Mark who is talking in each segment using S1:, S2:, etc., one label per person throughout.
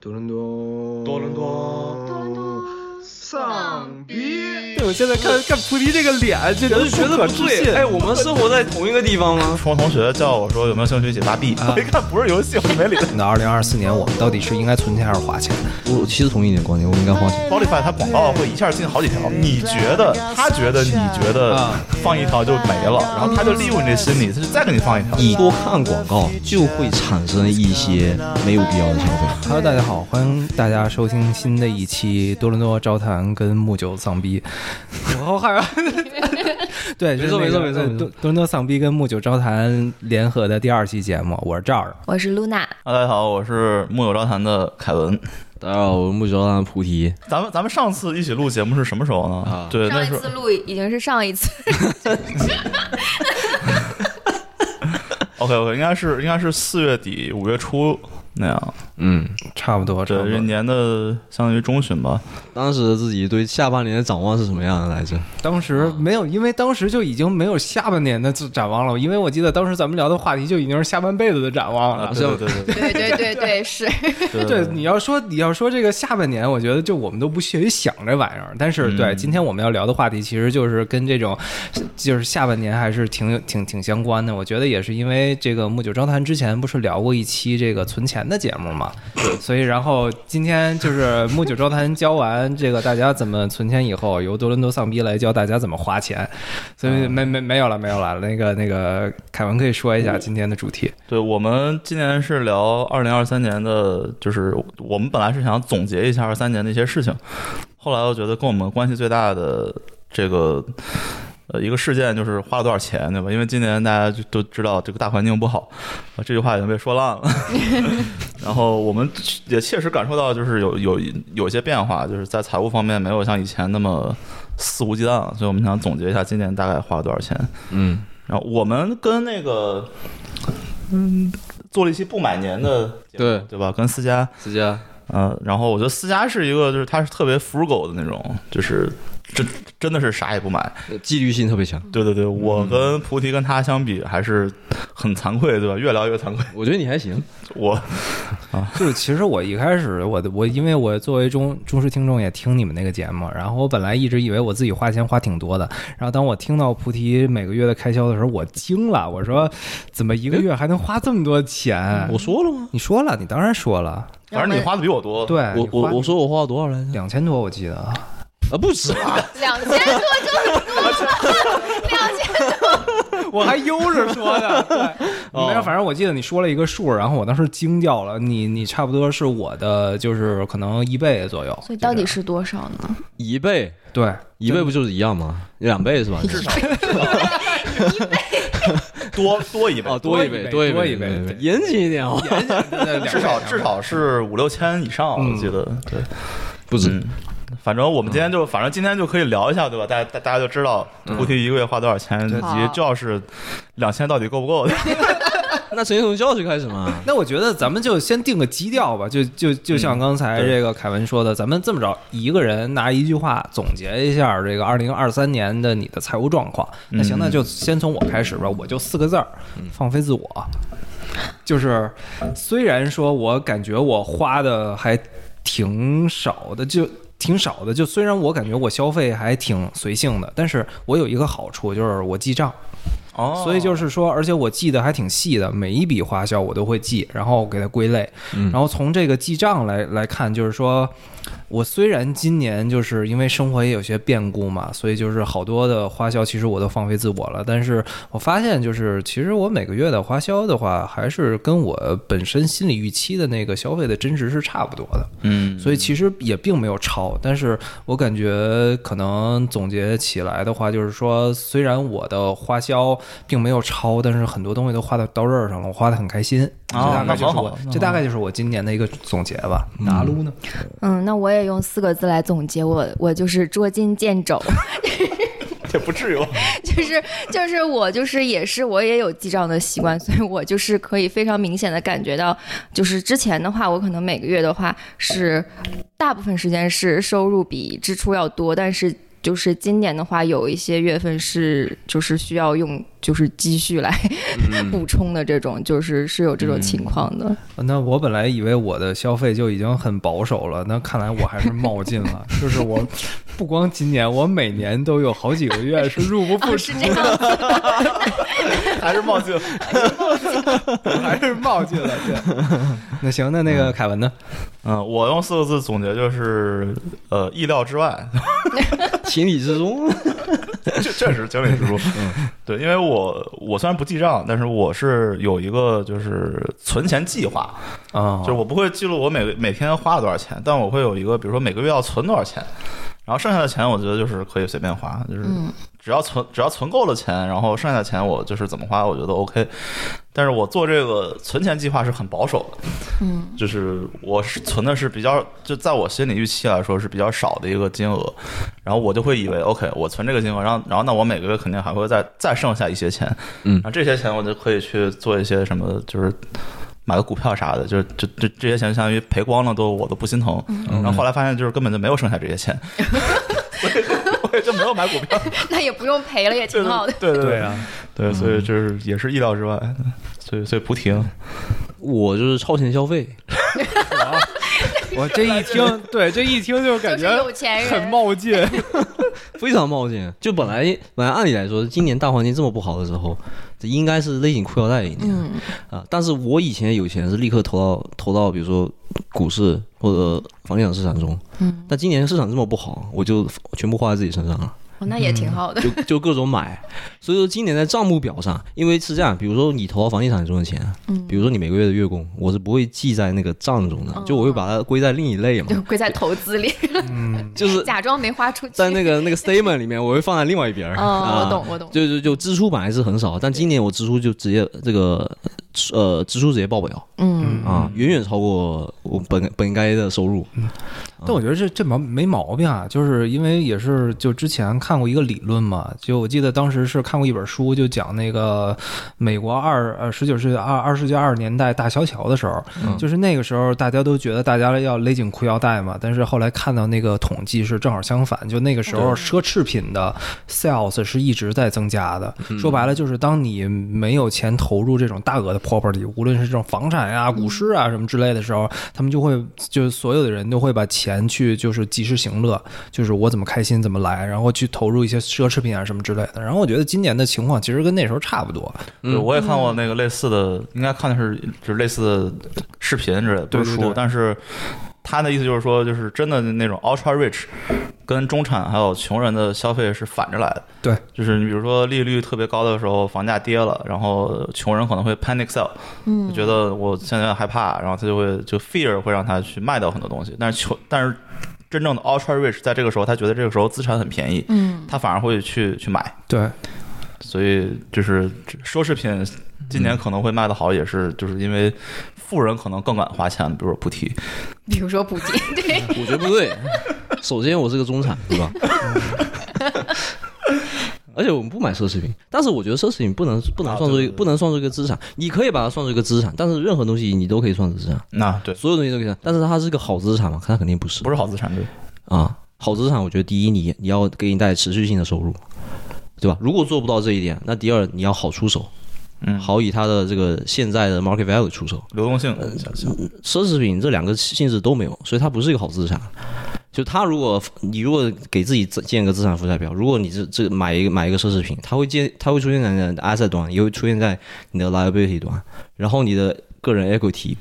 S1: 多伦多，
S2: 多伦多
S3: 多伦多
S1: 丧逼。
S4: 对，我现在看看菩提这个脸，这都觉得不对。
S2: 哎，我们生活在同一个地方吗？
S5: 冲同学叫我说有没有兴趣一起挖币，
S4: 啊
S5: 我一看不是游戏，我没理。
S4: 那二零二四年我们到底是应该存钱还是花钱？
S6: 我其实同意你的观点，我应该花钱。
S5: Spotify 它广告啊会一下进好几条，你觉得他觉得你觉得放一条就没了，然后他就利用你这心理，他就再给你放一条。
S4: 嗯
S6: 你多看广告就会产生一些没有必要的消费。
S4: Hello，大家好，欢迎大家收听新的一期多伦多招谈跟木九丧逼。我好害怕。 对，
S2: 啊没错
S4: 就是那个
S2: 没错没错
S4: 呃多多伦多丧逼跟木九招谈联合的第二期节目，我是赵儿。
S3: 我是露娜，
S5: 大家好，我是木有招谈的凯文。
S6: 大家好，我是木九的菩提。
S5: 咱们咱们上次一起录节目是什么时候呢
S6: 啊？
S5: 对，那
S3: 上一
S5: 是
S3: 次录已经是上一次，
S5: OK OK，应该是应该是四月底五月初那样，
S6: 嗯，
S4: 差不多，差
S5: 对，
S4: 不
S5: 这
S4: 多。
S5: 年的相当于中旬吧。
S6: 当时自己对下半年的展望是什么样的来着？
S4: 当时没有，因为当时就已经没有下半年的展望了，因为我记得当时咱们聊的话题就已经是下半辈子的展望了
S5: 啊，。对对对对
S3: 对对对对， 是
S5: 对
S4: 对，你要说你要说这个下半年，我觉得就我们都不屑于想这玩意儿。但是，对
S5: 嗯
S4: 今天我们要聊的话题，其实就是跟这种就是下半年还是挺有挺挺相关的。我觉得也是因为这个木九章谈之前不是聊过一期这个存钱的节目嘛，所以然后今天就是木九章谈教完这个大家怎么存钱以后，由多伦多丧逼来教大家怎么花钱。所以没
S5: 嗯
S4: 没没有了没有了，那个那个凯文可以说一下今天的主题。
S5: 对，我们今年是聊二零二三年的，就是我们本来是想总结一下二三年的一些事情，后来我觉得跟我们关系最大的这个。呃，一个事件就是花了多少钱，对吧？因为今年大家就都知道这个大环境不好，啊，这句话已经被说烂了。 然后我们也切实感受到，就是有有有一些变化，就是在财务方面没有像以前那么肆无忌惮了。所以我们想总结一下今年大概花了多少钱。
S6: 嗯，
S5: 然后我们跟那个，嗯，做了一期不买年的节目，
S6: 对
S5: 对吧？跟思佳，
S6: 思佳，
S5: 呃，然后我觉得思佳是一个，就是他是特别 frugal 的那种，就是真真的是啥也不买。
S6: 纪律性特别强。
S5: 对对对，我跟菩提跟他相比还是很惭愧，对吧？越聊越惭愧。
S6: 我觉得你还行，
S5: 我
S4: 就是其实我一开始我的我因为我作为忠忠实听众也听你们那个节目，然后我本来一直以为我自己花钱花挺多的，然后当我听到菩提每个月的开销的时候，我惊了，我说怎么一个月还能花这么多钱？
S6: 嗯我说了吗？
S4: 你说了，你当然说了，
S5: 反正你花的比我多，
S4: 对
S6: 我我我说我花了多少来着？
S4: 两千多我记得，
S6: 啊，不止啊！
S3: 两千多就很多了，两千
S4: 我还悠着说的，对，
S6: 哦
S4: 没有，反正我记得你说了一个数，然后我当时惊掉了，你你差不多是我的就是可能一倍左右，
S3: 所以到底是多少呢？
S6: 一倍，
S4: 对
S6: 一倍不就是一样吗？两倍 是吧？
S5: 多多一倍，
S6: 哦，多
S4: 一倍
S6: 倍，
S4: 多
S6: 多
S4: 一倍
S6: 倍，
S4: 对
S6: 对严谨一点哦，
S5: 至少至少是五六千以上，
S4: 嗯嗯
S5: 我记得。对，
S6: 不止。
S5: 嗯，反正我们今天就，反正今天就可以聊一下，对吧？大家大大家就知道菩提一个月花多少钱，以及
S3: 好
S5: 教室两千到底够不够。
S6: 那首先从教室开始嘛。
S4: 那我觉得咱们就先定个基调吧，就就就像刚才这个凯文说的，咱们这么着，一个人拿一句话总结一下这个二零二三年的你的财务状况。那行，
S5: 嗯
S4: 那就先从我开始吧，我就四个字儿：放飞自我。就是虽然说我感觉我花的还挺少的，就。挺少的，就虽然我感觉我消费还挺随性的，但是我有一个好处就是我记账，
S5: 哦
S4: 所以就是说，而且我记得还挺细的，每一笔花销我都会记，然后给它归类。
S6: 嗯
S4: 然后从这个记账来来看，就是说我虽然今年就是因为生活也有些变故嘛，所以就是好多的花销其实我都放飞自我了，但是我发现就是其实我每个月的花销的话，还是跟我本身心理预期的那个消费的真值是差不多的。
S5: 嗯
S4: 所以其实也并没有超，但是我感觉可能总结起来的话，就是说，虽然我的花销并没有超，但是很多东西都花到刀刃上了，我花的很开心。这
S5: 哦
S4: 大概就是
S5: 那很好
S4: 我
S5: 那，
S4: 这大概就是我今年的一个总结吧。拿撸呢？
S3: 嗯，那我也用四个字来总结我，我就是捉襟见肘。
S5: 也不至于吧。
S3: 就是就是我就是也是我也有记账的习惯，所以我就是可以非常明显的感觉到，就是之前的话，我可能每个月的话是大部分时间是收入比支出要多，但是。就是今年的话，有一些月份是就是需要用就是积蓄来 补充的，这种就是是有这种情况的。
S4: 那我本来以为我的消费就已经很保守了，那看来我还是冒进 了。就是我不光今年，我每年都有好几个月是入不敷
S3: 哦，
S4: 出
S3: 是这样子，
S5: 还是冒进。
S4: 还是冒进了。 对，那行，那那个凯文呢？
S5: 嗯，我用四个字总结就是，呃，意料之外，
S6: 情理之中。
S5: 这确实情理之中。 对，因为我我虽然不记账，但是我是有一个就是存钱计划，
S4: 啊
S5: 就是我不会记录我每个每天花了多少钱，但我会有一个，比如说每个月要存多少钱，然后剩下的钱我觉得就是可以随便花，就是
S3: 嗯
S5: 只要存只要存够了钱，然后剩下的钱我就是怎么花，我觉得 OK。但是我做这个存钱计划是很保守的，
S3: 嗯，
S5: 就是我是存的是比较，就在我心里预期来说是比较少的一个金额，然后我就会以为 OK，我存这个金额，然后然后那我每个月肯定还会再再剩下一些钱，
S6: 嗯
S5: 然后这些钱我就可以去做一些什么，就是买个股票啥的，就是这这这些钱相当于赔光了都我都不心疼，然后后来发现就是根本就没有剩下这些钱，所以就我也就没有买股票，
S3: 那也不用赔了，也挺好的。
S5: 对对
S4: 对啊，
S5: 对，所以就是也是意料之外，所以所以不停，
S6: 我就是超前消费，
S4: 我这一听，对，这一听就 感
S3: 就是
S4: 觉
S3: 有钱人，
S4: 很冒进。
S6: 非常冒进。就本来本来按理来说，今年大环境这么不好的时候，这应该是勒紧裤腰带的一年、
S3: 嗯
S6: 啊。但是我以前有钱是立刻投到投到，比如说股市或者房地产市场中。
S3: 嗯，
S6: 但今年市场这么不好，我就全部花在自己身上了。
S3: 哦那也挺好的。
S6: 就 就各种买。所以说今年在账目表上，因为是这样，比如说你投到房地产中的钱，
S3: 嗯哦
S6: 比如说你每个月的月供，我是不会记在那个账中的，就我会把它归在另一类嘛，
S3: 就归在投资里，
S6: 就是
S3: 假装没花出去。
S6: 在那个那个 statement 里面，我会放在另外一边儿。
S3: 哦，
S6: 啊
S3: 我懂，我懂。
S6: 就就就支出本来是很少，但今年我支出就直接这个呃支出直接爆表
S3: 嗯，
S6: 啊，远远超过我本本该的收
S5: 嗯
S6: 入。
S4: 但我觉得这这毛没毛病啊，就是因为也是就之前看过一个理论嘛，就我记得当时是看过一本书，就讲那个美国二呃十九世纪二二世纪二十年代大萧条的时候，
S6: 嗯
S4: 就是那个时候大家都觉得大家要勒紧裤腰带嘛，但是后来看到那个统计是正好相反，就那个时候奢侈品的 sales 是一直在增加的。说白了就是当你没有钱投入这种大额的 property，无论是这种房产呀、股市啊什么之类的时候，他们就会就是所有的人都会把钱去就是及时行乐，就是我怎么开心怎么来，然后去投入一些奢侈品啊什么之类的。然后我觉得今年的情况其实跟那时候差不多，
S6: 嗯
S5: 对，我也看过那个类似的，应该看的是就是类似的视频之类的，不是
S4: 对对
S5: 书，
S4: 对
S5: 但是。他的意思就是说，就是真的那种 ultra rich，跟中产还有穷人的消费是反着来的。
S4: 对，
S5: 就是你比如说利率特别高的时候，房价跌了，然后穷人可能会 panic sell，
S3: 嗯
S5: 就觉得我现在害怕，然后他就会就 fear 会让他去卖掉很多东西。但是穷，但是真正的 ultra rich 在这个时候，他觉得这个时候资产很便宜，
S3: 嗯，
S5: 他反而会去去买。
S4: 对。
S5: 所以就是奢侈品今年可能会卖得好，也是就是因为富人可能更敢花钱，比如说菩提，
S3: 比如说补 贴，对，
S6: 嗯我觉得不 对。首先，我是个中产，对吧？而且我们不买奢侈品，但是我觉得奢侈品不能不能
S5: 啊
S6: 算作一
S5: 对对
S6: 个
S5: 对
S6: 不能算作一个资产，你可以把它算作一个资产，但是任何东西你都可以算作资产，
S5: 那对
S6: 所有东西都可以算，但是它是个好资产吗？它肯定不是，
S5: 不是好资产，对，
S6: 啊，好资产，我觉得第一你你要给你带来持续性的收入，对吧？如果做不到这一点，那第二你要好出手，
S5: 嗯
S6: 好以它的这个现在的 market value 出手，
S5: 流动
S4: 呃
S5: 性想想
S6: 奢侈品这两个性质都没有，所以它不是一个好资产。就它如果你如果给自己建个资产负债表，如果你这这买一个买一个奢侈品，它会建它会出现在你的 asset 端，也会出现在你的 liability 端，然后你的个人 equity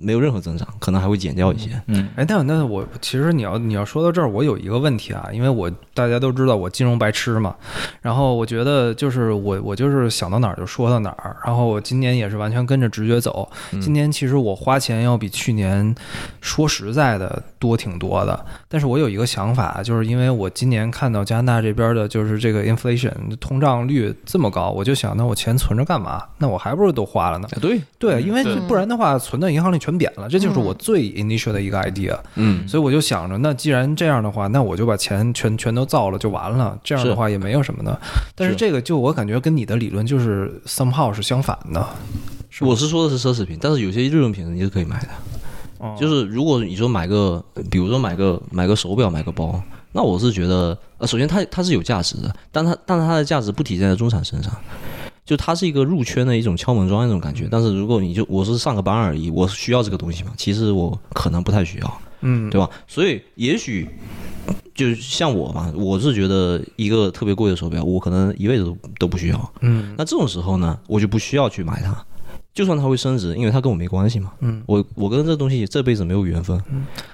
S6: 没有任何增长，可能还会减掉一些。
S4: 哎，但那我其实你要你要说到这儿，我有一个问题啊，因为我大家都知道我金融白痴嘛，然后我觉得就是我我就是想到哪儿就说到哪儿，然后我今年也是完全跟着直觉走，今年其实我花钱要比去年说实在的多挺多的，但是我有一个想法，啊就是因为我今年看到加拿大这边的就是这个 inflation 通胀率这么高，我就想那我钱存着干嘛？那我还不如都花了呢。
S6: 啊，对，
S4: 对，因为
S5: 对
S4: 不然的话，存到银行里全扁了，这就是我最 initial 的一个 idea。
S6: 嗯，
S4: 所以我就想着，那既然这样的话，那我就把钱全全都造了就完了，这样的
S6: 是
S4: 话也没有什么的。但是
S6: 是
S4: 这个就我感觉跟你的理论就是 somehow 是相反的，
S6: 我是说的是奢侈品，但是有些日用品你是可以买的。就是如果你说买个，比如说买个买个手表、买个包，那那我是觉得，呃，首先它它是有价值的，但它但它的价值不体现在中产身上。就它是一个入圈的一种敲门砖那种感觉，但是如果你就我是上个班而已，我需要这个东西吗？其实我可能不太需要，
S4: 嗯，
S6: 对吧？所以也许就像我嘛，我是觉得一个特别贵的手表，我可能一辈子都都不需要，
S4: 嗯，
S6: 那这种时候呢，我就不需要去买它，就算它会升值，因为它跟我没关系嘛，嗯，我我跟这东西这辈子没有缘分，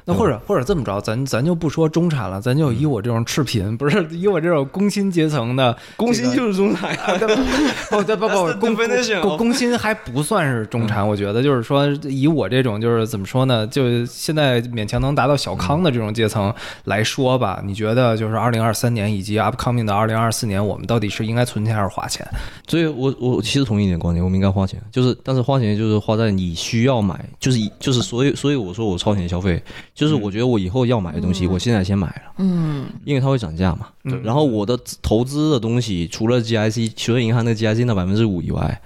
S4: 那或
S2: 嗯
S4: 者或者这么着，咱咱就不说中产了，咱就以我这种赤贫，不是以我这种工薪阶层的，啊
S2: 工薪就是中产呀，
S4: 不不不
S2: That's
S4: 不，
S2: the
S4: 工
S2: definition
S4: 工
S2: of- 嗯
S4: 工薪还不算是中产，我觉得就是说，以我这种就是怎么说呢，就现在勉强能达到
S2: 嗯
S4: 小康的这种阶层来说吧，你觉得就是二零二三年以及 upcoming 的二零二四年，我们到底是应该存钱还是花钱？
S6: 所以我我其实同意你的观点，我们应该花钱，就是但是花钱就是花在你需要买，就是以就是所以所以我说我超前消费，就是我觉得我以后要买的东西，我现在先买了，
S3: 嗯，
S6: 因为它会涨价嘛。
S4: 嗯
S6: 然后我的投资的东西，除了 GIC，除了银行那 GIC 那百分之五以外，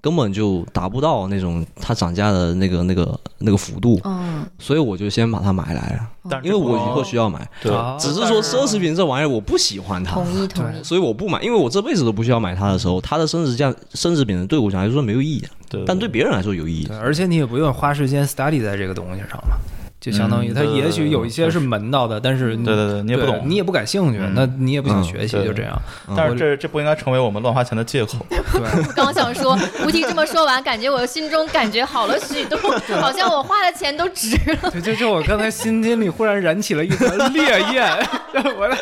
S6: 根本就达不到那种它涨价的那个那个那个幅度，
S3: 嗯，
S6: 所以我就先把它买来了，
S5: 但是
S6: 因为我以
S5: 哦
S6: 后需要买。
S5: 对
S4: 啊
S6: 只是说奢侈品这玩意儿我不喜欢它，
S3: 同意同意。
S6: 所以我不买，因为我这辈子都不需要买它的时候，它的升值价、升值贬值对我来说没有意义的，
S5: 对，
S6: 但对别人来说有意义
S4: 对，。而且你也不用花时间 study 在这个东西上嘛，就相当于
S5: 嗯
S4: 它
S5: 对
S4: 也许
S5: 对
S4: 有一些是门道的，但是你
S5: 对对对，你也不
S4: 对
S5: 懂
S4: 你。也不感兴趣，
S5: 嗯
S4: 那你也不想学习，
S5: 对
S4: 就这样。
S5: 但是这这不应该成为我们乱花钱的借口。
S4: 对，
S7: 刚想说，吴婷这么说完，感觉我心中感觉好了许多，好像我花的钱都值了。
S4: 对，就就我刚才心间里忽然燃起了一团烈焰， 我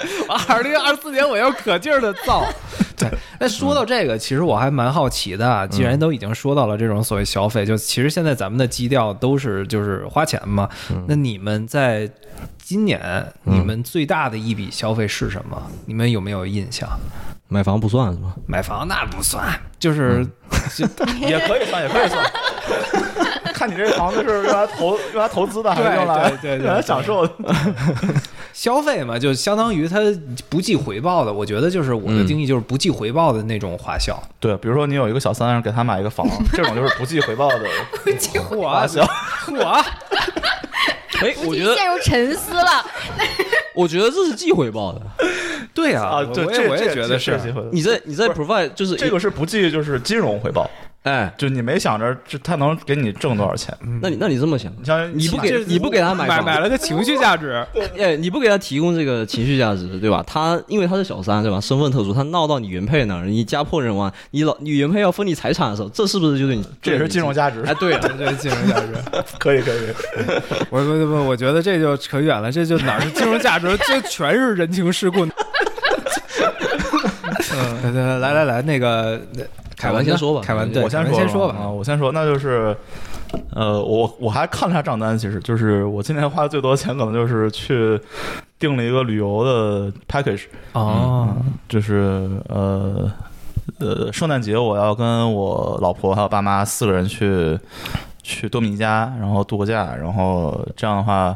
S4: 二零二四年我要可劲儿的造。对，那说到这个，其实我还蛮好奇的啊，既然
S5: 嗯
S4: 都已经说到了这种所谓消费，就其实现在咱们的基调都是就是花钱嘛，
S5: 嗯
S4: 那你们在。今年你们最大的一笔消费是什么？你们有没有印象？
S6: 买房不算是吧？
S4: 买房那不算，就是
S5: 嗯
S4: 就
S5: 也可以算，也可以 算。看你这房子是用来投用来投资的，还是用来
S4: 对对对对
S5: 用来享受的？
S4: 消费嘛，就相当于它不计回报的。我觉得就是我的定义就是不计回报的那种花销。
S5: 对，比如说你有一个小三，给他买一个房，这种就是不计回报 的花
S4: 我
S5: 销。
S4: 我
S6: 哎，
S7: 吴
S6: 我觉
S7: 婷
S6: 得，
S7: 陷入沉思了，
S6: 我觉得这是忌回 报的。
S4: 对啊，
S5: 啊，
S4: 我
S5: 对，
S4: 我
S5: 这
S4: 也我也觉得
S5: 这
S4: 是
S5: 这。机会
S6: 你在你在 provide 就是
S5: 这个是不计就是金融回报，
S6: 哎，
S5: 就你没想着这他能给你挣多少钱。
S6: 那你那你这么想，
S5: 嗯你像
S6: 嗯你不
S5: 买
S6: 给你不给他买
S4: 买
S6: 房
S4: 买了个情绪价 值，
S6: 哎，你不给他提供这个情绪价值，对吧？他因为他是小三，对吧？身份特殊，他闹到你原配那儿，你家破人亡，你老你原配要分你财产的时候，这是不是就是你
S5: 这也是金融价值
S6: 哎，，对啊，
S4: 这金融价值，
S5: 可以可以。
S4: 我我 我我觉得这就扯远了，这就哪是金融价 值，这全是人情世 故。嗯，对对对来来来，那个那
S6: 凯文先说吧
S4: 凯文，对
S5: 我先
S4: 凯
S5: 说
S4: 文先说
S5: 啊，
S4: 吧。
S5: 我先说，那就是，呃，我我还看了下账单，其实就是我今年花的最多的钱，可能就是去订了一个旅游的 package，
S4: 哦，
S5: 就是呃呃，圣诞节我要跟我老婆还有爸妈四个人去。去多米尼加，然后度个假，然后这样的话，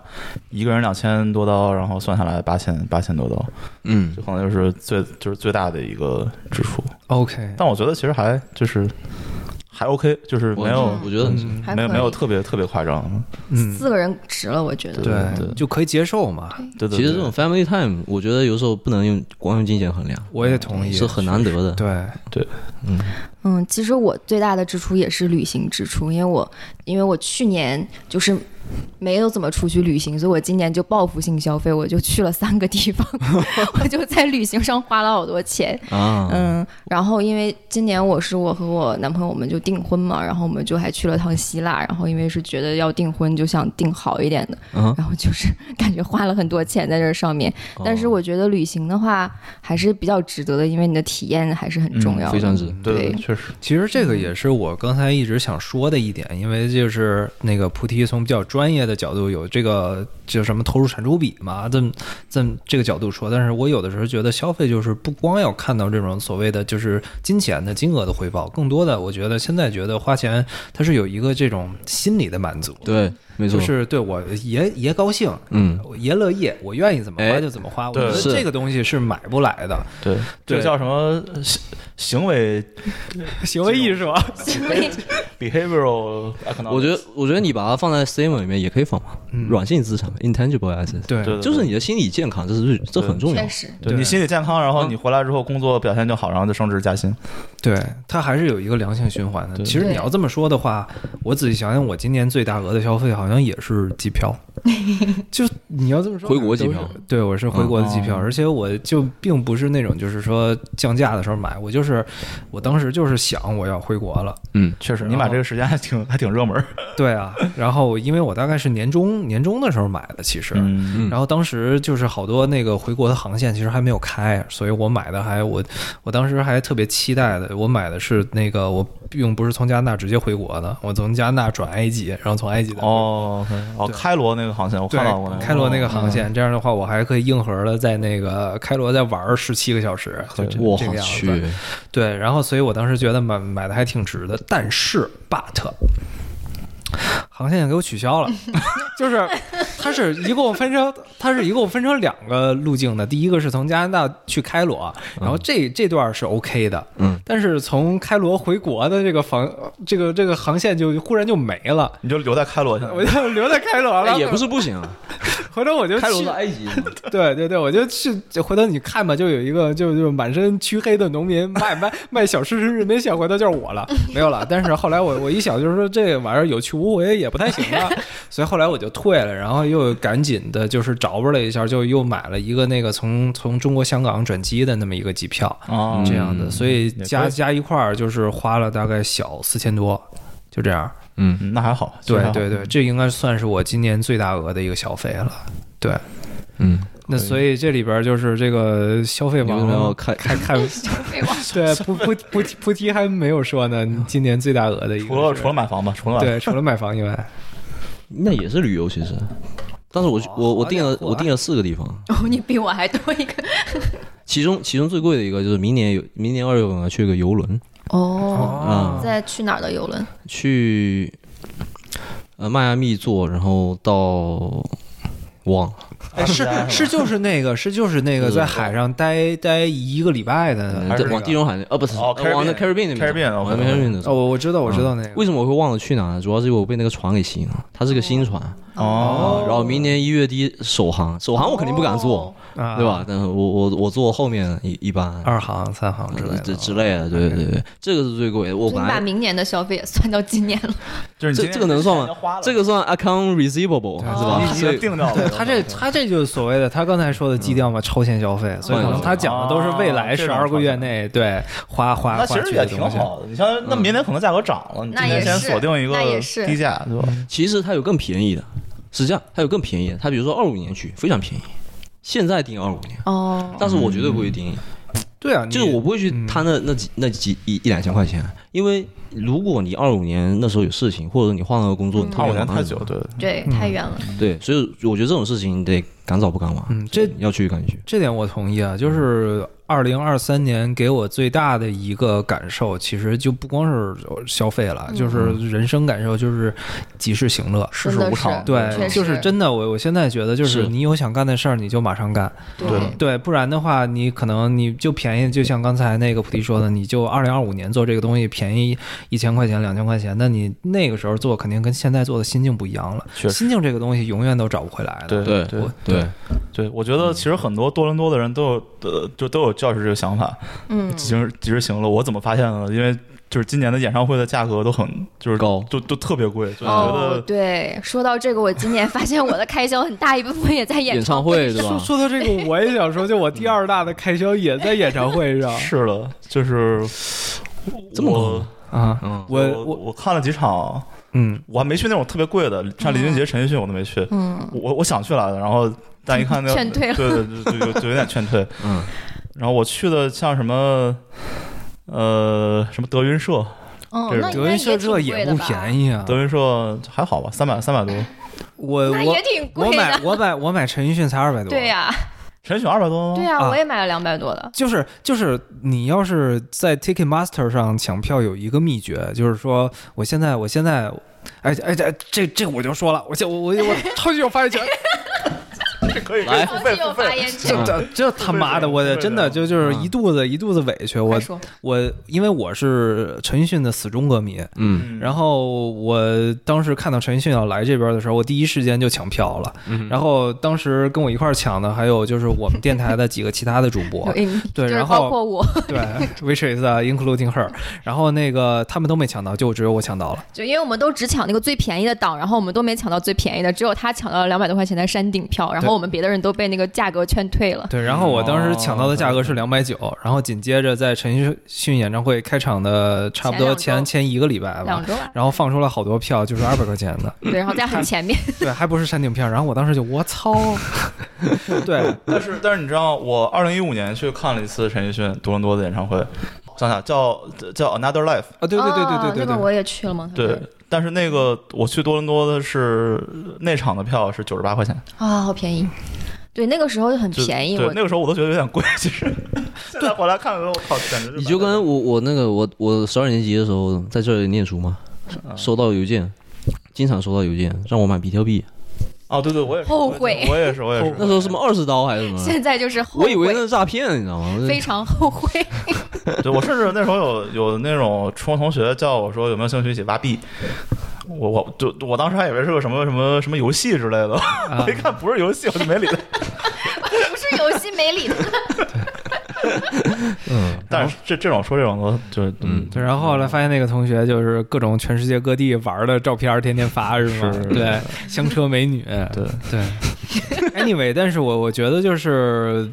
S5: 一个人两千多刀，然后算下来八千八千多刀，
S6: 嗯
S5: 这，可能就是最就是最大的一个支出。
S4: OK，
S5: 但我觉得其实还就是还 OK，就是
S6: 我
S5: 没有
S6: 我觉得很
S4: 嗯
S3: 还
S5: 没有
S3: 可
S5: 没有
S3: 以
S5: 特别特别夸张，
S4: 嗯，
S3: 四个人值了，我觉得。
S5: 对
S4: 对，就可以接受嘛。
S5: 对对。
S6: 其实
S5: 对
S6: 这种 family time，我觉得有时候不能用光用金钱衡量，
S4: 我也同意，
S6: 是很难得的。
S4: 对，
S3: 嗯，其实我最大的支出也是旅行支出，因为我因为我去年就是没有怎么出去旅行，所以我今年就报复性消费，我就去了三个地方， 我就在旅行上花了好多钱。
S6: 啊，
S3: 嗯，然后因为今年我是我和我男朋友我们就订婚嘛，然后我们就还去了趟希腊，然后因为是觉得要订婚就想订好一点的，
S6: 嗯
S3: 然后就是感觉花了很多钱在这上面，
S4: 哦
S3: 但是我
S6: 哦
S3: 觉得旅行的话还是比较值得的，因为你的体验还是很重
S5: 嗯
S3: 要的。
S6: 非常值。
S5: 对对
S3: 对
S5: 确实，
S4: 其实这个也是我刚才一直想说的一点，因为就是那个菩提从比较专业的角度有这个就什么投入产出比嘛，这么这么这个角度说，但是我有的时候觉得消费就是不光要看到这种所谓的就是金钱的金额的回报，更多的我觉得现在觉得花钱它是有一个这种心理的满足，
S6: 对，没错
S4: 就，是对我爷爷高兴，
S6: 嗯，
S4: 我爷乐意，我愿意怎么花
S6: 哎
S4: 就怎么花，我觉
S5: 对
S4: 得
S6: 是
S4: 这个东西是买不来的，
S5: 对这
S4: 对
S5: 个叫什么呃行行为
S4: 行为艺术，
S5: behavioral economics？
S6: 我觉得我觉得你把它放在 statement 里面也可以放嘛，软性资产嘛。 intangible asset，
S4: 嗯对
S5: 对对
S6: 就是你的心理健康，这是最这很重要
S7: 确。实，
S5: 对
S4: 对嗯
S5: 你心理健康，然后你回来之后工作表现就好，然后就升职加薪。
S4: 对，它还是有一个良性循环的。其实你要这么说的话，我仔细想想，我今年最大额的消费好像也是 机票，就你要这么说，
S6: 回国机
S4: 都是
S6: 票。嗯
S4: 对，我是回国的机票，
S5: 哦
S4: 而且我就并不是那种就是说降价的时候买，我就是我当时就是想我要回国了，
S6: 嗯，
S5: 确实，
S4: 然
S5: 你买
S4: 后
S5: 这个时间还挺还挺热门儿。
S4: 对啊，然后因为我大概是年中年中的时候买的，其实，
S5: 嗯
S6: 嗯
S4: 然后当时就是好多那个回国的航线其实还没有开，所以我买的还我我当时还特别期待的，我买的是那个我并不是从加拿大直接回国的，我从加拿大转埃及，然后从埃及再回
S5: 哦哦，
S4: 嗯对
S5: 开罗那个航线我
S4: 对
S5: 看到过那个，哦嗯
S4: 开罗那个航线，这样的话我还可以硬核的在那个开罗再玩十七个小时，就这
S6: 我
S4: 这个样
S6: 去，
S4: 子。对，然后所以我当时觉得买买的还挺值的，但是 but。航线也给我取消了，就是它是一共分成，它是一共分成两个路径的。第一个是从加拿大去开罗，然后这这段是 OK 的，
S6: 嗯，
S4: 但是从开罗回国的这个航这个这个航线就忽然就没了，
S5: 你就留在开罗现在
S4: 我。就留在开罗了。
S6: 哎也不是不行啊，
S4: 回头我就去
S6: 开罗到埃 及，
S4: 对对对，我就去，就回头你看吧，就有一个就就满身黢黑的农民卖卖卖小吃吃日面线，回头就是我了，没有了。但是后来我我一想就是说这玩意儿有去无回也不太行啊， 所以后来我就退了，然后又赶紧的就是找吧了一下，就又买了一个那个从从中国香港转机的那么一个机票，
S5: 哦
S4: 嗯这样的，所以
S5: 也
S4: 加
S5: 可以
S4: 加一块儿就是花了大概小四千多，就这样。
S6: 嗯，
S5: 嗯那还好，其实
S4: 对
S5: 还好嗯
S4: 对对，这应该算是我今年最大额的一个消费了。对，
S6: 嗯，
S4: 那所以这里边就是这个消费
S6: 你为什么要
S4: 网啊
S6: 开
S4: 开开，对不不不菩提还没有说呢，你今年最大额的一个
S5: 除了
S4: 是
S5: 除了买房吧，除了买
S4: 对除了买房以 外，
S6: 那也是旅游其实。但是我我我定了我定了四个地方，
S7: 哦，你比我还多 一个，
S6: 其中其中最贵的一个就是明年有明年二月份我要去一个游轮
S7: 哦，
S3: 嗯
S4: 嗯
S6: 啊、
S7: 在去哪儿的游轮？
S6: 去呃迈阿密坐，然后到忘了
S4: 哎是是就是那个是就是那个在海上待待一个礼拜的
S6: 嗯
S4: 呃还是
S6: 对往
S4: 那
S6: 地
S4: 个
S6: 中海那啊不是
S5: 哦
S6: 呃往那 Caribbean
S5: Caribbean
S6: 那边走
S5: Caribbean，哦
S6: 往那 Caribbean 那边走嗯
S4: 哦，我我知道我知道那个
S6: 为什么我会忘了去哪呢？主要是因为我被那个船给吸引了，它是个新船
S5: 哦，
S6: 然后明年一月第一首航，首航我肯定不敢坐，
S4: 啊
S6: 对？吧？但是我我我坐后面一一般
S4: 二航三啊航之类
S6: 这
S4: 的哦
S6: 之类的，对对对，这个是最贵的。我
S7: 所以
S6: 本
S7: 你把
S6: 来
S7: 明年的消费也算到今年了，
S5: 就是你
S6: 这
S5: 今天
S6: 这个能算吗
S5: 钱花了
S6: 这个算 account receivable
S4: 啊
S6: 是
S5: 你
S6: 吧？
S5: 已
S6: 所
S5: 经
S6: 以
S5: 定掉了。
S4: 对他这他这就是所谓的他刚才说的基调嘛，超前消费，
S6: 嗯
S4: 所以可能他讲的都是未来
S5: 哦
S4: 十二个月内对花花
S5: 那
S4: 花
S5: 其实
S4: 去
S5: 也
S4: 的
S5: 挺
S4: 东西。
S5: 好的，你像那明年可能价格涨了，你今
S7: 那也
S5: 年先
S7: 是
S5: 锁定一个
S7: 那也是
S5: 低价，对吧？
S4: 嗯
S6: 其实它有更便宜的，是这样，它有更便宜的。它比如说二五年去非常便宜，现在定二五年，
S4: 嗯
S7: 哦，
S6: 但是我绝对不会定，
S4: 对啊，
S6: 就是
S4: 你
S6: 我不会去贪那那几那几一一两千块钱，啊因为如果你二五年那时候有事情，或者你换了个工
S4: 嗯
S6: 作，你
S5: 二五年
S6: 忙
S5: 太久，对，
S7: 对，太远了，
S6: 对，所以我觉得这种事情你得赶早不赶晚，
S4: 嗯，这
S6: 要去赶去。
S4: 这点我同意啊，就是二零二三年给我最大的一个感受，其实就不光是消费了，就是人生感受，就是及时行乐。
S5: 世
S7: 嗯真
S5: 事
S7: 的
S5: 无
S7: 是
S5: 常，
S4: 对，
S7: 确实
S4: 就是真的，我我现在觉得，就是
S6: 是
S4: 你有想干的事儿，你就马上干。
S5: 对
S4: 对，不然的话，你可能你就便宜，就像刚才那个菩提说的，你就二零二五年做这个东西便宜一千块钱、两千块钱，那你那个时候做肯定跟现在做的心境不一样了。
S5: 确实
S4: 心境这个东西永远都找不回来的。
S5: 对
S6: 对
S5: 对
S6: 对，
S5: 对，我觉得其实很多多伦多的人都有呃，就都有教师这个想法，
S7: 嗯，
S5: 及时及时行乐。我怎么发现的呢？因为就是今年的演唱会的价格都很就是
S6: 高
S5: 就都特别贵，
S4: 嗯
S5: 所以觉
S7: 哦，
S5: 得
S7: 对，说到这个，我今年发现我的开销很大一部分也在演
S6: 演唱会对
S4: 说
S6: 吧？
S4: 说到这个，我也想说，就我第二大的开销也在演唱会上
S5: 是的，就是
S6: 这么高
S5: 我
S6: 吗
S4: 啊。
S6: 嗯，
S4: 我
S5: 我
S4: 我
S5: 我看了几场，
S4: 嗯，
S5: 我还没去那种特别贵的，像李俊杰、陈奕迅我都没去，
S7: 嗯，
S5: 我我想去来的，然后但一看那个
S7: 劝退了
S5: 对对对，就就就有点劝退。
S6: 嗯，
S5: 然后我去的像什么呃什么德云社，
S7: 哦
S5: 这，是
S7: 那应
S4: 德
S7: 该
S4: 云社
S7: 也挺
S4: 这
S7: 贵
S4: 也
S7: 的
S4: 不
S7: 吧
S4: 便宜啊。
S5: 德云社还好吧，三百三百多，
S4: 我
S7: 那
S4: 我
S7: 也挺
S4: 我
S7: 贵
S4: 买
S7: 的。
S4: 我买我买陈奕迅才二百多。
S7: 对呀，
S5: 陈奕迅二百多吗？
S7: 对呀，
S4: 啊
S7: 我也买了两百多的。
S4: 就是就是，你要是在 Ticketmaster 上抢票有一个秘诀，就是说我现在我哎现 在，哎哎这这这我就说了，我现我我我超级有发言权。
S5: 可以
S6: 来
S7: 超级有发言权。
S4: 这这这他妈的，我嗯的真的嗯就就是一肚子一肚子委屈。我
S3: 快说
S4: 我因为我是陈奕迅的死忠歌迷，
S6: 嗯
S4: 然后我当时看到陈奕迅要来这边的时候，我第一时间就抢票了。然后当时跟我一块儿抢的还有就是我们电台的几个其他的主播，
S3: 嗯
S4: 对，
S3: 就是
S4: 然
S3: 包
S4: 后
S3: 括我，
S4: 对，which is uh, including her，然后那个他们都没抢到，就只有我抢到了。
S3: 就因为我们都只抢那个最便宜的档，然后我们都没抢到最便宜的，只有他抢到了两百多块钱的山顶票，然后我们别的人都被那个价格劝退了。
S4: 对，然后我当时抢到的价格是两百九，然后紧接着在陈奕迅演唱会开场的差不多
S3: 前
S4: 前
S3: 两周
S4: 前一个礼拜吧
S3: 两，周吧，
S4: 然后放出了好多票，就是二百块钱的，
S3: 对，然后在很前面，
S4: 对，还不是山顶票。然后我当时就我操，对，啊
S5: 但是但是你知道，我二零一五年去看了一次陈奕迅多伦多的演唱会，想想叫叫 Another Life，
S4: 啊， 对对对对对对
S3: 哦那
S4: 对
S3: 个我也去了吗？
S5: 对。但是那个我去多伦多的是那场的票是九十八块钱，
S3: 啊，好便宜。对，那个时候就很
S5: 就
S3: 便宜，
S5: 对
S3: 我，
S5: 那个时候我都觉得有点贵， 其实。现在回来看的时候，我靠，简直
S6: 你就
S5: 白
S6: 跟我我那个我我十二年级的时候在这里念书嘛，
S4: 嗯
S6: 收到邮件，经常收到邮件让我买比特币，
S5: 哦，对对，我也是
S3: 后悔
S5: 我也是，我也是，
S6: 那时候什么二十刀还是什
S5: 嗯
S6: 么，
S3: 现在就是后
S6: 我以为那
S3: 悔，
S6: 是诈骗，你知道吗？
S3: 非常后 悔。
S5: 对，我甚至那时候有有那种初中同学叫我说有没有兴趣一起挖币，我我就我当时还以为是个什么什么什么游戏之类的，
S3: 啊
S4: 啊
S5: 我一看不是游戏，我就没 理他。
S7: 不是游戏没理他，
S4: 嗯
S5: 但是这这种说这种的，就嗯，
S4: 对，然后后来发现那个同学就是各种全世界各地玩的照片儿天天发是吗？
S5: 是
S4: 对，香车美女，
S5: 对
S4: 对。Anyway，但是我我觉得就是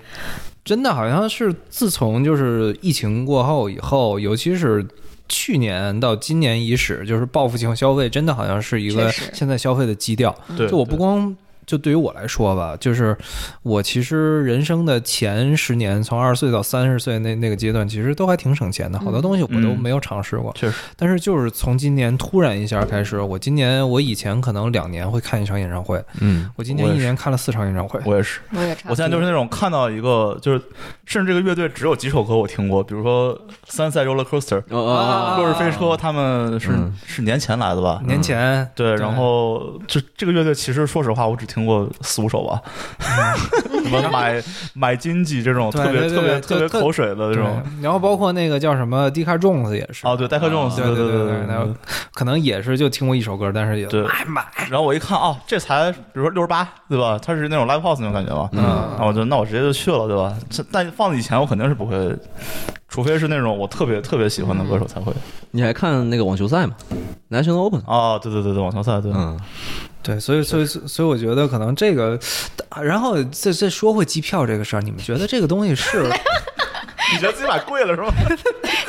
S4: 真的好像是自从就是疫情过后以后，尤其是。去年到今年伊始，就是报复性消费，真的好像是一个
S3: 确实
S4: 现在消费的基调。
S5: 对，
S4: 就我不
S5: 对
S4: 光就对于我来说吧，就是我其实人生的前十年，从二十岁到三十岁那那个阶段，其实都还挺省钱的，好多东西我都
S5: 嗯
S4: 没有尝试过。
S5: 确实，
S4: 但是就是从今年突然一下开始，我今年我以前可能两年会看一场演唱会，
S6: 嗯，
S4: 我今年
S5: 我
S4: 一
S5: 也是
S4: 年看了四场演唱会。
S5: 我也是，
S3: 我也差
S5: 我现在就是那种看到一个就是，甚至这个乐队只有几首歌我听过，比如说三赛 Roller Coaster、
S6: 哦哦
S3: 啊
S6: 哦
S5: 落日飞车，他们是
S6: 嗯
S5: 是年前来的吧？
S4: 年前
S5: 对，然后这这个乐队其实说实话，我只听过四五首吧，什么买买金鸡这种
S4: 对
S5: 特别
S4: 对对
S5: 特别
S4: 对
S5: 特别
S4: 特
S5: 口水的这种，
S4: 对然后包括那个叫什么 d 卡 Jones 也是。
S5: 哦，对，戴克这种，
S4: 对
S5: 对
S4: 对对
S5: 对
S4: 对，那可能也是就听过一首歌，但是也
S5: 对
S4: 哎妈，
S5: 然后我一看，哦，这才比如说六十八，对吧？它是那种 live house 那种感觉嘛，然后我就那我直接就去了，对吧？这但放以前我肯定是不会，除非是那种我特别特别喜欢的歌手才会。
S6: 你还看那个网球赛吗？National Open，
S5: 哦，对对对对，网球赛，对，
S6: 嗯，
S4: 对，所以所以所以我觉得可能这个，然后再再说回机票这个事儿，你们觉得这个东 西是
S5: 你觉得自己买贵了是吗？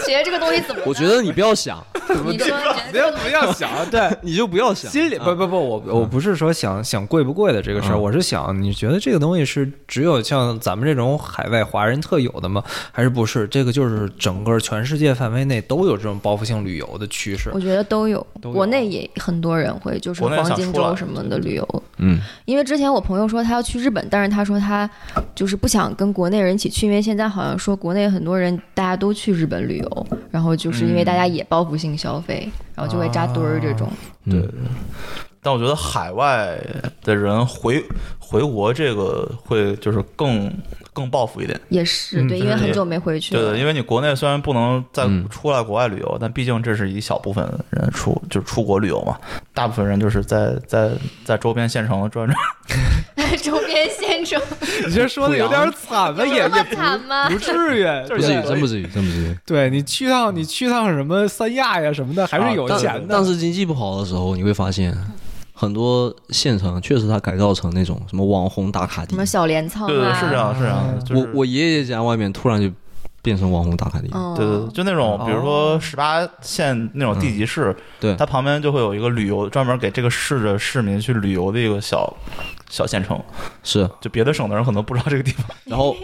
S7: 觉得这个东西怎么？
S6: 我觉得你不要想，
S7: 你说
S4: 不要不要想， 对，
S6: 你就不要想，
S4: 心里不不不，我我不是说想想贵不贵的这个事儿，
S6: 嗯
S4: 我是想你觉得这个东西是只有像咱们这种海外华人特有的吗？还是不是？这个就是整个全世界范围内都有这种报复性旅游的趋势
S3: 我。觉得都有，
S4: 都有
S3: 国内也很多人会，就是
S5: 啊国内想
S3: 黄金
S5: 出
S3: 周
S5: 来
S3: 什么的旅游。
S6: 嗯，
S3: 因为之前我朋友说他要去日本，但是他说他就是不想跟国内人一起去，因为现在好像说国内很多人大家都去日本旅游，然后就是因为大家也报复性消费，
S5: 嗯
S3: 然后就会扎堆儿这种。
S5: 啊
S6: 对，
S5: 但我觉得海外的人回回国这个会就是更更报复一点。
S3: 也是
S4: 嗯
S3: 对，因为很久没回去
S5: 对
S3: 了
S5: 对，。因为你国内虽然不能再
S6: 嗯
S5: 出来国外旅游，但毕竟这是一小部分人出就是出国旅游嘛，大部分人就是在在在周边县城转转。
S7: 周边县城
S4: 你这说的有点惨吧？也
S7: 这么
S4: 也
S7: 惨吗？
S4: 不至于，
S6: 不至于，真不至于，真不至于。
S4: 对你去趟你去趟什么三亚呀什么的，还是有
S6: 啊但
S4: 钱的
S6: 但。是经济不好的时候，你会发现很多县城确实它改造成那种什么网红打卡地
S3: 什。么小镰
S7: 哦
S3: 仓啊，
S5: 对对，是这样，是这
S4: 哦
S5: 样。就是
S6: 我我爷爷家外面突然就变成网红打卡
S7: 哦
S6: 地，
S3: 嗯，
S5: 对对，对就那种比如
S4: 哦
S5: 说十八线那种地级市，
S4: 嗯
S6: 对
S5: 它旁边就会有一个旅游专门给这个市的市民去旅游的一个小小县城，
S6: 是。
S5: 就别的省的人可能不知道这个地方。
S6: 然后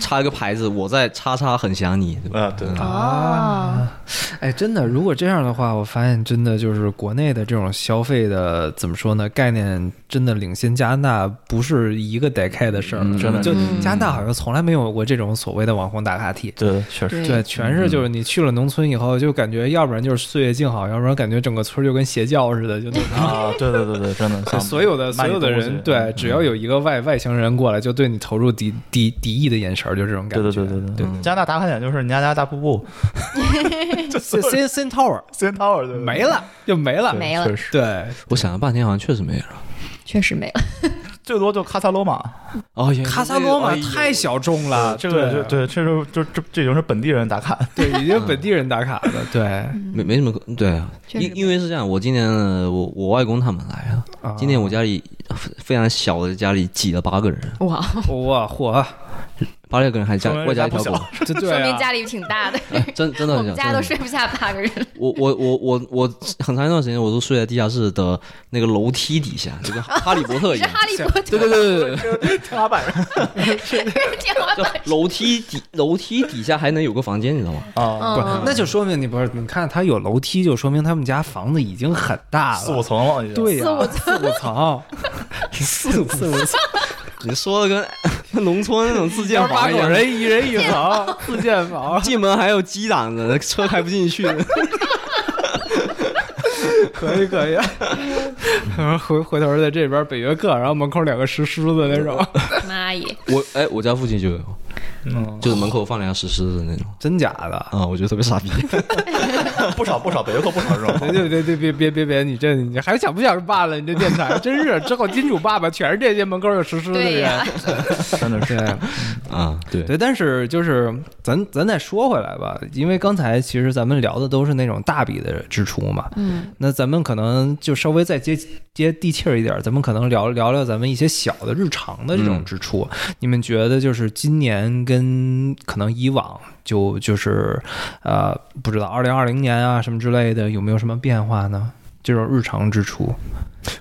S6: 插一个牌子，我在叉叉很想你，对吧？嗯
S5: 啊，对，
S7: 哦
S4: 啊， 哎，真的，如果这样的话，我发现真的就是国内的这种消费的怎么说呢？概念真的领先加拿大不是一个 decade 的事儿，
S6: 嗯
S4: 真的
S5: 嗯
S4: 就
S3: 嗯
S4: 加拿大好像从来没有过这种所谓的网红打卡地。
S5: 对，确实。
S3: 对
S4: 对，全
S5: 嗯
S4: 是就是你去了农村以后，就感觉要不然就是岁月静好，要不然感觉整个 村儿就跟邪教似的，就那种。
S5: 啊，对对对对，真的，像
S4: 所有的所
S5: 卖你
S4: 有的
S5: 东西嗯
S4: 人，对，只要有一个外外星人过来就对你投入敌敌敌意的眼神儿，就这种感
S5: 对
S4: 觉。
S5: 对对对嗯
S4: 对
S5: 对，加拿大打卡点就是尼加加大瀑布
S4: c i n c i n Tower
S5: ，CN Tower 对
S4: 没了就没了，
S7: 没了
S5: 确实
S4: 对，
S6: 我想了半天，好像确实没了。
S7: 确实没了。
S5: 最多就喀萨罗马，
S6: 哦，
S4: 卡萨罗马太小众了，
S5: 这个就对，这就就这这已经是本地人打卡，
S4: 对，已经本地人打卡 了，对，
S6: 没没什么对啊，
S7: 确实
S6: 因因为是这样，我今年呃我我外公他们来了，
S4: 啊
S6: 今年我家里非非常小的家里挤了八个人，
S3: 哇，
S4: 哇嚯，
S6: 八六个人还加
S5: 说明
S6: 外加一
S5: 人家
S6: 条
S5: 不
S6: 狗，
S4: 这对
S7: 说明
S4: 啊，
S7: 家里挺大的，
S6: 真真的
S7: 我
S6: 很
S7: 们
S6: 小，
S7: 家都
S6: 真的很小
S7: 睡不下八个人。
S6: 我我我我我很长一段时间我都睡在地下室的那个楼梯底下，就跟哈利波特
S7: 你
S6: 一
S7: 是
S6: 样。
S7: 哈利波
S6: 哎
S7: 特
S6: 对对对对对，
S5: 天花板
S7: 天花板
S6: 对楼梯底楼梯底下还能有个房间，你知道吗？
S5: 啊，
S4: 哦不，那就说明你不是，你看他有楼梯，就说明他们家房子已经很大
S5: 四五
S4: 了，
S5: 层了已经。
S4: 对呀，四五层， 四五四五层，
S6: 你说的跟 农村那种自建
S4: 八
S6: 房一
S4: 口
S6: 样，
S4: 人一人一房，哎四间房，
S6: 进门还有鸡挡着，车开不进去。
S4: 可以可以。 然后回回头在这边北约克，然后门口两个石狮子那种，
S7: 妈耶！
S6: 我哎，我家附近就有，
S5: 嗯，
S6: 就是门口放两个石狮子那种
S4: 真假的？
S6: 啊，我觉得特别 傻逼。
S5: 不少不少，北约克不少这
S4: 别
S5: 种。
S4: 别别别别别别别！你这你还想不想办了？你这电台真是之后金主爸爸全是这些门口有石狮子的
S7: 对呀
S4: 人。
S5: 真的是，
S4: 对
S6: 啊，对，
S4: 对，但是就是咱咱再说回来吧，因为刚才其实咱们聊的都是那种大笔的支出嘛，嗯，那咱们可能就稍微再接接地气儿一点儿，咱们可能聊聊聊咱们一些小的日常的这种支出。你们觉得就是今年跟可能以往就就是呃不知道二零二零年啊什么之类的有没有什么变化呢？这种日常支出，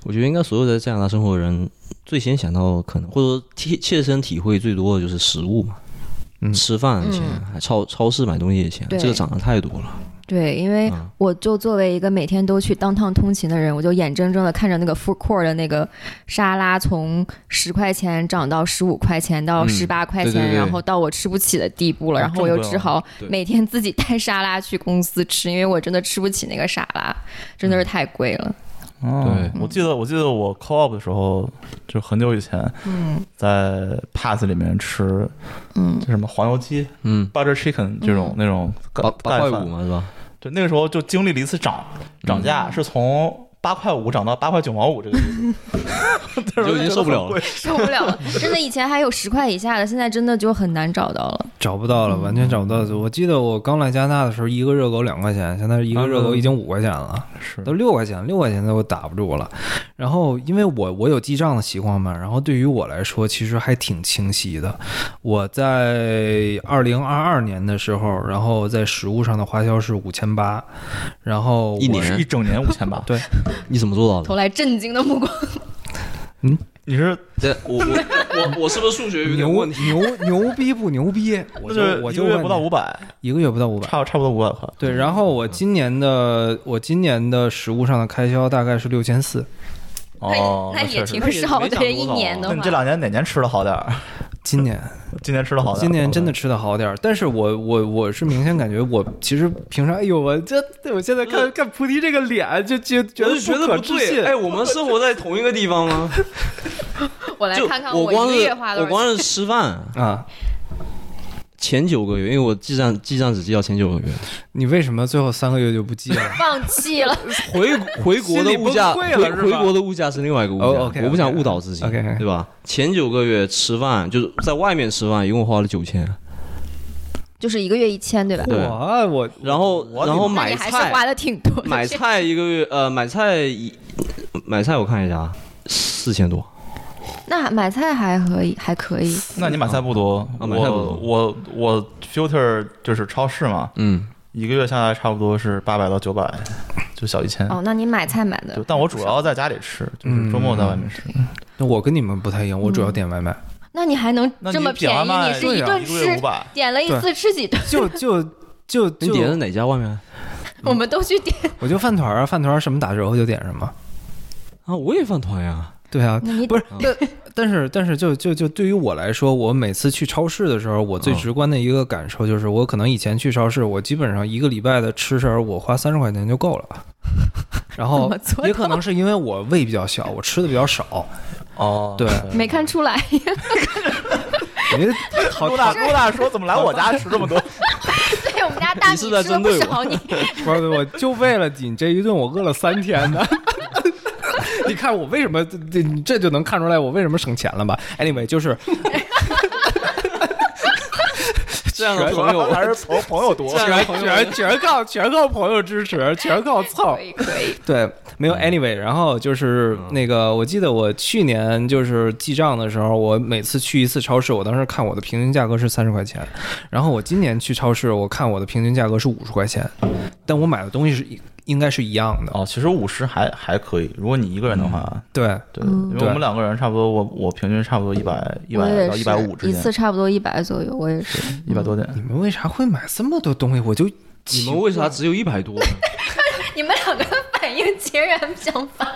S6: 我觉得应该所有在加拿大生活的人最先想到可能或者说切切身体会最多的就是食物嘛。
S4: 嗯
S6: 吃饭的钱，还超超市买东西的钱，
S3: 对
S6: 这个涨得太多了。
S3: 对，因
S7: 哎
S3: 为
S6: 嗯
S3: 我就作为一个每天都去当趟通勤的人，我就眼睁睁的看着那个 food court 的那个沙拉从十块钱涨到十五块钱，到
S6: 嗯
S3: 十八块钱，
S6: 对对对
S3: 然后到我吃不起的地步了，
S5: 啊
S3: 然后我又
S5: 这么贵啊
S3: 只好
S6: 对
S3: 每天自己带沙拉去公司吃，因为我真的吃不起那个沙拉，真的是太贵了。
S5: 嗯我记得我记得我 co-op 的时候，就很久以前，
S7: 嗯
S5: 在 Pass 里面吃，
S3: 嗯，
S5: 就什么黄油鸡
S6: 嗯，哦
S5: （butter chicken） 这种那种
S6: 八
S5: 盖
S6: 八块
S5: 盖饭
S6: 五嘛，是吧？
S5: 对，那个时候就经历了一次涨涨价，是从八块五涨到八块九毛五这个意思，
S6: 你 就已经受不 了了。
S7: 受不了了，
S3: 真的以前还有十块以下的，现在真的就很难找到了。
S4: 找不到了，完全找不到。我记得我刚来加拿大的时候，一个热狗两块钱，现在一个热狗已经五块钱了。
S5: 是
S4: 都六块钱，六块钱都打不住了。然后因为我我有记账的习惯嘛，然后对于我来说其实还挺清晰的。我在二零二二年的时候，然后在食物上的花销是五千八，然后我。
S6: 一年
S5: 是一整年五千八
S4: 对
S6: 你怎么做到的
S7: 投？来震惊的目光。
S5: 你是
S6: 这我我 我我是不是数学有点
S4: 牛
S6: 问题？
S4: 牛牛逼不 牛逼？我
S5: 那
S4: 就
S5: 就
S4: 我
S5: 一
S4: 就
S5: 个月
S4: 问
S5: 不到
S4: 你
S5: 五百，
S4: 一个月不到五百。
S5: 差差不多五百块。
S4: 对，然后我今年的我今年的食物上的开销大概是六千四，
S5: 哦，
S7: 那也
S5: 确实
S7: 挺少
S6: 那也没长
S7: 的，
S6: 多少啊
S7: 一年的
S5: 那
S7: 话。
S5: 你这两年哪年吃的好点儿？
S4: 今年
S5: 今年吃的好点儿。
S4: 今年真的吃的好点儿，但是我我我是明显感觉我其实平常，哎呦我这我现在看看菩提这个脸，就就觉
S2: 我
S4: 得
S2: 就觉得
S4: 不可
S2: 不
S4: 置
S2: 对，
S4: 信
S2: 哎，我们生活在同一个地方吗？
S7: 我 来
S6: 就
S7: 看看
S6: 我
S7: 一
S6: 光
S7: 个
S6: 是
S7: 月花多
S6: 我
S7: 少
S6: 光
S7: 钱。
S6: 是吃饭
S4: 啊！
S6: 前九个月，因为我记账记账只记到前九个月，
S4: 你为什么最后三个月就不记 了？
S7: 放弃了，
S6: 回 回国的物价，
S4: 心里
S6: 回
S4: 崩溃了是吧
S6: 回国的物价是另外一个物价，
S4: 哦，OK，OK，
S6: 我不想误导自己
S4: OK，OK
S6: 对吧？前九个月吃饭就是在外面吃饭，一共花了九千，
S3: 就是一个月一千，对吧？
S6: 对
S4: 我我
S6: 然后然后
S7: 那
S6: 买
S7: 你还是
S6: 菜
S7: 花的挺多的。
S6: 买菜一个月呃买菜一买菜我看一下啊，四千多，
S3: 那买菜还可以，还可以。
S5: 那你买菜不多，
S6: 啊买菜不
S5: 我
S6: 多
S5: 我我 filter 就是超市嘛，
S6: 嗯，
S5: 一个月下来差不多是八百到九百，就小一千。
S3: 哦，那你买菜买的
S5: 就但我主要在家里吃，就是周末在外面吃。
S4: 我跟你们不太一样，我主要点外卖，
S3: 那你还能
S5: 那
S3: 这么
S5: 你点
S3: 便
S5: 外
S7: 便宜
S5: 卖
S7: 你是一
S5: 对啊
S7: 顿
S5: 一个月
S7: 吃
S5: 五百，
S7: 点了一次吃几顿，
S4: 就就 就
S6: 你点的
S4: 就
S6: 哪家外面啊？
S7: 我们都去点。
S4: 我就饭团儿啊，饭团儿什么打折我就点什么。
S6: 我也饭团呀，
S4: 对啊，
S3: 那你
S4: 不是，但但是但是就就就对于我来说，我每次去超市的时候，我最直观的一个感受就是，我可能以前去超市，我基本上一个礼拜的吃食儿，我花三十块钱就够了。 然后
S3: 怎么做到
S4: 哦也可能是因为我胃比较小，我吃的比较少。
S5: 哦
S4: 对，
S7: 没看出来，
S4: 因为好
S5: 郭大郭大说怎么来我家吃这么多？
S7: 对我们家大米
S6: 你
S7: 吃
S6: 是在
S7: 了
S6: 针
S7: 不
S6: 对我
S7: 少，你
S4: 不是，我就为了你这一顿，我饿了三天呢。 你看我为什么这这你这就能看出来我为什么省钱了吧？Anyway，就是
S6: 这样的朋友，
S5: 还是朋朋友多。
S4: 全全全靠全靠朋友支持，全靠蹭
S7: 可。以可以，
S4: 对，没有
S5: 嗯
S4: anyway，然后就是那个，我记得我去年就是记账的时候，我每次去一次超市，我当时看我的平均价格是三十块钱，然后我今年去超市，我看我的平均价格是五十块钱，但我买的东西是一应该是一样的。
S5: 哦，其实五十还还可以，如果你一个人的话，
S4: 对，
S5: 嗯对，因为
S4: 对
S5: 我们两个人差不多，我我平均差不多一百一
S3: 我
S5: 百
S3: 也
S5: 到
S3: 是
S5: 一百五之
S3: 一
S5: 间
S3: 次，差不多一百左右，我也是。
S5: 一百多点。
S4: 你们为啥会买这么多东西？我就
S6: 你们为啥只有一百 多呢？
S7: 你们两个反应截然相反，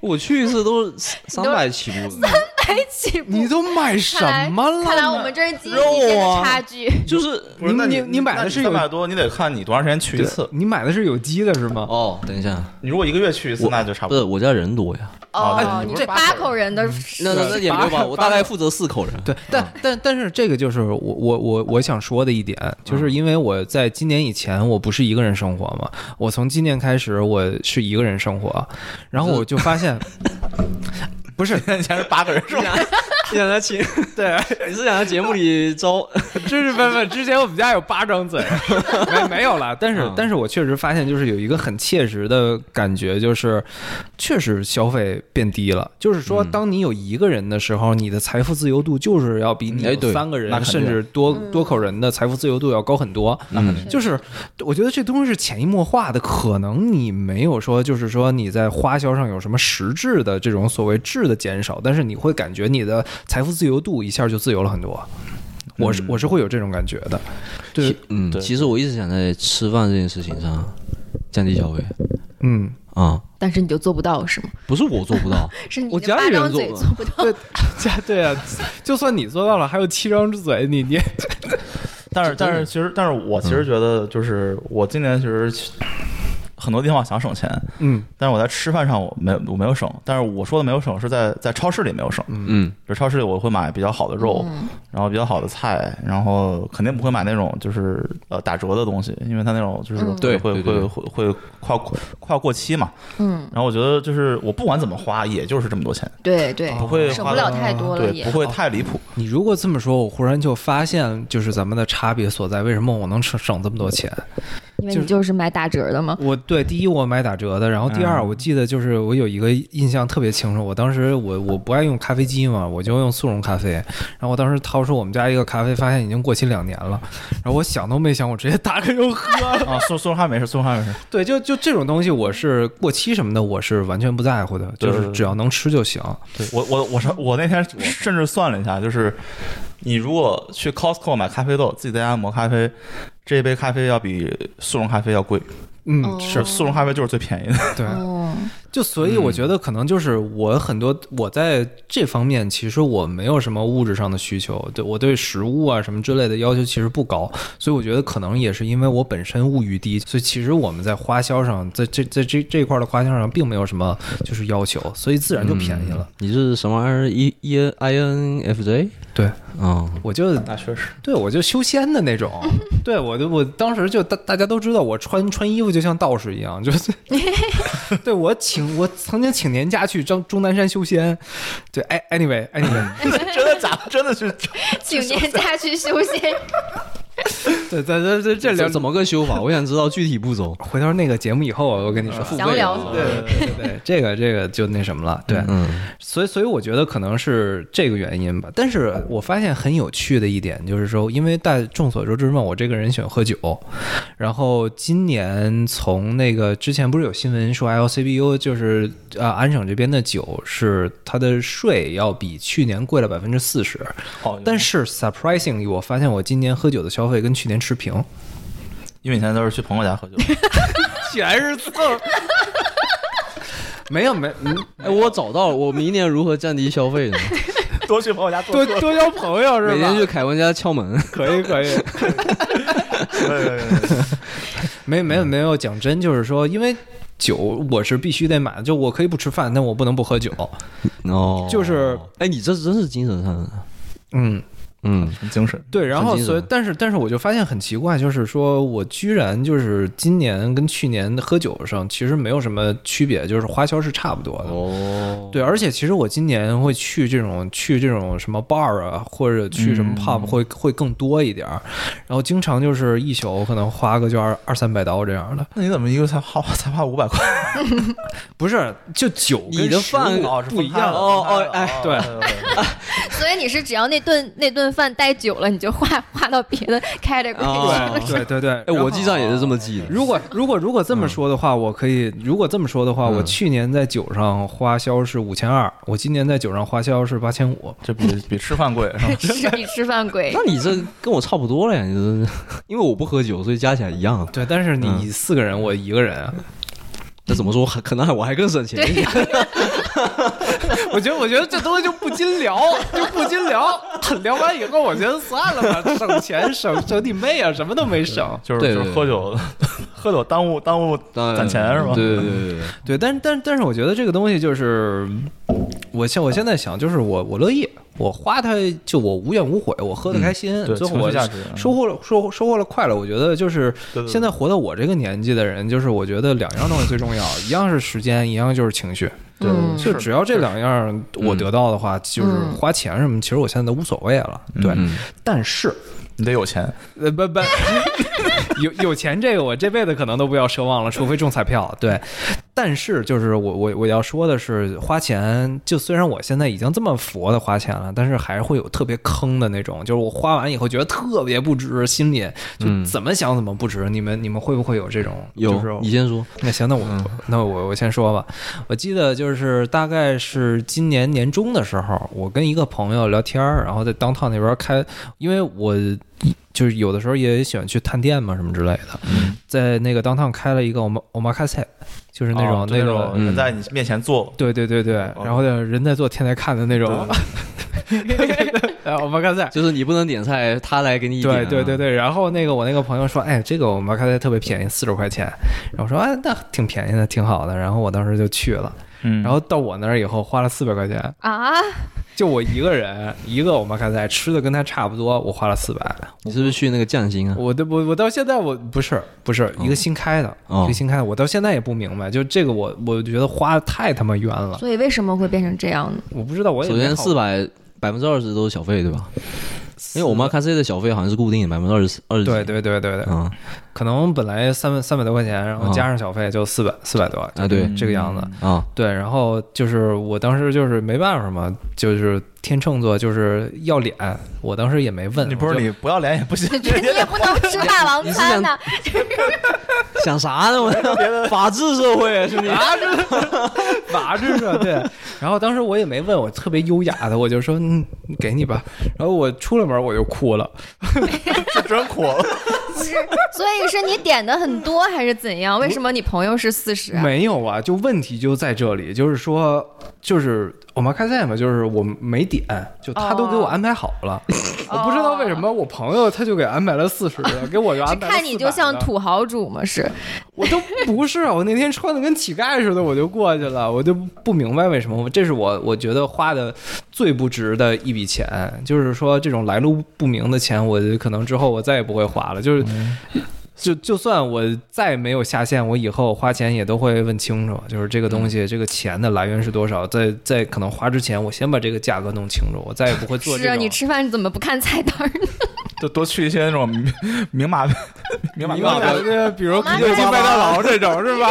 S6: 我去一次都是三百起 步的，
S7: 一起不
S4: 你都买什
S7: 看
S4: 么了呢？
S7: 来看来我们这是基因之
S6: 肉
S7: 间的
S6: 啊
S7: 差距。
S6: 就是
S5: 不是，
S4: 你
S5: 那
S4: 你你买的是有
S5: 三百多，你得看你多长时间去一次。
S4: 你买的是有机的是吗？
S6: 哦，等一下，
S5: 你如果一个月去一次，
S6: 我
S5: 那就差
S6: 不
S5: 不多。
S6: 是我家人多呀，
S5: 啊
S7: 哦，
S5: 对
S7: 你
S5: 不
S7: 这
S5: 是
S7: 八
S5: 八
S7: 口人的，
S6: 那那那也没有吧，我大概负责四口人。
S4: 对，但
S5: 嗯
S4: 但但是这个就是我我我我想说的一点，就是
S5: 嗯
S4: 因为我在今年以前我不是一个人生活嘛，我从今年开始我是一个人生活，然后我就 发现，不是，
S5: 以前是八个人是吧？
S6: 你想在节
S4: 对，
S6: 你是想在节目里招？
S4: 知识分分，之前我们家有八张嘴，没没有了。但是
S6: 嗯，
S4: 但是我确实发现，就是有一个很切实的感觉，就是确实消费变低了。就是说，
S5: 嗯
S4: 当你有一个人的时候，你的财富自由度就是要比你
S6: 哎
S4: 有
S6: 对
S4: 三个
S5: 那
S4: 人
S5: 肯定
S4: 甚至多多口人的财富自由度要高很多。
S6: 嗯，
S4: 就是我觉得这东西是潜移默化的，可能你没有说，就是说你在花销上有什么实质的这种所谓质的减少，但是你会感觉你的财富自由度一下就自由了很多。我是我是会有这种感觉的，对，
S6: 嗯，
S5: 对
S6: 其实我一直想在吃饭这件事情上降低消费
S4: 嗯，
S6: 啊，
S3: 但是你就做不到是吗？
S6: 不是我做不到，
S7: 是你
S6: 我
S7: 的
S6: 家
S7: 八
S6: 里人
S7: 张
S6: 做
S7: 嘴
S6: 的
S7: 做不到。
S4: 对，加对啊，就算你做到了，还有七张嘴，你你
S5: 但是但是其实但是我其实觉得就是我今年其实很多地方想省钱，
S4: 嗯
S5: 但是我在吃饭上我没有我没有省，但是我说的没有省是在在超市里没有省，
S6: 嗯，
S5: 就超市里我会买比较好的肉，
S3: 嗯
S5: 然后比较好的菜，然后肯定不会买那种就是呃打折的东西，因为它那种就是
S7: 嗯
S5: 会
S6: 对
S5: 会
S6: 对对
S5: 会会会快快过期嘛，
S3: 嗯，
S5: 然后我觉得就是我不管怎么花，也就是这么多钱，
S3: 对对，
S5: 不会
S3: 省
S5: 花
S3: 不
S5: 的
S3: 了太多了
S5: 哦对，
S3: 也
S5: 不。会太离谱。
S4: 你如果这么说，我忽然就发现就是咱们的差别所在，为什么我能省省这么多钱？
S3: 因为你就是买打折的嘛。
S4: 我对第一我买打折的，然后第
S5: 嗯
S4: 二我记得就是我有一个印象特别清楚，我当时我我不爱用咖啡机嘛，我就用速溶咖啡，然后我当时掏出我们家一个咖啡，发现已经过期两年了，然后我想都没想，我直接打开又喝
S3: 哦
S4: 了。
S5: 啊，苏苏哈没事，苏哈没事。
S4: 对，就就这种东西，我是过期什么的，我是完全不在乎的，就
S5: 对
S4: 是
S5: 对对
S4: 只要能吃就行。
S5: 对我我我上我那 天甚至算了一下，就是你如果去 Costco 买咖啡豆，自己在家磨咖啡，这一杯咖啡要比速溶咖啡要贵，
S4: 嗯，
S5: 是速溶咖啡就是最便宜的。
S4: 对。
S7: 嗯
S3: 哦，
S4: 就所以我觉得可能就是我很多我在这方面其实我没有什么物质上的需求，对我对食物啊什么之类的要求其实不高，所以我觉得可能也是因为我本身物欲低，所以其实我们在花销上，在这在这这一块的花销上并没有什么就是要求，所以自然就便宜了。
S6: 嗯你是什么玩意儿？E E I N F J？
S4: 对，
S6: 哦，
S4: 我就
S5: 那确实，
S4: 对我就修仙的那种，对我就我当时就大大家都知道我穿穿衣服就像道士一样，就是对我请我曾经请年假去张终南山修仙，对，哎，anyway anyway，
S5: 真的假的？真的是
S7: 请年假去修仙，
S4: 对，咱咱这这聊
S6: 怎么个 修法？我想知道具体步骤。
S4: 回头那个节目以后我跟你说，
S7: 嗯详聊。
S4: 对对对对，这个这个就那什么了，对，
S6: 嗯，
S4: 所以，所以我觉得可能是这个原因吧。但是我发现很有趣的一点就是说，因为大众所周知嘛，我这个人喜欢喝酒。然后今年从那个之前不是有新闻说 LCBU 就是啊、呃安省这边的酒是它的税要比去年贵了百分之四十，
S5: 哦，
S4: 但
S5: 是
S4: 是 surprisingly 我发现我今年喝酒的消费跟去年持平，
S5: 因为以前都是去朋友家喝酒，
S4: 全是蹭。 没有没，嗯
S6: 哎，我找到了，我明年如何降低消费 呢？
S5: 多去朋友家做
S4: 多多交朋友是吧？
S6: 每天 去凯文家敲门。
S4: 可以可以，
S5: 客。
S4: 没没
S6: 嗯
S4: 有没有，讲真就是说，因为酒我是必须得买的，就我可以不吃饭，但我不能不喝酒。
S6: 哦，
S4: 就是，
S6: 哎，你这真是精神上的，
S4: 嗯，
S6: 嗯，
S5: 很精神，
S4: 对，然
S6: 很
S4: 后
S6: 惊
S4: 所以
S6: 悚，
S4: 但是但是我就发现很奇怪，就是说我居然就是今年跟去年喝酒上其实没有什么区别，就是花销是差不多的。
S6: 哦，
S4: 对，而且其实我今年会去这种去这种什么 bar 啊，或者去
S6: 嗯
S4: 什么 pub 会、会更多一点儿，然后经常就是一宿可能花个就二二三百刀这样的，
S5: 那你怎么一个才花才花五百块？
S4: 不是就酒跟
S6: 你的
S4: 食物
S6: 饭
S4: 不一样，
S6: 哦哦哎
S4: 对
S5: 哦
S7: 所以你是只要那顿那顿饭待久了，你就划划到别的 category 去
S6: 哦
S4: 啊
S7: 了。
S4: 对对对，
S6: 哎，
S4: 然
S6: 我
S4: 后
S6: 记账也是这么记的。
S4: 如果如果如果这么说的话，我可以；如果这么说的话，
S6: 嗯
S4: 我去年在酒上花销是五千二，我今年在酒上花销是八千五。
S5: 这比比吃饭贵 是吧？
S7: 是比吃饭贵
S6: 那，你这跟我差不多了呀，你这，因为我不喝酒，所以加起来一样。
S4: 对，但是你
S6: 嗯
S4: 四个人，我一个人啊，
S6: 那怎么说，还可能还我还更省钱一点。
S4: 我觉得我觉得这东西就不 禁聊，就不禁聊。聊完以后，我觉得算了吧，省钱省省你妹啊，什么都没省。
S5: 就是
S6: 对
S5: 就是
S6: 对
S5: 喝酒， 喝酒耽误耽误
S6: 当然
S5: 攒钱是吧？
S6: 对对对对对，
S4: 对，但但但是我觉得这个东西就是，我现我现在想就是我我乐意，我花它就我无怨无悔，我喝的开心，
S5: 嗯对
S4: 最后
S5: 情绪
S4: 我
S5: 价值嗯
S4: 收获了收获收获了快乐。我觉得就是
S5: 对对对
S4: 现在活到我这个年纪的人，就是我觉得两样东西最重要，一样是时间，一样就是情绪。
S5: 对
S3: 嗯
S4: 就只要这两样我得到的话，就是
S3: 嗯
S4: 花钱什么，其实我现在都无所谓了。对，
S5: 嗯
S6: 嗯
S4: 但是
S5: 你得有钱，
S4: 呃，不 不，有有钱这个我这辈子可能都不要奢望了，除非中彩票。对，但是就是我我我要说的是，花钱就虽然我现在已经这么佛的花钱了，但是还是会有特别坑的那种，就是我花完以后觉得特别不值，心里就怎么想怎么不值。你们你们会不会有这种？ 就是
S6: 有，你先说。
S4: 那行，那我、那我我先说吧。我记得就是大概是今年年中的时候，我跟一个朋友聊天儿，然后在当趟那边开，因为我就是有的时候也喜欢去探店嘛什么之类的，在那个当趟开了一个我们我们开菜，就是那种、
S5: 哦就
S4: 那
S5: 那
S4: 种。
S5: 种人在你面前做，
S4: 对对对对，然后人在做，天在看的那种。 然后我们开菜，
S6: 就是你不能点菜，他来给你点、啊
S4: 对对对，对，然后那个我那个朋友说，哎，这个我们开菜特别便宜，四十块钱。然后我说，哎，那挺便宜的，挺好的。然后我当时就去了，
S5: 嗯
S4: 然后到我那儿以后花了四百块钱，
S7: 啊！
S4: 就我一个人 一个我妈开菜，吃的跟他差不多，我花了四百。
S6: 你是不是去那个匠心啊？
S4: 我都我我到现在我不是不是一个新开的，
S6: 哦
S4: 一个新开的，我到现在也不明白，就这个我我觉得花得太他妈冤了，
S3: 所以为什么会变成这样呢？
S4: 我不知道我也
S6: 首
S4: 没
S6: 先
S4: 好
S6: 四百百分之二十都是小费，对吧？因为我妈咖啡的小费好像是固定的百分之二十二十。
S4: 对对对对对，
S6: 啊
S4: 可能本来三百三百多块钱，然后
S6: 啊
S4: 加上小费就四百四百多，
S6: 啊对
S4: 这个样子。
S6: 啊
S4: 对，然后就是我当时就是没办法嘛，就是天秤座就是要脸，我当时也没问，
S5: 你不是
S4: 我 就
S5: 你不要脸也不 行，
S7: 你也不能吃霸王 餐呐、
S6: 想啥呢？我 法治社会，兄弟。
S4: 法治社对。然后当时我也没问，我特别优雅的，我就说嗯，给你吧。然后我出了门我就哭了，
S5: 这真苦。
S7: 不是，所以是你点的很多还是怎样？为什么你朋友是四十、啊？
S4: 没有啊，就问题就在这里，就是说就是我妈开赛嘛，就是我没点，就他都
S7: 哦
S4: 给我安排好 了，我不知道为什么我朋友他就给安排了四十的，给我就安
S7: 是
S4: 排了
S7: 看你就像
S4: 400的
S7: 土豪主吗？是，
S4: 我都不是，我那天穿的跟乞丐似的，我就过去了，我就不明白为什么，这是我我觉得花的最不值的一笔钱，就是说这种来路不明的钱，我可能之后我再也不会花了，就是。就就算我再没有下线，我以后花钱也都会问清楚，就是这个东西，这个钱的来源是多少，在在可能花之前，我先把这个价格弄清楚，我再也不会做这
S7: 是
S4: 种。
S7: 啊，你吃饭怎么不看菜单儿 呢？
S5: 就多去一些那种明明码明码
S4: 明白
S5: 标
S4: 了，这比如
S7: 我妈
S4: 肯德基、
S7: 开
S4: 麦当劳这种是吧？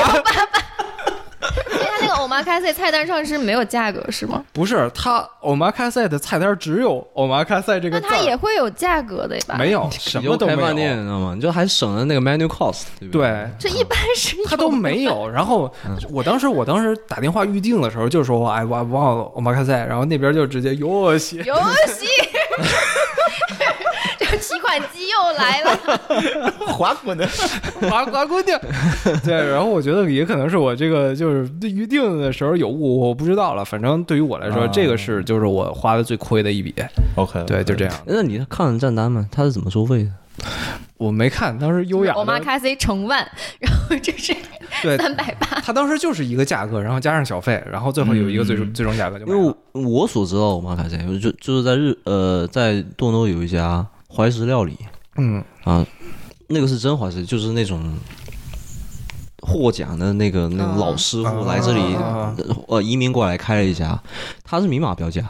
S7: 因为他那个 omakase 菜单上是没有价格是吗？
S4: 不是，他欧玛卡赛的菜单只有欧玛卡赛这个字
S7: 那它
S4: 儿，
S7: 也会有价格的吧？
S4: 没 有
S6: 你
S4: 什
S6: 就
S4: 么都
S6: 开
S4: 没
S6: 饭店，
S4: 有，
S6: 你知道吗？你就还省了那个 menu cost，对哎不对？嗯
S4: 对。
S7: 这一般是 有
S4: 他都没有，然后我当时我当时打电话预定的时候就说，哎，我忘了欧玛 卡赛，然后那边就直接哟西，
S7: 游戏，就奇怪反击又来了，
S5: 滑滚的，
S4: 滑滑固定。 对，然后我觉得也可能是我这个就是预定的时候有误会，我不知道了。反正对于我来说，
S5: 啊
S4: 这个是就是我花的最亏的一笔。
S5: OK，
S4: 对，就这样。
S6: 那你看了账单吗？他是怎么收费的？
S4: 我没看，当时优雅的，
S7: 我妈咖啡成万，然后这是
S4: 对
S7: 三百八，
S4: 他当时就是一个价格，然后加上小费，然后最后有一个最终、最终价格就
S6: 嗯
S4: 买
S6: 因为
S4: 了。
S6: 我我所知道，我妈开谁，就就是在日呃，在多诺有一家怀石料理
S4: 嗯，
S6: 啊，那个是真怀石，就是那种获奖的那个那个老师傅来这里、
S4: 啊
S6: 呃移民过来开了一家，他是明码标价的，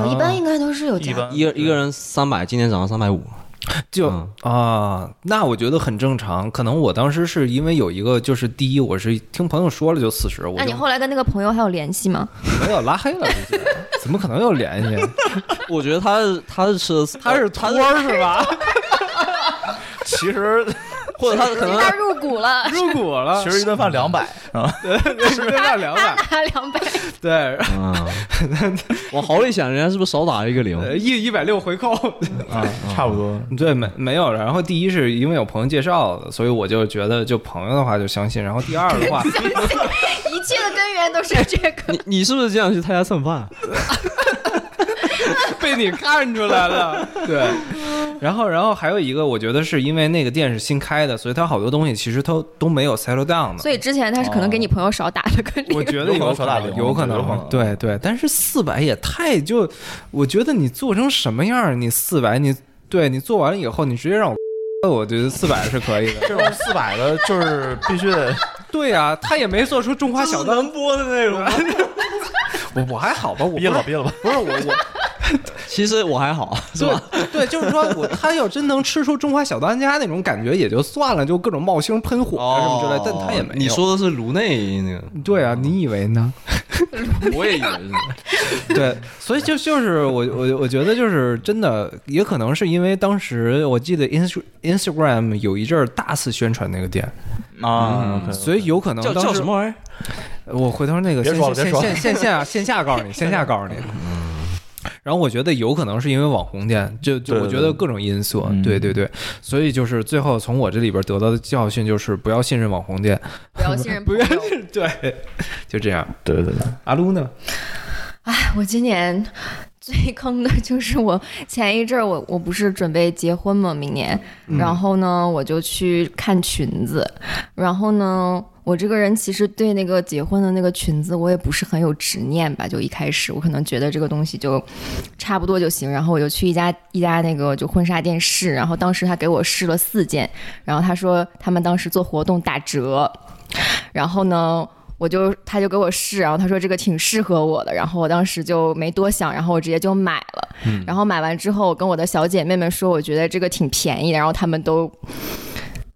S3: 对，一般应该都是有
S5: 一
S3: 加
S4: 啊
S5: 般
S6: 一个一个人三百，今天涨到三百五，
S4: 就
S6: 嗯
S4: 啊，那我觉得很正常。可能我当时是因为有一个，就是第一，我是听朋友说了就四十，我
S7: 那
S4: 就
S7: 你后来跟那个朋友还有联系吗？
S4: 没有拉黑了，直接怎么可能有联系？
S6: 我觉得他是他是吃了，
S4: 他是托儿是吧？
S5: 其实
S6: 或者他可能
S7: 他入股了，
S4: 入股了，
S5: 其实一顿饭两百啊，
S4: 是不是要两
S7: 他
S4: 百？
S7: 拿两百，
S4: 对，
S6: 啊， 往好里想，人家是不是少打了一个零？
S4: 呃一一百六回扣。
S5: 啊，差不多。
S4: 对，没没有了。然后第一是因为有朋友介绍的，所以我就觉得就朋友的话就相信。然后第二的话，
S7: 一切的根源都是这个。
S6: 你你是不是经常去他家蹭饭？
S4: 被你看出来了。对，然后然后还有一个，我觉得是因为那个店是新开的，所以它好多东西其实都都没有 settle down 的。
S7: 所以之前他是可能给你朋友少打了个
S4: 我
S7: 零，
S4: 觉
S5: 有
S4: 得
S5: 可能
S4: 可
S5: 少打
S4: 能，
S5: 零
S4: 有可
S5: 有可
S4: 能，
S5: 能
S4: 对对，但是四百也太就，我觉得你做成什么样儿，你四百，你对你做完了以后，你直接让我，我觉得四百是可以的。
S5: 这种四百的，就是必须得
S4: 对啊，他也没做出中华小当播的那种。 我我还好吧，我
S5: 憋了吧憋了吧。
S4: 不是我我
S6: 其实我还好，是吧？
S4: 对对，就是说我他要真能吃出中华小当家那种感觉也就算了，就各种冒星喷火啊什么之类，但他也没有。
S6: 哦你说的是颅内那 个，
S4: 对啊，你以为呢？
S6: 我也以 为是。
S4: 对，所以就就是我我我觉得就是真的，也可能是因为当时我记得 Inst Instagram 有一阵儿大肆宣传那个店，
S5: 啊，OK，
S4: 所以有可能
S6: 嗯叫
S4: 当时
S6: 叫什么玩意儿？
S4: 我回头那个
S5: 别
S4: 线
S5: 说了别
S4: 线
S5: 说了嗯
S4: 线线下线下告诉你，线下告诉你。然后我觉得有可能是因为网红店，就就
S5: 对
S4: 我觉得各种因素，
S5: 嗯
S4: 对对对，所以就是最后从我这里边得到的教训就是不要信任网红店，
S7: 不要信任 朋友。
S4: 对，就这样。
S5: 对对对，
S4: 阿撸呢？
S7: 我今年 最坑的就是我前一阵儿我我不是准备结婚嘛，明年，然后呢我就去看裙子，然后呢。我这个人其实对那个结婚的那个裙子，我也不是很有执念吧。就一开始我可能觉得这个东西就差不多就行，然后我就去一家一家那个就婚纱店试，然后当时他给我试了四件，然后他说他们当时做活动打折，然后呢，我就他就给我试，然后他说这个挺适合我的，然后我当时就没多想，然后我直接就买了。然后买完之后，我跟我的小姐妹们说，我觉得这个挺便宜的，然后她们都。嗯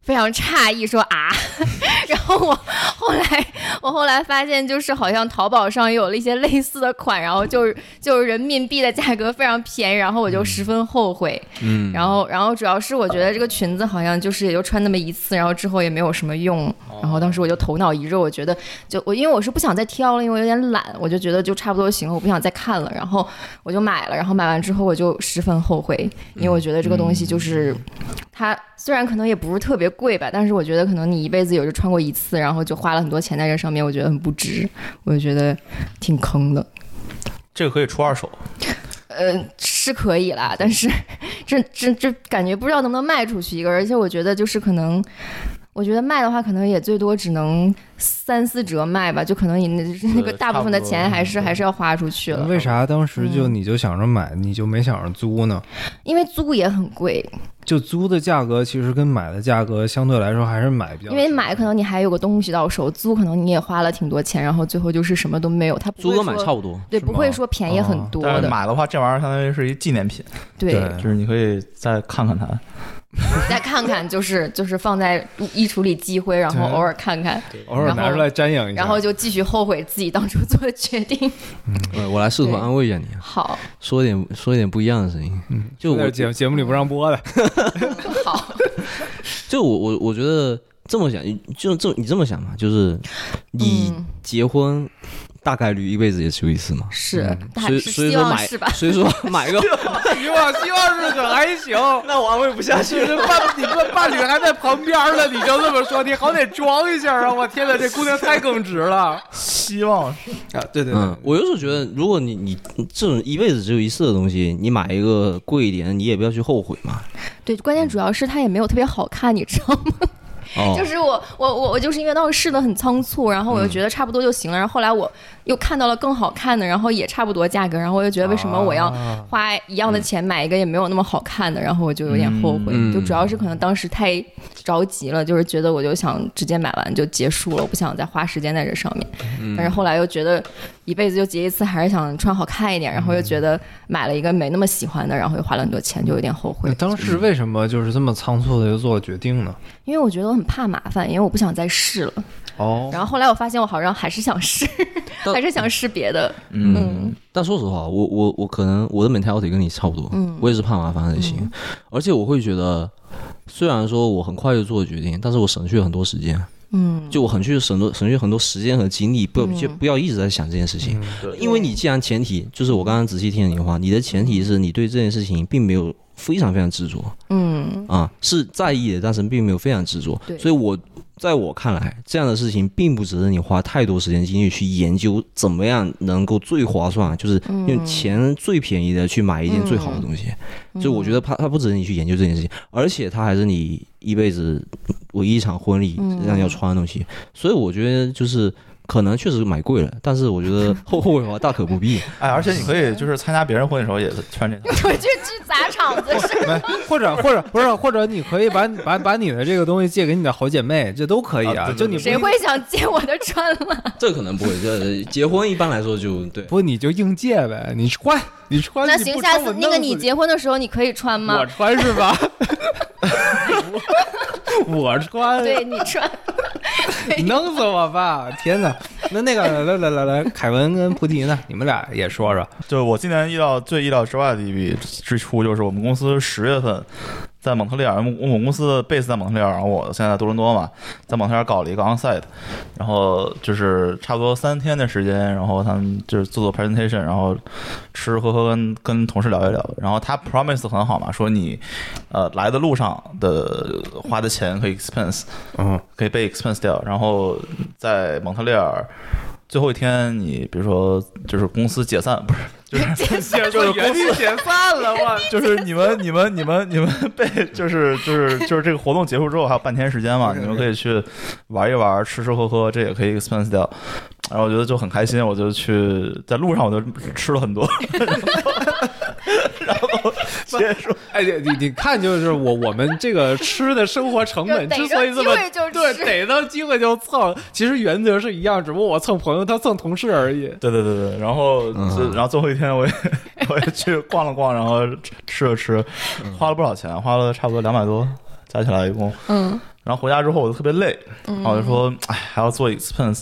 S7: 非常诧异，说啊， 然后我后来 我后来发现，就是好像淘宝上也有了一些类似的款，然后就是就是人民币的价格非常便宜，然后我就十分后悔。嗯，然后然后主要是我觉得这个裙子好像就是也就穿那么一次，然后之后也没有什么用。然后当时我就头脑一热，我觉得就我因为我是不想再挑了，因为我有点懒，我就觉得就差不多行了，我不想再看了。然后我就买了，然后买完之后我就十分后悔，因为我觉得这个东西就是。它虽然可能也不是特别贵吧，但是我觉得可能你一辈子也就穿过一次，然后就花了很多钱在这上面，我觉得很不值，我就觉得挺坑的。
S5: 这个可以出二手，
S7: 呃，是可以
S4: 嗯
S7: 啦，但是 这这这感觉不知道能不能卖出去一个，而且我觉得就是可能，我觉得卖的话可能也最多只能三四折卖吧，就可能你那那个大部分的钱还是还是要花出去了，
S4: 嗯为啥当时就
S5: 嗯
S4: 你就想着买，你就没想着租呢？
S7: 因为租也很贵，
S4: 就租的价格其实跟买的价格相对来说还是买比较，
S7: 因为买可能你还有个东西到手，租可能你也花了挺多钱，然后最后就是什么都没有，它不
S6: 租
S7: 会
S6: 跟买
S7: 说
S6: 差不多，
S7: 对，
S4: 是
S7: 不
S4: 吗
S7: 会说便宜很
S4: 哦
S7: 多
S5: 但是
S7: 的。
S5: 买的话，这玩意儿相当于是一纪念品，
S7: 对，
S4: 对
S5: 就是你可以再看看它。
S7: 再看看，就是 就是放在衣橱里积灰，然后
S4: 对
S7: 偶尔看看，
S4: 偶尔拿出来瞻仰一下。
S7: 然后就继续后悔自己当初做的决定。
S6: 呃，我来试图
S7: 对
S6: 安慰一下你，啊，
S7: 好，
S6: 说一点说一点不一样的声音。嗯，就
S4: 就
S6: 我
S4: 节节目里不让播的，
S7: 好，
S6: 就我我我觉得这么想，就这你这么想嘛，就是你
S8: 嗯
S6: 结婚大概率一辈子也只有一次嘛，嗯
S8: 是，但
S6: 所以
S8: 是
S6: 所以
S8: 希
S6: 说
S8: 望
S6: 买
S8: 是吧？，
S6: 所以说买个
S4: 希望希望是很还行，
S9: 那我安慰不下去
S4: 就是伴你伴伴侣还在旁边呢，你就这么说，你好歹装一下啊！我天哪，这姑娘太耿直了
S10: 希望
S4: 啊！对对
S6: 嗯，我有时候觉得，如果你你这种一辈子只有一次的东西，你买一个贵一点的，你也不要去后悔嘛。
S7: 对，关键主要是它也没有特别好看，你知道吗？
S6: 哦，嗯
S7: 就是我我我我就是因为当时试的很仓促，然后我就觉得差不多就行了，然后后来我又看到了更好看的，然后也差不多价格，然后我就觉得为什么我要
S6: 啊
S7: 花一样的钱买一个也没有那么好看的，然后我就有点后悔，
S6: 嗯
S7: 就主要是可能当时太着急了，就是觉得我就想直接买完就结束了，我不想再花时间在这上面，
S6: 嗯
S7: 但是后来又觉得一辈子就结一次，还是想穿好看一点，然后
S6: 嗯
S7: 又觉得买了一个没那么喜欢的，然后又花了很多钱，就有点后悔
S4: 那。当时为什么就是这么仓促的就做决定呢？
S7: 因为我觉得我很怕麻烦，因为我不想再试了。
S4: 哦，
S7: 然后后来我发现我好像还是想试，
S6: 但
S7: 还是想试别的。
S6: 嗯，但说实话，我我我可能我的 mentality 跟你差不多，嗯，我也是怕麻烦类型，而且我会觉得，虽然说我很快就做了决定，但是我省去了很多时间，嗯，就我很去省多省去很多时间和精力，不要就不要一直在想这件事情，
S5: 对
S6: 因为你既然前提就是我刚刚仔细听了你的话，你的前提是你对这件事情并没有非常非常执着，
S7: 嗯，
S6: 啊，是在意的，但是并没有非常执着。
S7: 对
S6: 所以我在我看来，这样的事情并不值得你花太多时间精力去研究怎么样能够最划算，就是用钱最便宜的去买一件最好的东西。所以我觉得它它不值得你去研究这件事情，而且它还是你一辈子唯一一场婚礼让你要穿的东西。所以我觉得就是。可能确实买贵了，但是我觉得后后悔的话大可不必。
S5: 哎，而且你可以就是参加别人婚礼的时候也穿这套。
S7: 我去去砸场子是
S4: 或者或者不是，或者你可以把把把你的这个东西借给你的好姐妹，这都可以
S5: 啊
S4: 啊。
S5: 对对
S4: 就你不
S7: 谁会想借我的穿了？
S6: 这可能不会，这结婚一般来说就对。
S4: 不你就硬借呗，你穿你穿。
S7: 那
S4: 你
S7: 行，
S4: 不
S7: 下
S4: 穿我
S7: 次那个
S4: 弄
S7: 你
S4: 死
S7: 结婚的时候你可以穿吗
S4: 我？穿是吧？ 我穿，
S7: 对你穿，
S4: 你弄死我吧！天哪，那那个来来来来，凯文跟菩提呢？你们俩也说 说。
S5: 就是我今年意料最意料之外的一笔支出，就是我们公司十月份在蒙特利尔，我们我们公司的 base 在蒙特利尔，然后我现在在多伦多嘛，在蒙特利尔搞了一个 onsite，然后就是差不多三天的时间，然后他们就是做做 presentation，然后吃吃喝喝跟跟同事聊一聊，然后他 promise 很好嘛，说你呃来的路上的花的钱可以 expense，
S4: 嗯，
S5: 可以被 expense 掉，然后在蒙特利尔。最后一天，你比如说，就是公司解散，不是，就是
S4: 就是原地解散了，我
S5: 就是你们、你们、你们、你们被就是就是就是这个活动结束之后还有半天时间嘛，你们可以去玩一玩、吃吃喝喝，这也可以 expense 掉。然后我觉得就很开心，我就去在路上我就吃了很多， 然后结束。
S4: 哎，你你你看，就是我我们这个吃的生活成本
S7: 就逮
S4: 之
S7: 着
S4: 所以这么
S7: 机会就
S4: 对，
S7: 吃
S4: 逮到机会就蹭，其实原则是一样，只不过我蹭朋友，他蹭同事而已。
S5: 对对对对，然后
S7: 嗯
S5: 这然后最后一天我 也我也去逛了逛，然后吃了吃，花了不少钱，花了差不多两百多，加起来一共。
S7: 嗯，
S5: 然后回家之后我就特别累，然后我就说，哎，还要做 expense，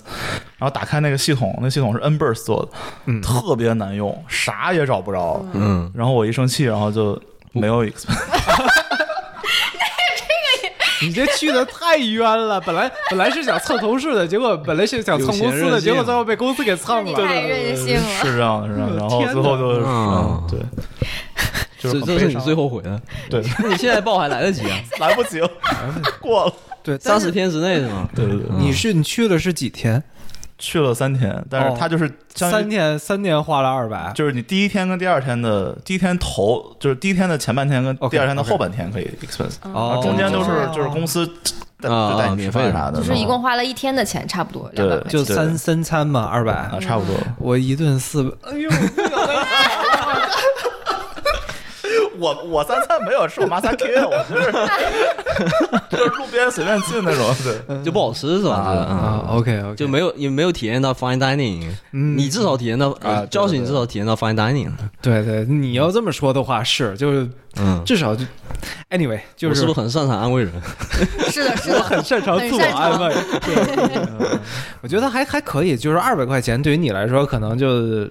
S5: 然后打开那个系统，那系统是 Nburst 做的，
S4: 嗯
S5: 特别难用，啥也找不着。
S6: 嗯，
S5: 然后我一生气，然后就没有 expense，
S4: 你这去的太冤了，本来本来是想蹭同事的，结果本来是想蹭公司
S6: 有钱
S4: 的，
S6: 任性
S4: 结果最后被公司给蹭
S7: 你
S4: 了。
S7: 太任性了。
S5: 是这样的，是这 样的。然后最后就是，嗯
S6: 嗯
S5: 对，就
S6: 所
S5: 是
S6: 以这是
S5: 很悲
S6: 你
S5: 伤
S6: 最后悔的。
S5: 对，
S6: 那你现在报还来得及啊？
S5: 来不及了，过了。
S4: 对，
S6: 三
S4: 但
S6: 十
S4: 是
S6: 天之内是吗？
S5: 对对对，
S4: 你是你去了是几天？
S5: 去了三天，但
S4: 哦
S5: 是他就是相当于
S4: 三天，三天花了二百。
S5: 就是你第一天跟第二天的第一天头，就是第一天的前半天跟
S4: OK，
S5: 第二天的
S4: OK
S5: 后半天可以 expense，然
S6: 哦
S5: 后中间都是
S4: 哦
S5: 就是公司带
S6: 啊
S5: 就带你
S6: 免
S5: 吃
S6: 费
S5: 饭
S6: 的
S5: 啥的，
S7: 就是一共花了一天的钱，差不多
S5: 对
S7: 两百块
S4: 就
S7: 钱。
S4: 三三餐嘛，二百
S5: 啊。差不多。
S4: 我一顿四百，哎呦，
S5: 我我三餐没有吃，我妈三 K，我 是就是路边随便进那种，对，
S6: 就不好吃是吧？
S4: 啊嗯
S6: 啊，
S4: ，OK OK，
S6: 就没有也没有体验到 fine dining，你至少体验到
S5: 啊对对
S6: 教训，你至少体验到 fine dining 了。
S4: 对对，你要这么说的话是，就是
S6: 嗯，
S4: 至少就 Anyway，就
S6: 我是
S4: 是
S6: 不是很擅长安慰人？
S7: 是的，是的，
S4: 很擅长自我安慰。对我觉得还还可以，就是二百块钱对于你来说，可能就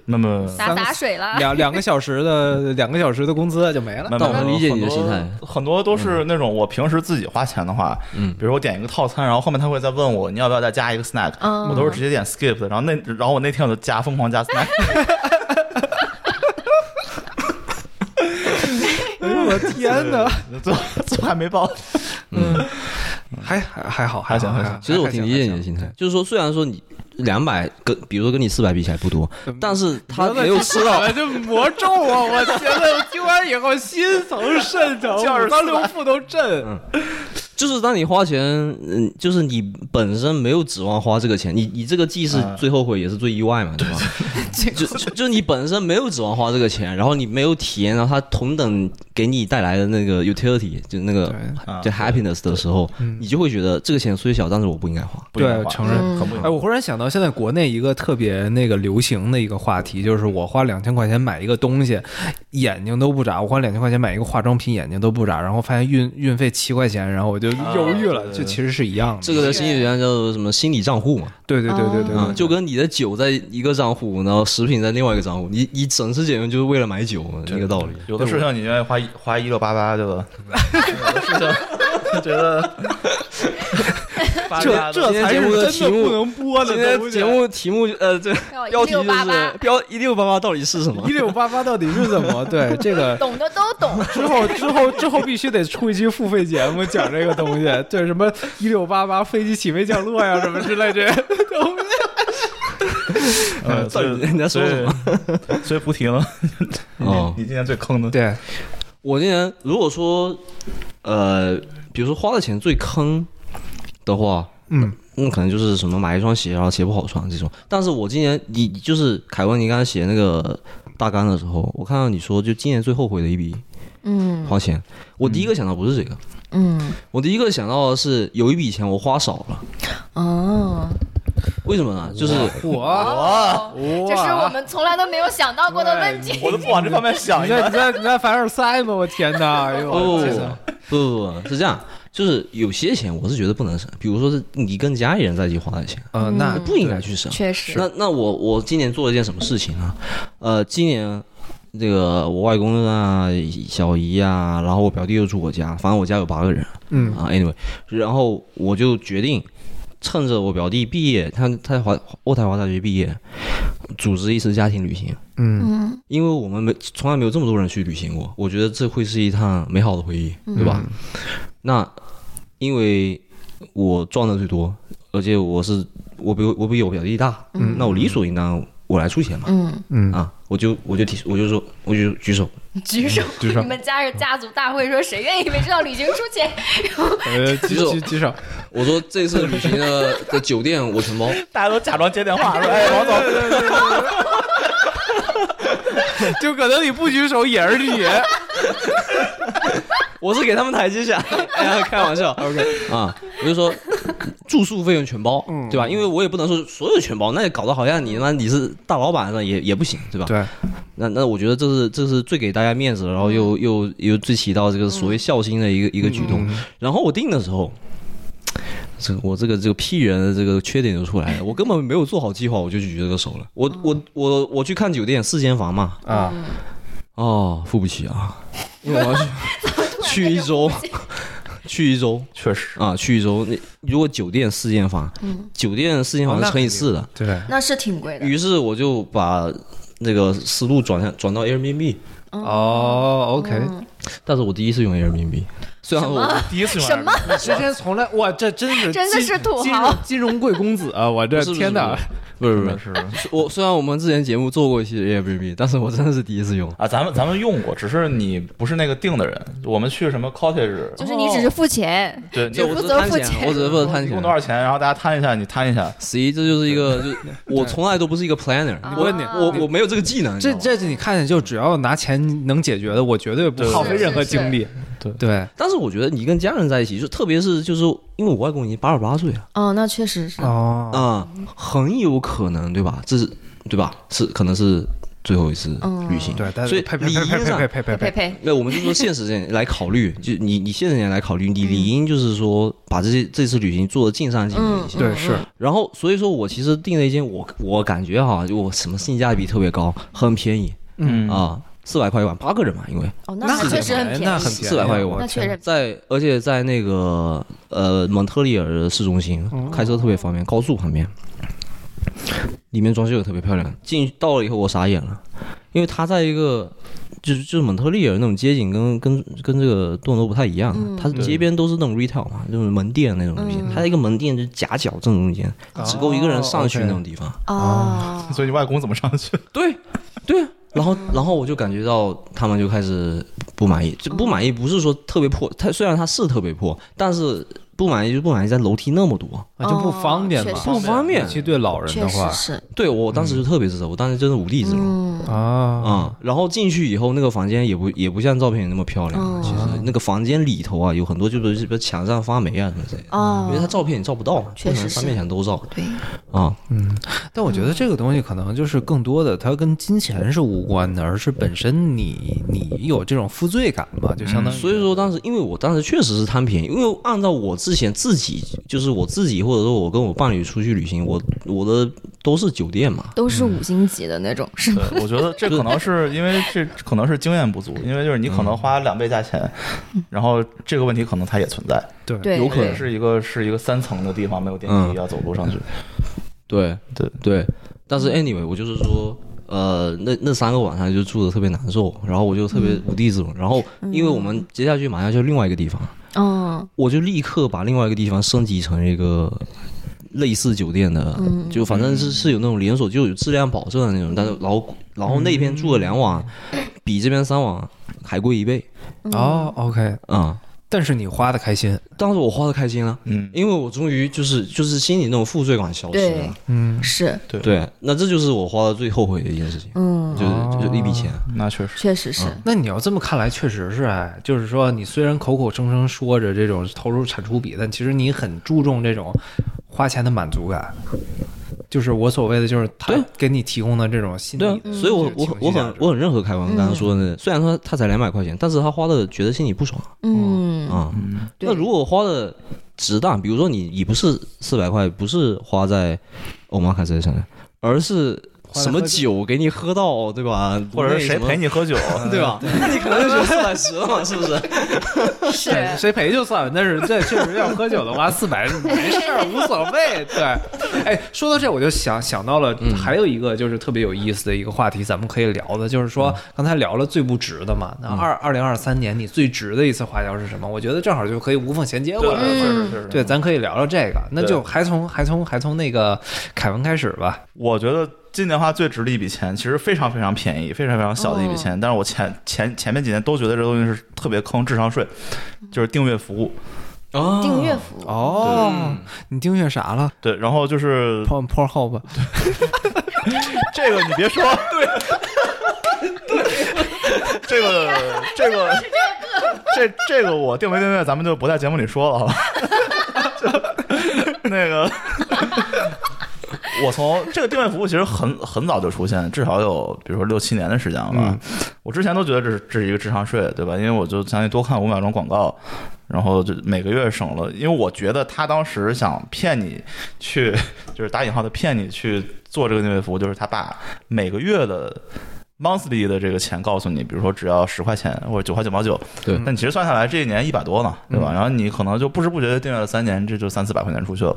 S5: 那么
S7: 洒洒水了。
S4: 两两个小时的两个小时的工资就没了。
S6: 但我能理解你的心态。
S5: 很多都是那种我平时自己花钱的话，
S6: 嗯
S5: 比如我点一个套餐，然后后面他会再问我你要不要再加一个 snack，、
S7: 嗯
S5: 我都是直接点 skip 的。然后那然后我那天我就加疯狂加 snack，
S4: 哎呦我天哪！
S5: 最后最后还没报。
S4: 还还还好，
S5: 还行
S4: 好
S5: 还
S4: 好
S5: 行
S6: 啊其实我
S4: 还行
S6: 挺理解
S4: 还
S6: 你
S4: 行
S6: 的心态，就是说，虽然说你两百跟，比如说跟你四百比起来不多，
S4: 嗯
S6: 但是 他没有吃到，
S4: 这魔咒啊！我觉得听完以后 心疼肾疼，五脏六腑都震。
S6: 就是当你花钱，嗯，就是你本身没有指望花这个钱，你你这个既是
S5: 嗯
S6: 最后悔也是最意外嘛，对吧？就就就你本身没有指望花这个钱，然后你没有体验到它同等给你带来的那个 utility，就那个
S5: 啊
S6: 就 happiness 的时候，你就会觉得这个钱虽小，但是我不应该花。
S5: 不应该
S4: 对
S5: 花
S4: 承认
S5: 很不应该
S4: 哎，我忽然想到，现在国内一个特别那个流行的一个话题，就是我花两千块钱买一个东西，眼睛都不眨；我花两千块钱买一个化妆品，眼睛都不眨。然后发现运运费七块钱，然后我就犹豫了。
S5: 对
S4: 这其实是一样的。
S6: 这个的心理学上叫做什么心理账户嘛，
S4: 对对对对对
S6: 啊，
S4: 对，
S6: 就跟你的酒在一个账户，然后食品在另外一个账户，你你省吃俭用就是为了买酒嘛，一个道理。
S5: 有的事情你愿意花一花一六八八，对吧？有的事情觉 得八
S4: 这
S5: 八
S4: 这
S6: 今天
S4: 才
S6: 节目的
S4: 是真
S6: 题
S4: 的
S6: 目
S4: 不能播
S6: 今
S4: 的
S6: 天
S4: 东西
S6: 节。目题目呃，这标题就
S7: 1688
S6: 是标一六八八到底是什么
S4: 一？六八八到底是怎么？对这个
S7: 懂的都懂，
S4: 之后之后之后必须得出一期付费节目讲这个东西，对什么一六八八飞机起飞降落呀什么之类这些东西。
S5: 嗯，所以
S6: 到底你在说什么？
S5: 所以所以菩提呢？
S6: 哦
S5: 你，今天最坑的，
S4: 对，
S6: 我今年如果说呃，比如说花的钱最坑的话，
S4: 嗯，
S6: 那可能就是什么买一双鞋，然后鞋不好穿这种。但是我今年你你就是凯文，你刚才写那个大纲的时候，我看到你说就今年最后悔的一笔
S7: 嗯
S6: 花钱，我第一个想到不是这个，
S7: 嗯，
S6: 我第一个想到的是有一笔钱我花少了，
S7: 哦，
S6: 为什么呢？就是
S4: 我
S7: 哦，
S4: 我
S7: 这是我们从来都没有想到过的问题。
S5: 我都不往这方面想
S4: 你
S5: 一
S4: 在
S5: 下
S4: 你。在你在凡尔赛吗？我天哪！哎呦，
S6: 哦
S4: 我的天，
S6: 不不不不是这样，就是有些钱我是觉得不能省，比如说是你跟家里人在一起花的钱，
S4: 呃，那
S6: 不应该去省。
S7: 确实，
S6: 那那我我今年做了一件什么事情啊？呃，今年这个我外公啊、小姨啊，然后我表弟又住我家，反正我家有八个人
S4: 嗯
S6: 啊。Anyway，然后我就决定趁着我表弟毕业，他他在华渥太华大学毕业，组织一次家庭旅行。
S4: 嗯
S7: 嗯
S6: 因为我们没从来没有这么多人去旅行过，我觉得这会是一趟美好的回忆，对吧？
S4: 嗯
S6: 那因为我赚的最多，而且我是我比我比我表弟大，
S4: 嗯
S6: 那我理所应当我来出钱嘛，
S7: 嗯，
S4: 嗯
S6: 啊，我就我就提我就说我就举手，
S7: 举手，
S4: 举手
S7: 你们家是家族大会，说谁愿意为这趟旅行出钱？
S4: 呃，举
S6: 手
S4: 举举手，
S6: 我说这次旅行的的酒店我承包，
S5: 大家都假装接电话，说：“哎，王总，
S4: 就可能你不举手也是你。
S6: 我是给他们台阶下， 哎呀，开玩 笑
S4: OK，
S6: 啊，我就说住宿费用全包，对吧？因为我也不能说所有全包，那也搞得好像你那你是大老板那也也不行，对吧？
S4: 对，
S6: 那那我觉得这是这是最给大家面子的，然后
S4: 嗯
S6: 又又又最起到这个所谓孝心的一个、一个举动。
S4: 嗯
S6: 然后我定的时候，这我这个这个 P 人的这个缺点就出来了，我根本没有做好计划，我就举这个手了。我我我我去看酒店四间房嘛，
S4: 嗯啊，
S6: 哦，付不起啊，因为我要 去去一周，去一周
S5: 确实，
S6: 啊，去一周。那如果酒店四间房，酒店四间
S4: 哦
S6: 房
S4: 那
S6: 是乘以
S4: 肯定
S6: 四的，
S4: 对，
S7: 那是挺贵的，
S6: 于是我就把那个思路转向转到 Airbnb。
S7: 嗯
S4: 哦，OK，
S6: 但是我第一次用 Airbnb，虽然我
S5: 第一次用
S7: 什么？
S4: 之前从来哇，这真是
S7: 真的
S4: 金
S7: 是土
S4: 金
S7: 豪
S4: 融金融贵公子啊！我这
S6: 不是
S4: 天哪，，
S6: 不是不是不是，
S5: 是
S6: 我虽然我们之前节目做过一期 Airbnb，但是我真的是第一次用。
S5: 啊，咱们咱们用过，只是你不是那个定的人。我们去什么 cottage，
S7: 就是你只是付钱，
S5: 对，你
S7: 就
S6: 我
S7: 负
S6: 只是
S7: 责
S6: 贪
S7: 付
S6: 钱，我
S7: 钱。
S6: 只是负责贪
S5: 一
S6: 钱
S5: 共多。少钱？然后大家摊一下，你摊一下。
S6: 十一，这就是一个，就我从来都不是一个 planner，
S4: 我问你，
S6: 啊我我没有这个技能。你知
S4: 这
S6: 道吗
S4: 这是你看见就只要拿钱能解决的，我绝对不
S5: 对
S4: 耗费
S7: 是
S4: 任何
S7: 是是
S4: 精力。
S5: 对
S4: 对，
S6: 但是我觉得你跟家人在一起，就特别是就是因为我外公已经八十八岁了啊
S7: 哦，那确实是
S4: 哦，
S6: 啊，很有可能对吧？这是对吧？是可能是最后一次
S7: 嗯
S6: 旅行。
S4: 对，但
S6: 所以
S4: 呸呸
S6: 理
S4: 呸
S6: 应
S4: 呸
S6: 上
S4: 呸呸呸
S7: 呸
S4: 呸，
S7: 呸，
S6: 那我们就说现实点来考虑，就你你现实点来考虑，你理应就是说把这些这次旅行做的尽善尽美一些。
S4: 对是，
S6: 然后所以说我其实订了一间我我感觉哈，就我什么性价比特别高，很便宜
S4: 嗯
S6: 啊，四百块一晚，八个人嘛，因为
S7: 哦，那还确实很便宜，
S4: 那很
S6: 宜400块一晚
S7: 那确实很
S6: 在而且在那个呃蒙特利尔市中心，开车特别方便，高速旁边，里面装修也特别漂亮。进到了以后我傻眼了，因为它在一个。就是就是蒙特利尔那种街景跟跟跟这个多伦多不太一样，它是街边都是那种 retail 嘛，就是门店那种东西。它一个门店就是夹角正中间，只够一个人上去那种地方。
S7: 哦，
S5: 所以你外公怎么上去？
S6: 对对啊，然后然后我就感觉到他们就开始不满意，就不满意不是说特别破，它虽然它是特别破，但是不满意就不满意在楼梯那么多，
S4: 啊就不方便嘛
S7: 哦确，实
S6: 不方便
S4: 尤。其对老人
S7: 确
S4: 的
S7: 实
S4: 话
S7: 是，
S6: 对啊我当时就特别自责，我当时真的无地自容。
S7: 嗯，
S4: 啊，
S6: 啊、然后进去以后，那个房间也不也不像照片里那么漂亮。
S7: 嗯
S6: 其实那个房间里头啊，有很多就是比如墙上发霉啊什么之类的，因为它
S7: 哦，
S6: 照片你照不到，
S7: 确
S6: 不可
S7: 实
S6: 能三
S7: 是
S6: 面墙都照
S7: 对，
S6: 啊、
S4: 但我觉得这个东西可能就是更多的，它跟金钱是无关的，而是本身你你有这种负罪感吧，就相当于，
S6: 嗯所以说当时，因为我当时确实是贪便宜，因为按照我之前自己，就是我自己或者说我跟我伴侣出去旅行，我我的都是酒店嘛，
S3: 都是五星级的那种，是吗？
S5: 对，我觉得这可能是因为这可能是经验不足，因为就是你可能花两倍价钱，然后这个问题可能它也存在，
S4: 对
S7: 对，
S6: 有可能
S5: 也是一个是一个三层的地方没有电梯，
S6: 嗯
S5: 要走路上去。
S6: 对
S5: 对
S6: 对。但是 anyway，我就是说，呃，那那三个晚上就住的特别难受，然后我就特别无地自容，然后因为我们接下去马上就另外一个地方，
S7: 嗯，
S6: 我就立刻把另外一个地方升级成一个类似酒店的，就反正是是有那种连锁，就有质量保证的那种。但是然后然后那边住了两晚，比这边三晚还贵一倍
S4: 哦，OK，
S6: 啊、
S4: 但是你花的开心，
S6: 当时我花的开心了，
S5: 嗯，
S6: 因为我终于就是就是心里那种负罪感消失了。
S4: 嗯，
S7: 是，
S5: 对
S6: 对，那这就是我花的最后悔的一件事情，
S7: 嗯，
S6: 就是就是一笔钱。
S5: 那确实。
S7: 确实是，
S4: 那你要这么看来，确实是哎，就是说你虽然口口声声说着这种投入产出比，但其实你很注重这种花钱的满足感，就是我所谓的就是他
S6: 对
S4: 给你提供的这种心
S6: 对啊
S4: 理，，
S6: 所以我
S4: 这
S6: 我
S4: 种情绪
S6: 我
S4: 价
S6: 很
S4: 值
S6: 我很认可凯文刚刚说的，虽然说他才两百块钱，但是他花的觉得心里不爽。
S7: 嗯，
S6: 啊、
S7: 对
S6: 那如果花的值当，比如说你你不是四百块，不是花在欧玛卡车上，而是什么酒给你喝到，对吧？
S5: 或者是谁陪
S6: 你，
S5: 你喝酒？
S4: 呃嗯
S6: 对吧？那 你可能就觉得四百十了嘛，是不是？
S7: 是
S4: 谁谁赔就算了，但是这确实要喝酒的话，四百没事儿，无所谓。对，哎，说到这我就想想到了，还有一个就是特别有意思的一个话题，咱们可以聊的，就是说刚才聊了最不值的嘛。那二二零二三年你最值的一次花销是什么？我觉得正好就可以无缝衔接过来了。
S5: 是是是。
S4: 对，咱可以聊聊这个，那就还从还从还从那个凯文开始吧。
S5: 我觉得今年花最值的一笔钱，其实非常非常便宜，非常非常小的一笔钱。但是我前前前面几年都觉得这东西是特别坑智商税，就是订阅服务。
S6: 啊
S7: 订阅服务，
S4: 哦，你订阅啥了
S5: 对，然后就是
S4: ？Porn p o r h o b
S5: 这个你别说，对，这个这个这这个我订没订阅，咱们就不在节目里说了，好吧？ 就那个，我从这个订阅服务其实很很早就出现，至少有比如说六七年的时间了吧。我之前都觉得这是这是一个智商税，对吧？因为我就相当于多看五秒钟广告。然后就每个月省了，因为我觉得他当时想骗你去， 就是打引号的骗你去做这个订阅服务，就是他把每个月的 monthly 的这个钱告诉你，比如说只要十块钱或者九块九毛九，
S6: 对
S5: 但其实算下来这一年一百多呢，对吧？然后你可能就不知不觉的订阅了三年，这就三四百块钱出去了。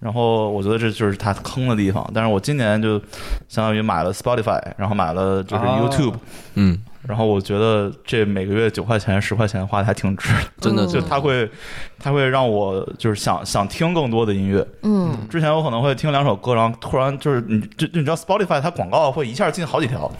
S5: 然后我觉得这就是他坑的地方，但是我今年就相当于买了 Spotify，然后买了就是
S4: 哦
S5: YouTube，、
S6: 嗯，
S5: 然后我觉得这每个月九块钱、十块钱花的还挺值的。
S6: 真的
S5: 就
S4: 嗯
S5: 它会，它会让我就是想想听更多的音乐。
S7: 嗯，
S5: 之前我可能会听两首歌，然后突然就是你就就你知道 Spotify 它广告会一下进好几条，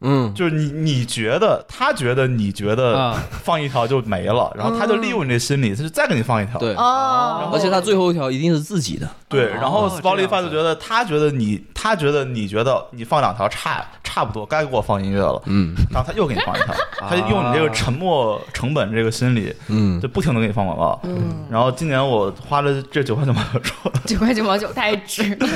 S6: 嗯，
S5: 就是你你觉得他觉得你觉得
S4: 啊，嗯
S5: 放一条就没了，然后他就利用你这心理，他就再给你放一条。
S6: 对。
S7: 哦，
S6: 嗯而且他最后一条一定是自己的，
S5: 对，然后
S4: 哦这样
S5: Spotify 就觉得他觉得你他觉得你觉得你放两条差差不多该给我放音乐了，嗯，然后他又给你放一条，
S4: 啊
S5: 他就用你这个沉默成本这个心理，
S6: 嗯，
S5: 就不停的给你放广告，嗯，然后今年我花了这九块九毛九，
S7: 九块九毛九太值了。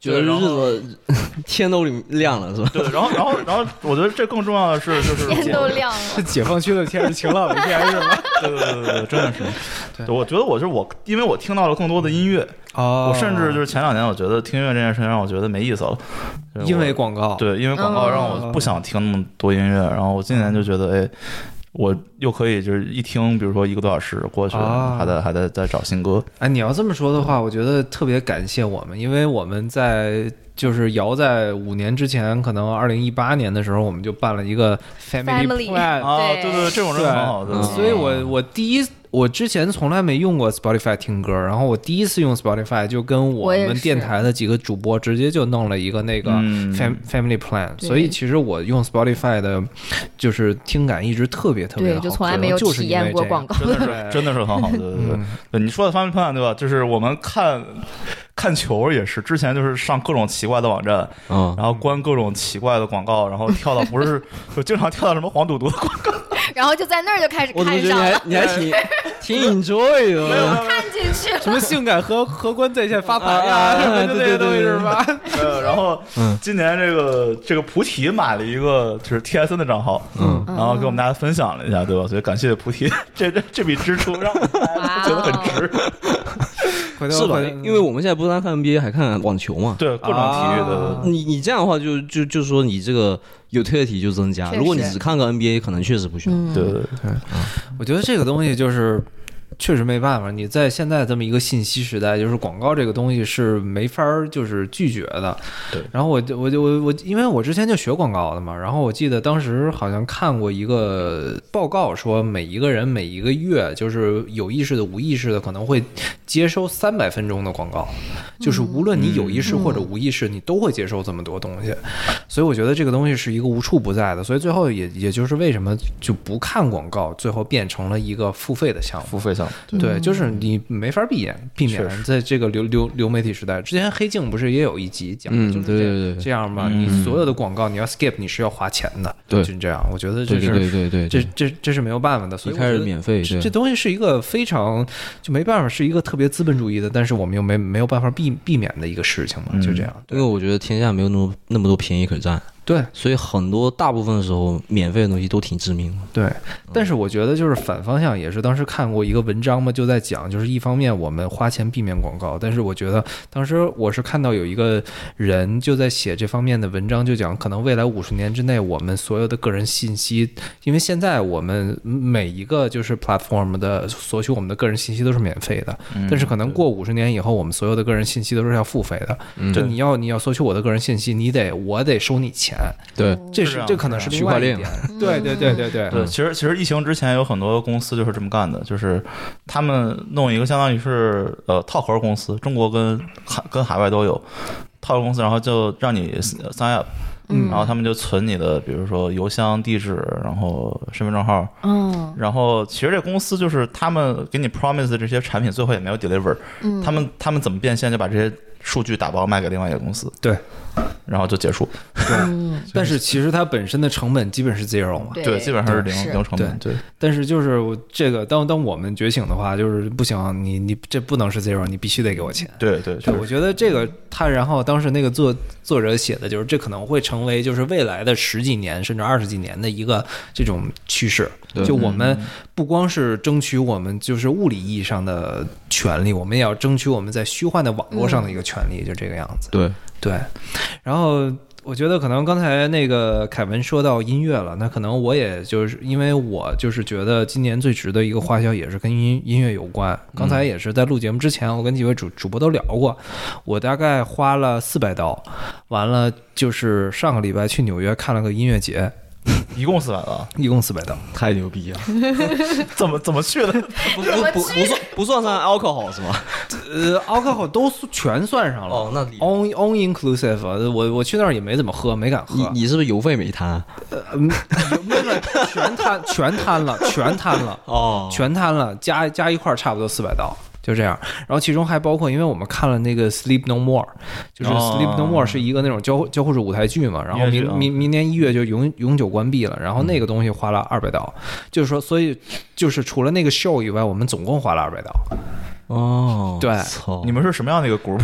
S6: 觉得日子 天都亮了是吧？
S5: 对，然后然后然后我觉得这更重要的是就是
S7: 天都亮了，
S4: 是解放区的天是晴朗的一天是吗？
S5: 对对对对对，真的是，
S4: 对
S5: 我觉得我就是我，因为我听到了更多的音乐，
S4: 哦
S5: 我甚至就是前两年我觉得听音乐这件事情让我觉得没意思了，就是我
S4: 因为广告，
S5: 对，因为广告让我不想听那么多音乐，然后我今年就觉得，哎，我又可以就是一听，比如说一个多小时过去，
S4: 啊
S5: 还在还在在找新歌，
S4: 哎，你要这么说的话，我觉得特别感谢我们，因为我们在就是姚在五年之前，可能二零一八年的时候，我们就办了一个 family
S7: Family
S4: plan，
S5: 啊，
S7: 对
S5: 对对，这种人很好的，
S6: 嗯
S4: 所以我我第一。我之前从来没用过 Spotify 听歌，然后我第一次用 Spotify 就跟我
S7: 我也
S4: 们
S7: 是
S4: 电台的几个主播直接就弄了一个那个
S5: 嗯
S4: fam family plan，、
S7: 对
S4: 所以其实我用 Spotify 的，就是听感一直特别特别
S7: 对，
S4: 好，
S7: 就从来没有
S4: 可能就是
S7: 体验过广
S4: 告。
S7: 告。
S5: 真的是真的是很好，对对
S4: 嗯
S5: 对。对你说的 Family Plan 对吧？就是我们看看球也是，之前就是上各种奇怪的网站，
S4: 嗯
S6: 啊，
S5: 然后关各种奇怪的广告，然后跳到不是 就经常跳到什么黄赌毒的广告，
S7: 然后就在那儿就开始
S6: 我怎么
S7: 看
S6: 觉得
S7: 上
S6: 你
S7: 了，
S6: 还你还挺挺 enjoy 的？
S7: 看进去了。
S4: 什么性感 和荷官在线发牌呀、
S6: 啊
S4: 什么的
S6: 对
S4: 这
S6: 对
S4: 些
S6: 对
S4: 东西 是吧？
S5: 呃，
S4: 嗯
S5: 然后今年这个这个菩提买了一个就是 TSN 的账号，
S6: 嗯，
S5: 然后给我们大家分享了一下，
S4: 嗯
S5: 对吧？所以感谢菩提， 这这这笔支出让我们大家都觉得很值，
S4: 哦回头
S6: 是吧
S4: 回？头
S6: 因为我们现在不单看 NBA，还看网球嘛。
S5: 对各种体育
S4: 啊
S5: 的。
S6: 你你这样的话就，就就说你这个 utility 就增加。
S7: 确实嗯
S6: 如果你只看个 NBA，可能确实不需要。
S5: 对对，对
S4: 嗯我觉得这个东西就是。确实没办法，你在现在这么一个信息时代，就是广告这个东西是没法儿就是拒绝的。
S5: 对。
S4: 然后我就我就我我，因为我之前就学广告的嘛，然后我记得当时好像看过一个报告说，每一个人每一个月就是有意识的、无意识的可能会接收三百分钟的广告，就是无论你有意识或者无意识，你都会接收这么多东西。所以我觉得这个东西是一个无处不在的，所以最后也也就是为什么就不看广告，最后变成了一个付费的项目。
S5: 付费项目，对
S4: 对，就是
S6: 嗯
S4: 你没法避免避免
S5: 确实
S4: 在这个流流流媒体时代。之前黑镜不是也有一集讲
S6: 嗯
S4: 的就是这
S6: 对对对
S4: 这样嘛，你所有的广告你要 skip 你是要花钱的，
S6: 对
S4: 就是这样。我觉得这
S6: 对
S4: 是
S6: 对对对对，
S4: 这
S6: 对
S4: 这这是没有办法的，所
S6: 一
S4: 以我
S6: 开始
S4: 觉得
S6: 免费，
S4: 这
S6: 对
S4: 这东西是一个非常就没办法，是一个特别资本主义的，但是我们又没没有办法避避免的一个事情嘛，就这样。
S6: 因为我觉得天下没有那么那么多便宜可占，
S4: 对，
S6: 所以很多大部分的时候，免费的东西都挺致命的。
S4: 对，但是我觉得就是反方向，也是当时看过一个文章嘛，就在讲，就是一方面我们花钱避免广告，但是我觉得当时我是看到有一个人就在写这方面的文章，就讲可能未来五十年之内，我们所有的个人信息，因为现在我们每一个就是 platform 的索取我们的个人信息都是免费的，
S5: 嗯
S4: 但是可能过五十年以后，我们所有的个人信息都是要付费的，
S6: 嗯
S4: 就你要你要索取我的个人信息，你得我得收你钱，
S6: 对，
S5: 是
S4: 这
S5: 这
S4: 是
S5: 样
S4: 这可能是
S6: 是
S4: 另外一
S6: 这
S4: 点
S6: 样，
S4: 对对对对对。
S5: 对，其实其实疫情之前有很多公司就是这么干的，就是他们弄一个相当于是呃套盒公司，中国跟海跟海外都有套盒公司，然后就让你呃 sign up，
S4: 嗯
S7: 哦
S5: 然后他们就存你的比如说邮箱地址，然后身份证号，
S7: 嗯，
S5: 然后其实这公司就是他们给你 promise 的这些产品最后也没有 deliver，、他
S7: 嗯
S4: 嗯
S5: 们他们怎么变现就把这些数据打包卖给另外一个公司，
S4: 对，
S5: 然后就结束，
S7: 嗯
S4: 但是其实它本身的成本基本是 zero 嘛。
S7: 对
S5: 对，基本上是
S7: 是
S5: 零零成本，对，
S4: 但是就是我这个，当当我们觉醒的话，就是不行，你你这不能是 zero，你必须得给我钱。
S5: 对对，
S4: 对，
S5: 确
S4: 我
S5: 实
S4: 觉得这个他，然后当时那个作作者写的就是，这可能会成为就是未来的十几年甚至二十几年的一个这种趋势。
S6: 对
S4: 就我们不光是争取我们就是物理意义上的权利，我们也要争取我们在虚幻的网络上的一个权利，就这个样子。
S6: 对，
S4: 对，然后我觉得可能刚才那个凯文说到音乐了，那可能我也就是因为我就是觉得今年最值的一个花销也是跟音音乐有关。刚才也是在录节目之前，我跟几位主主播都聊过，我大概花了四百刀，完了就是上个礼拜去纽约看了个音乐节，
S5: 一共四百了，
S4: 一共四百刀。
S6: 太牛 逼了！
S5: 怎么怎么去的？
S6: 不不不不算不算上 alcohol 是 吧？
S4: 呃，alcohol 都全算上了。
S6: 哦那厉害
S4: all all inclusive，我我去那儿也没怎么喝，没敢喝。
S6: 你你是不是邮费没摊？啊
S4: 嗯，没有没有全摊全摊了，全摊了，
S6: 哦
S4: 全摊了，加加一块儿差不多四百刀。就这样。然后其中还包括，因为我们看了那个《Sleep No More》，就是《
S5: 哦
S4: Sleep No More》是一个那种交交互式舞台剧嘛，然后
S5: 音乐剧
S4: 明
S5: 啊
S4: 明明年一月就永永久关闭了，然后那个东西花了二百刀，就是说，所以就是除了那个 show 以外，我们总共花了二百刀。
S6: 哦，
S4: 对
S6: 操，
S5: 你们是什么样的一个 group？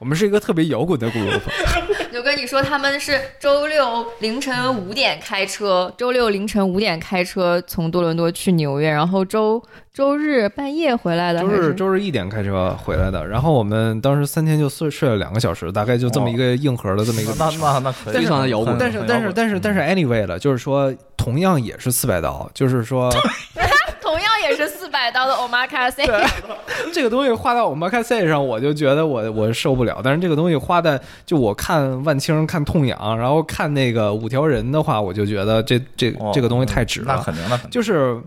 S4: 我们是一个特别摇滚的 group，
S7: 就跟你说，他们是周六凌晨五点开车，周六凌晨五点开车从多伦多去纽约，然后周周日半夜回来的，
S4: 周
S7: 还
S4: 日
S7: 是
S4: 周日一点开车回来的，然后我们当时三天就睡睡了两个小时，大概就这么一个硬核的这么一个。
S5: 那那那可
S6: 呃
S5: 以，
S6: 非常的摇滚嗯
S5: 很
S4: 但是但是但是但是 anyway 了，就是说同样也是四百刀，就 是说
S7: 同样也是四百刀的 omakase，
S4: 这个东西花到我们 k C 上，我就觉得我我受不了。但是这个东西花在就我看万青、看痛痒，然后看那个五条人的话，我就觉得这这
S5: 哦
S4: 这个东西太值了。
S5: 那肯定，那肯定
S4: 就是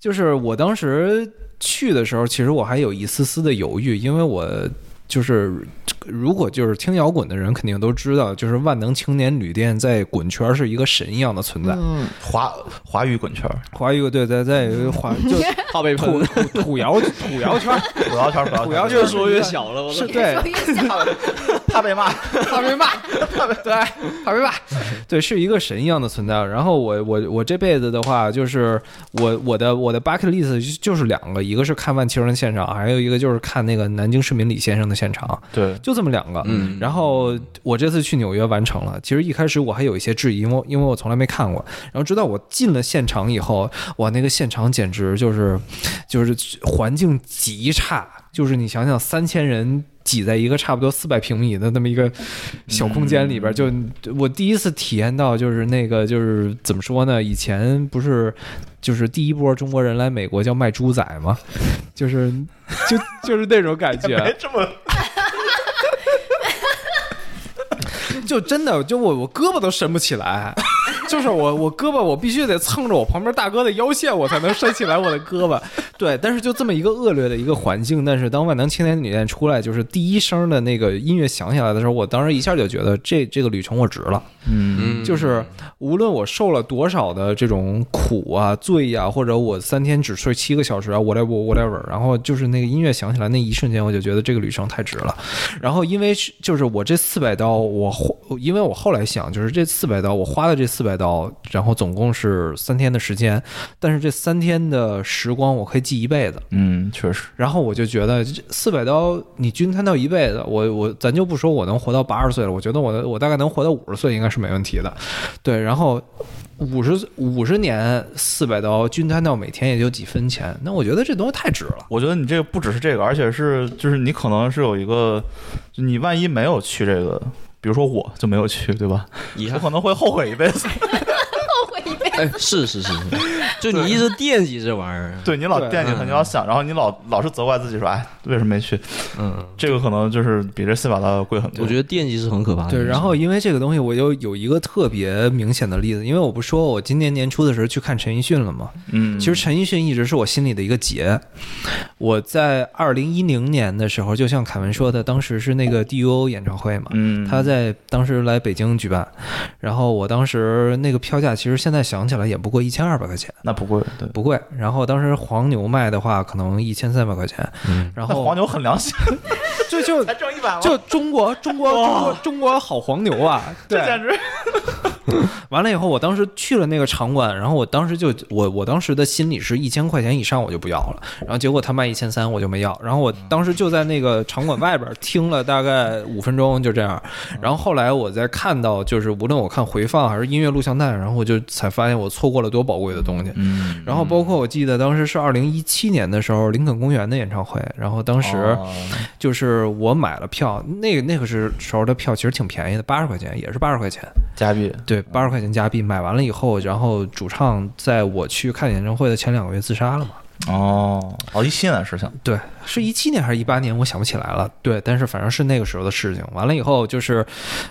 S4: 就是我当时去的时候，其实我还有一丝丝的犹豫，因为我。就是，如果就是听摇滚的人肯定都知道，就是万能青年旅店在滚圈是一个神一样的存在。
S7: 嗯，
S5: 华华语滚圈儿，
S4: 华语对在在华就
S6: 怕被
S4: 土
S6: 喷，
S4: 土土摇土摇圈，
S5: 土摇圈儿，
S4: 土
S5: 土
S4: 摇
S5: 摇圈儿，
S4: 圈儿
S6: 越说越小了，我
S4: 是
S6: 操！
S4: 对
S7: 越 像
S5: 怕被骂。
S4: 怕被骂， 对，怕被骂，对，是一个神一样的存在。然后我我我这辈子的话，就是我我的我的 bucket list 就就是两个，一个是看万青人的现场，还有一个就是看那个南京市民李先生的现场，
S5: 对，
S4: 就这么两个。
S6: 嗯
S4: 然后我这次去纽约完成了，其实一开始我还有一些质疑，因为因为我从来没看过。然后直到我进了现场以后，哇，那个现场简直就是就是环境极差，就是你想想三千人。挤在一个差不多四百平米的那么一个小空间里边，就我第一次体验到，就是那个就是怎么说呢？以前不是就是第一波中国人来美国叫卖猪仔吗？就是就就是那种感 觉，
S5: 没这么
S4: 就真的就我我胳膊都伸不起来， 就是我我胳膊我必须得蹭着我旁边大哥的腰线，我才能伸起来我的胳膊。 对，但是就这么一个恶劣的一个环境，但是当万能青年旅店出来，就是第一声的那个音乐响起来的时候，我当时一下就觉得这这个旅程我值了。
S5: 嗯，
S6: 嗯
S4: 就是无论我受了多少的这种苦啊、罪啊，或者我三天只睡七个小时啊，whatever whatever，然后就是那个音乐响起来那一瞬间，我就觉得这个旅程太值了。然后因为是就是我这四百刀，我花，因为我后来想，就是这四百刀，我花的这四百刀，然后总共是三天的时间，但是这三天的时光我可以记一辈子。
S5: 嗯，确实，
S4: 然后我就觉得四百刀你均摊到一辈子，我我咱就不说我能活到八十岁了，我觉得我我大概能活到五十岁应该是没问题的，对，然后。五十五十年四百刀均摊到每天也就几分钱，那我觉得这东西太值了。
S5: 我觉得你这个不只是这个，而且是就是你可能是有一个，就你万一没有去这个，比如说我就没有去，对吧？
S6: 遗
S5: 我
S6: 憾，
S5: 可能会后悔一辈子。
S6: 哎，是是 是，是就你一直惦记这玩意儿，
S5: 对你老
S4: 对
S5: 惦记他，你老想，然后你老老是责怪自己说，哎，为什么没去？
S6: 嗯，
S5: 这个可能就是比这四百刀要贵很多。
S6: 我觉得惦记是很可怕的。
S4: 对，然后因为这个东西，我就有一个特别明显的例子，因为我不说我今年年初的时候去看陈奕迅了嘛，
S5: 嗯，
S4: 其实陈奕迅一直是我心里的一个结。我在二零一零年的时候，就像凯文说的，当时是那个 DUO 演唱会嘛，
S5: 嗯，
S4: 他在当时来北京举办，然后我当时那个票价，其实现在想起来也不过一千二百块钱，
S5: 那不贵，对。
S4: 不贵。然后当时黄牛卖的话，可能一千三百块钱，然
S5: 那
S4: 后
S5: 嗯黄牛很良 心，
S4: 就就
S5: 才挣一百吗？
S4: 就中国中国中国中国好黄牛啊，对
S5: 这，简直
S4: 完了以后，我当时去了那个场馆，然后我当时就我我当时的心里是一千块钱以上我就不要了，然后结果他卖一千三我就没要，然后我当时就在那个场馆外边儿听了大概五分钟就这样，然后后来我在看到就是无论我看回放还是音乐录像带，然后我就才发现我错过了多宝贵的东西。
S5: 嗯，
S4: 然后包括我记得当时是二零一七年的时候，林肯公园的演唱会，然后当时、
S5: 哦
S4: 就是我买了票，那个那个时候的票其实挺便宜的，八十块钱，也是八十块钱。
S5: 加币，
S4: 对，八十块钱加币买完了以后，然后主唱在我去看演唱会的前两个月自杀了嘛？
S5: 哦哦，一七年的事情，
S4: 对，是一七年还是一八年？我想不起来了。对，但是反正是那个时候的事情。完了以后就是，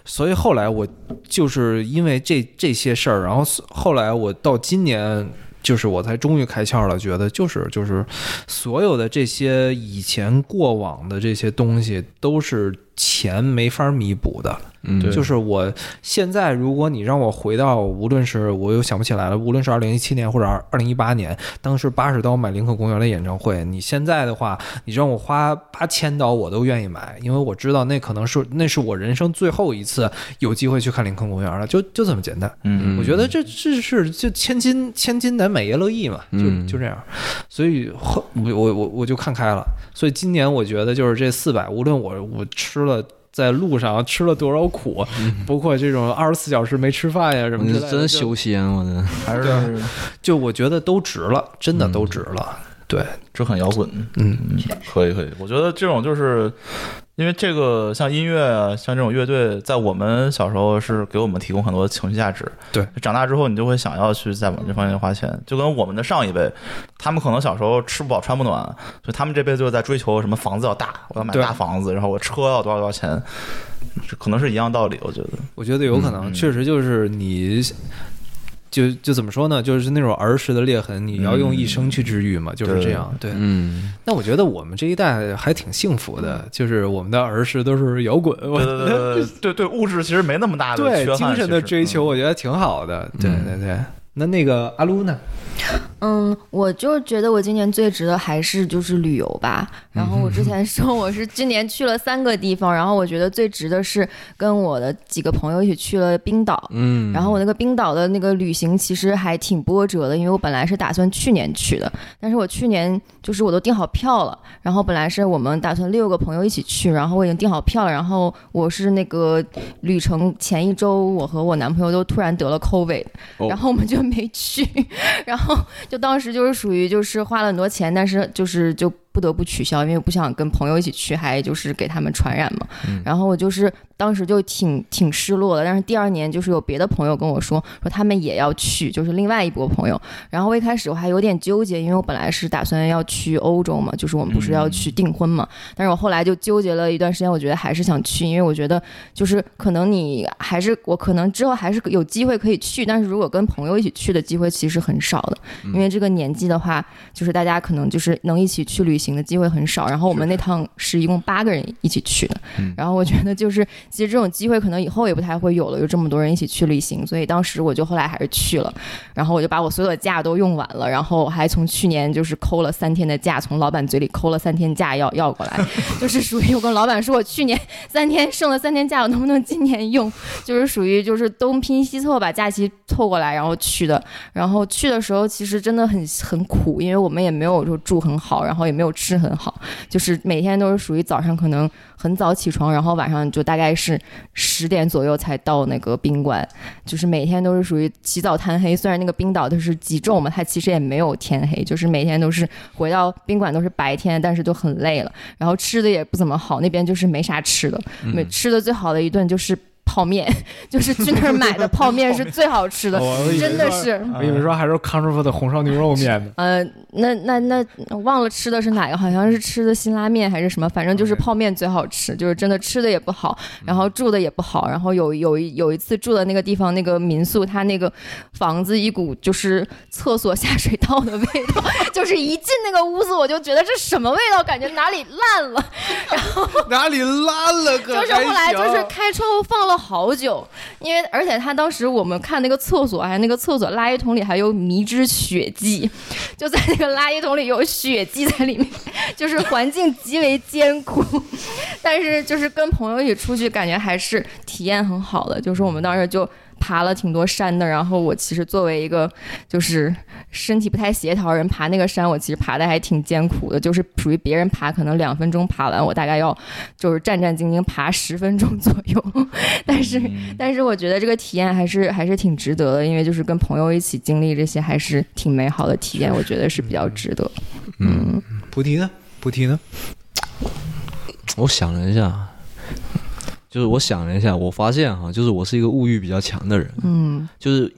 S4: 所以后来我就是因为这这些事儿，然后后来我到今年。就是我才终于开窍了，觉得就是就是，所有的这些以前过往的这些东西都是钱没法弥补的。
S2: 嗯
S5: 对
S4: 就是我现在，如果你让我回到，无论是我又想不起来了，无论是二零一七年或者二零一八年，当时八十刀买林肯公园的演唱会，你现在的话，你让我花八千刀我都愿意买，因为我知道那可能是那是我人生最后一次有机会去看林肯公园了，就就这么简单。
S5: 嗯，
S4: 我觉得这这是就千金千金难买爷乐意嘛，就
S2: 嗯
S4: 就这样，所以后我我我我就看开了，所以今年我觉得就是这四百，无论我我吃了。在路上啊吃了多少苦，包括这种二十四小时没吃饭呀什么
S6: 你
S4: 之类
S6: 是
S4: 的，
S6: 嗯真
S4: 就
S6: 修仙，我真的。
S5: 还是
S4: 就我觉得都值了，真的都值了。对，
S5: 这很摇滚，
S4: 嗯，
S5: 可以可以，我觉得这种就是因为这个像音乐啊，像这种乐队，在我们小时候是给我们提供很多情绪价值。
S4: 对，
S5: 长大之后你就会想要去在往这方面花钱，就跟我们的上一辈，他们可能小时候吃不饱穿不暖，所以他们这辈子就在追求什么房子要大，我要买
S4: 对
S5: 大房子，然后我车要多少多少钱，这可能是一样道理。我觉得，
S4: 我觉得有可能，
S5: 嗯
S4: 确实就是你，就就怎么说呢，就是那种儿时的裂痕，你要用一生去治愈嘛，就是这样。对，
S6: 嗯，
S4: 那我觉得我们这一代还挺幸福的，就是我们的儿时都是摇滚，我
S5: 嗯对对 对对 对对，物质其实没那么大的
S4: 对
S5: 缺憾，
S4: 精神的
S5: 其实嗯
S4: 追求，，我觉得挺好的。对对对，那那个阿撸呢？
S7: 嗯，我就觉得我今年最值的还是就是旅游吧。然后我之前 说我是今年去了三个地方，然后我觉得最值的是跟我的几个朋友一起去了冰岛。嗯，然后我那个冰岛的那个旅行其实还挺波折的，因为我本来是打算去年去的，但是我去年就是我都订好票了，然后本来是我们打算六个朋友一起去，然后我已经订好票了，然后我是那个旅程前一周，我和我男朋友都突然得了 COVID，、
S6: 哦
S7: 然后我们就没去，然后就当时就是属于就是花了很多钱，但是就是就不得不取消，因为不想跟朋友一起去，还就是给他们传染嘛。
S6: 嗯
S4: 啊
S7: 然后我就是当时就挺挺失落的，但是第二年就是有别的朋友跟我说说他们也要去，就是另外一波朋友。然后我一开始我还有点纠结，因为我本来是打算要去欧洲嘛，就是我们不是要去订婚嘛，但是我后来就纠结了一段时间，我觉得还是想去，因为我觉得就是可能你还是我可能之后还是有机会可以去，但是如果跟朋友一起去的机会其实很少的，因为这个年纪的话，就是大家可能就是能一起去旅行的机会很少。然后我们那趟是一共八个人一起去的， 然后我觉得就是其实这种机会可能以后也不太会有了，有这么多人一起去旅行，所以当时我就后来还是去了，然后我就把我所有的假都用完了，然后还从去年就是抠了三天的假，从老板嘴里抠了三天假要要过来， 就是属于我跟老板说我去年三天剩了三天假，我能不能今年用？ 就是属于就是东拼西凑把假期凑过来，然后去的。然后去的时候其实真的很很苦，因为我们也没有说住很好，然后也没有吃很好，就是每天都是属于早上可能很早起床，然后晚上就大概是十点左右才到那个宾馆，就是每天都是属于起早贪黑。虽然那个冰岛就是极昼嘛，它其实也没有天黑，就是每天都是回到宾馆都是白天，但是就很累了。然后吃的也不怎么好，那边就是没啥吃的，
S6: 嗯
S7: 每吃的最好的一顿就是。泡面 就是去那儿买的泡面是最好吃 的，
S4: 哦我以为
S7: 真的
S4: 说啊
S7: 是。
S4: 我以为说还是康师傅的红烧牛肉面 呢。
S7: 呃，那那那忘了吃的是哪个，好像是吃的辛拉面还是什么，反正就是泡面最好吃，就是真的吃的也不好，然后住的也不好，然后有有一有一次住的那个地方那个民宿，它那个房子一股就是厕所下水道的味道， 就是一进那个屋子我就觉得这什么味道，感觉哪里烂了，
S2: 哪里拉了个
S7: 就是后来就是开窗户放了好久，因为而且他当时我们看那个厕所，哎还那个厕所垃圾桶里还有迷之血迹，就在那个垃圾桶里有血迹在里面，就是环境极为艰苦。 但是就是跟朋友一起出去，感觉还是体验很好的。就是我们当时就爬了挺多山的，然后我其实作为一个就是身体不太协调的人，爬那个山我其实爬的还挺艰苦的，就是属于别人爬可能两分钟爬完，我大概要就是战战兢兢爬十分钟左右。但是
S6: 嗯
S7: 但是我觉得这个体验还是还是挺值得的，因为就是跟朋友一起经历这些还是挺美好的体验，我觉得是比较值得。
S6: 嗯
S4: 菩提呢？菩提呢？
S6: 我想了一下，就是我想了一下，我发现哈，就是我是一个物欲比较强的人，
S7: 嗯
S6: 就是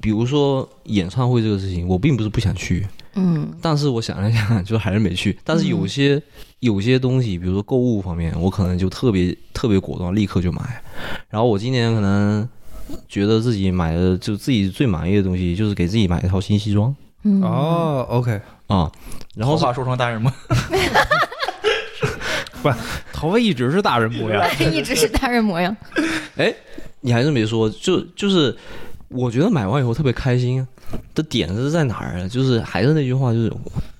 S6: 比如说演唱会这个事情，我并不是不想去，
S7: 嗯
S6: 但是我想了一下，就还是没去。但是有些、有些东西，比如说购物方面，我可能就特别特别果断，立刻就买。然后我今年可能觉得自己买的就自己最满意的东西，就是给自己买一套新西装
S7: 嗯，
S4: 哦，OK，
S6: 啊、然后
S5: 头发梳成大人模，
S4: 不，头发一直是大人模
S6: 啊
S4: 样。
S7: 一直是大人 模样。
S6: 哎，你还真别说，就就是，我觉得买完以后特别开心啊。的点是在哪儿啊？就是还是那句话，就是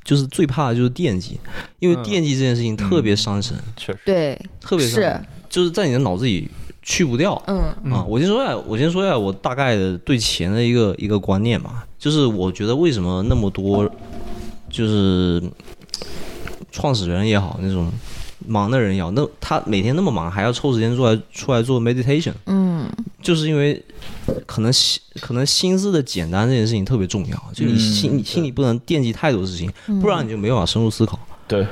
S6: 就是最怕的就是惦记，因为
S4: 嗯
S6: 惦记这件事情特别伤神，
S5: 确实，
S7: 对，
S6: 特别伤
S7: 是
S6: 神，就是在你的脑子里去不掉。
S7: 嗯，
S4: 嗯
S6: 啊，我先说一下，我先说一下我大概的对钱的一个一个观念吧，就是我觉得为什么那么多，就是创始人也好，那种忙的人也好，那他每天那么忙，还要抽时间出来出来做 meditation，
S7: 嗯，
S6: 就是因为可能心可能心思的简单这件事情特别重要，就你
S5: 嗯
S6: 心、你心里不能惦记太多事情，不然你就没办法深入思考。
S5: 对，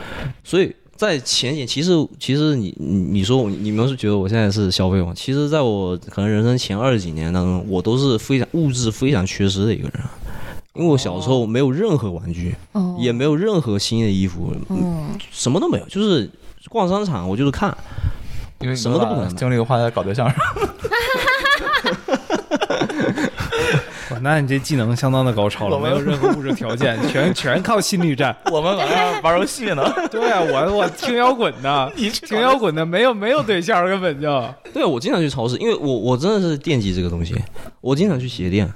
S6: 所以在前景，其实其实你你你说我你们是觉得我现在是消费吗？其实在我可能人生前二十几年当中，我都是非常物质非常缺失的一个人。啊因为我小时候没有任何玩具，
S7: 哦，
S6: 也没有任何新的衣服，
S7: 嗯，
S6: 什么都没有，就是逛商场我就是看，
S5: 因为你
S6: 什么都不
S5: 把
S6: 能买
S5: 精力花在搞对象 上。
S4: 哇那你这技能相当的高超了，
S5: 我
S4: 没
S5: 们
S4: 有任 何物质条件，全全靠心理战。
S5: 我们晚上玩游戏呢，
S4: 对啊，我我听摇滚的， 听摇滚的，没有没有对象，根本就
S6: 对，啊我经常去超市，因为我我真的是惦记这个东西，我经常去鞋店。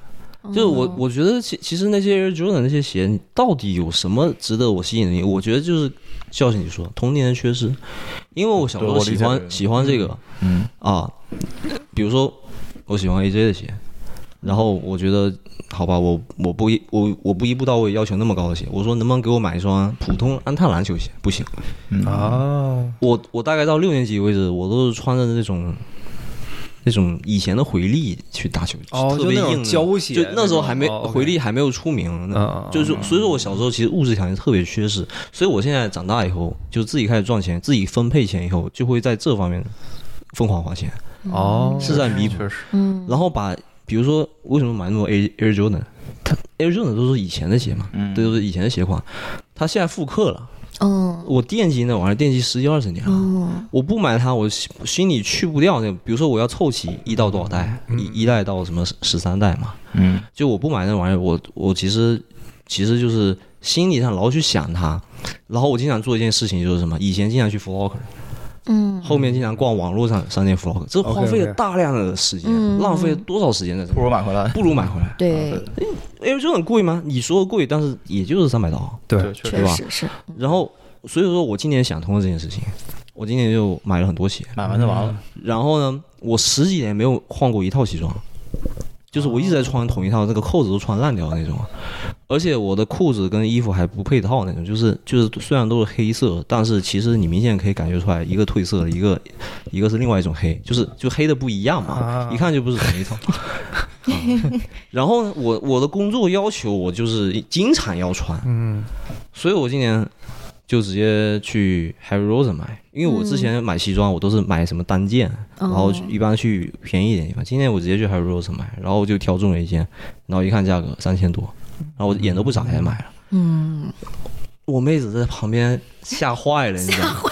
S6: 就是我，
S7: 嗯哦
S6: 我觉得其其实那些 Air Jordan 那些鞋到底有什么值得我吸引的？我觉得就是教训你说童年的缺失，因为我小时
S5: 对
S6: 候
S5: 我理
S6: 喜
S5: 解
S6: 欢
S5: 这个
S6: 喜欢这个
S5: 嗯，
S6: 啊，比如说我喜欢 AJ 的鞋，然后我觉得好吧，我我不一我我不一步到位要求那么高的鞋，我说能不能给我买一双普通安踏篮球鞋？不行，
S5: 嗯
S4: 哦，
S6: 我我大概到六年级为止，我都是穿着那种那种以前的回力去打球，
S4: 哦
S6: 特别
S4: 就那种
S6: 硬的
S4: 胶鞋
S6: 就那时候还没、
S4: 那种哦，OK
S6: 回力还没有出名，
S4: 嗯嗯嗯
S6: 就是所以说我小时候其实物质条件特别缺失，所以我现在长大以后就自己开始赚钱，自己分配钱以后，就会在这方面疯狂花钱，
S5: 嗯
S4: 哦，
S6: 是在弥补，
S5: 确实，
S7: 嗯
S6: 然后把比如说为什么买那么多 Air Air Jordan，它 Air Jordan 都是以前的鞋嘛，
S5: 嗯
S6: 这都是以前的鞋款，它现在复刻了。
S7: 嗯，
S6: 我惦记那玩意儿，惦记十几二十年了。
S7: 哦
S6: 我不买它，我心心里去不掉那。比如说，我要凑齐一到多少代，
S7: 嗯
S6: 一一代到什么十十三代嘛。
S5: 嗯，
S6: 就我不买那玩意儿，我我其实其实就是心理上老去想它。然后我经常做一件事情，就是什么？以前经常去 vlog，
S7: 嗯，
S6: 后面经常逛网络上商店 vlog，这
S4: OK，OK
S6: 荒废了大量的时间，
S7: 嗯
S6: 浪费了多少时间在这
S5: 不？如买回来。
S6: 不如买回来。
S7: 对，
S6: 哎，这很贵吗？你说贵，但是也就是三百刀。
S4: 对，
S5: 确实
S6: 对
S7: 确
S6: 吧
S7: 实是，
S6: 然后，所以说我今年想通了这件事情，我今年就买了很多鞋。
S5: 买完就完了。
S6: 然后呢，我十几年没有换过一套西装，就是我一直在穿同一套，那个扣子都穿烂掉的那种。啊而且我的裤子跟衣服还不配套那种，就是就是虽然都是黑色，但是其实你明显可以感觉出来，一个褪色了，一个一个是另外一种黑，就是就黑的不一样嘛
S4: 啊，
S6: 一看就不是同一套。 啊然后呢，我我的工作要求我就是经常要穿，
S4: 嗯，
S6: 所以我今年就直接去 Harry Rosen 买，因为我之前买西装我都是买什么单件，然
S7: 嗯
S6: 后
S7: 哦
S6: 一般去便宜一点地方。今天我直接去 Harry Rosen 买，然后我就挑中了一件，然后一看价格三千多，然后我眼都不眨也买了。
S7: 嗯，
S6: 我妹子在旁边吓坏了，你知道吗？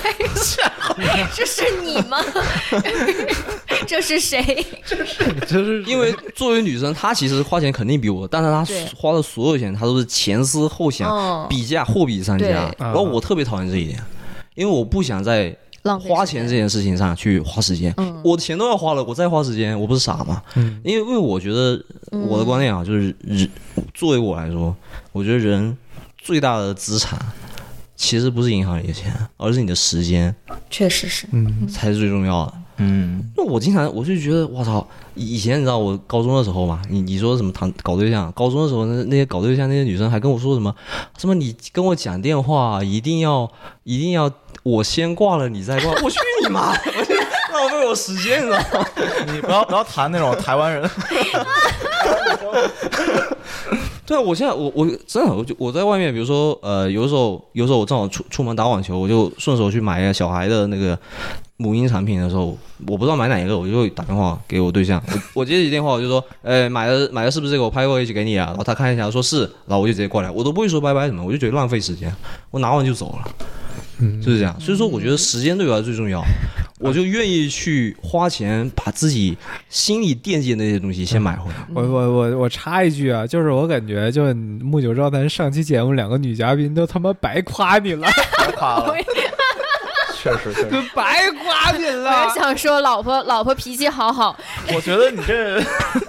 S7: 这是你吗？ 这是谁？
S4: 就是
S6: 因为作为女生，她其实花钱肯定比我，但是她
S7: 对
S6: 花的所有钱，她都是前思后
S7: 嗯
S6: 想，比价货比三家。
S7: 对
S6: 然后我特别讨厌这一点，因为我不想在
S7: 浪费
S6: 花钱这件事情上去花时间，我的钱都要花了，我再花时间，我不是傻吗？因为因为我觉得我的观念啊，就是人作为我来说，我觉得人最大的资产其实不是银行里的钱，而是你的时间
S7: 确实是，
S6: 才是最重要的。
S5: 嗯，
S6: 那我经常我就觉得，我操！以以前你知道我高中的时候嘛，你你说什么谈搞对象，高中的时候那那些搞对象那些女生还跟我说什么什么你跟我讲电话啊一定要一定要我先挂了你再挂，我去你妈！我就浪费我时间，你知道吗？
S5: 你不要不要谈那种台湾人，
S6: 对啊，我现在我我真的我就我在外面，比如说呃，有的时候有时候我正好出出门打网球，我就顺手去买一个小孩的那个母婴产品的时候，我不知道买哪一个，我就会打电话给我对象，我我接起电话我就说，呃，买了买了是不是这个？我拍过一起给你啊，然后他看一下说是，然后我就直接过来，我都不会说拜拜什么，我就觉得浪费时间，我拿完就走了。就是这样，所以说我觉得时间对我来说最重要，我就愿意去花钱把自己心里惦记的那些东西先买回来。
S4: 我我我我插一句啊，就是我感觉就木九招谈上期节目两个女嘉宾都他妈白夸你了，
S5: 夸了，确实确实，
S4: 白瓜品 了
S7: 我。想说，老婆老婆脾气好好，
S5: 我觉得你这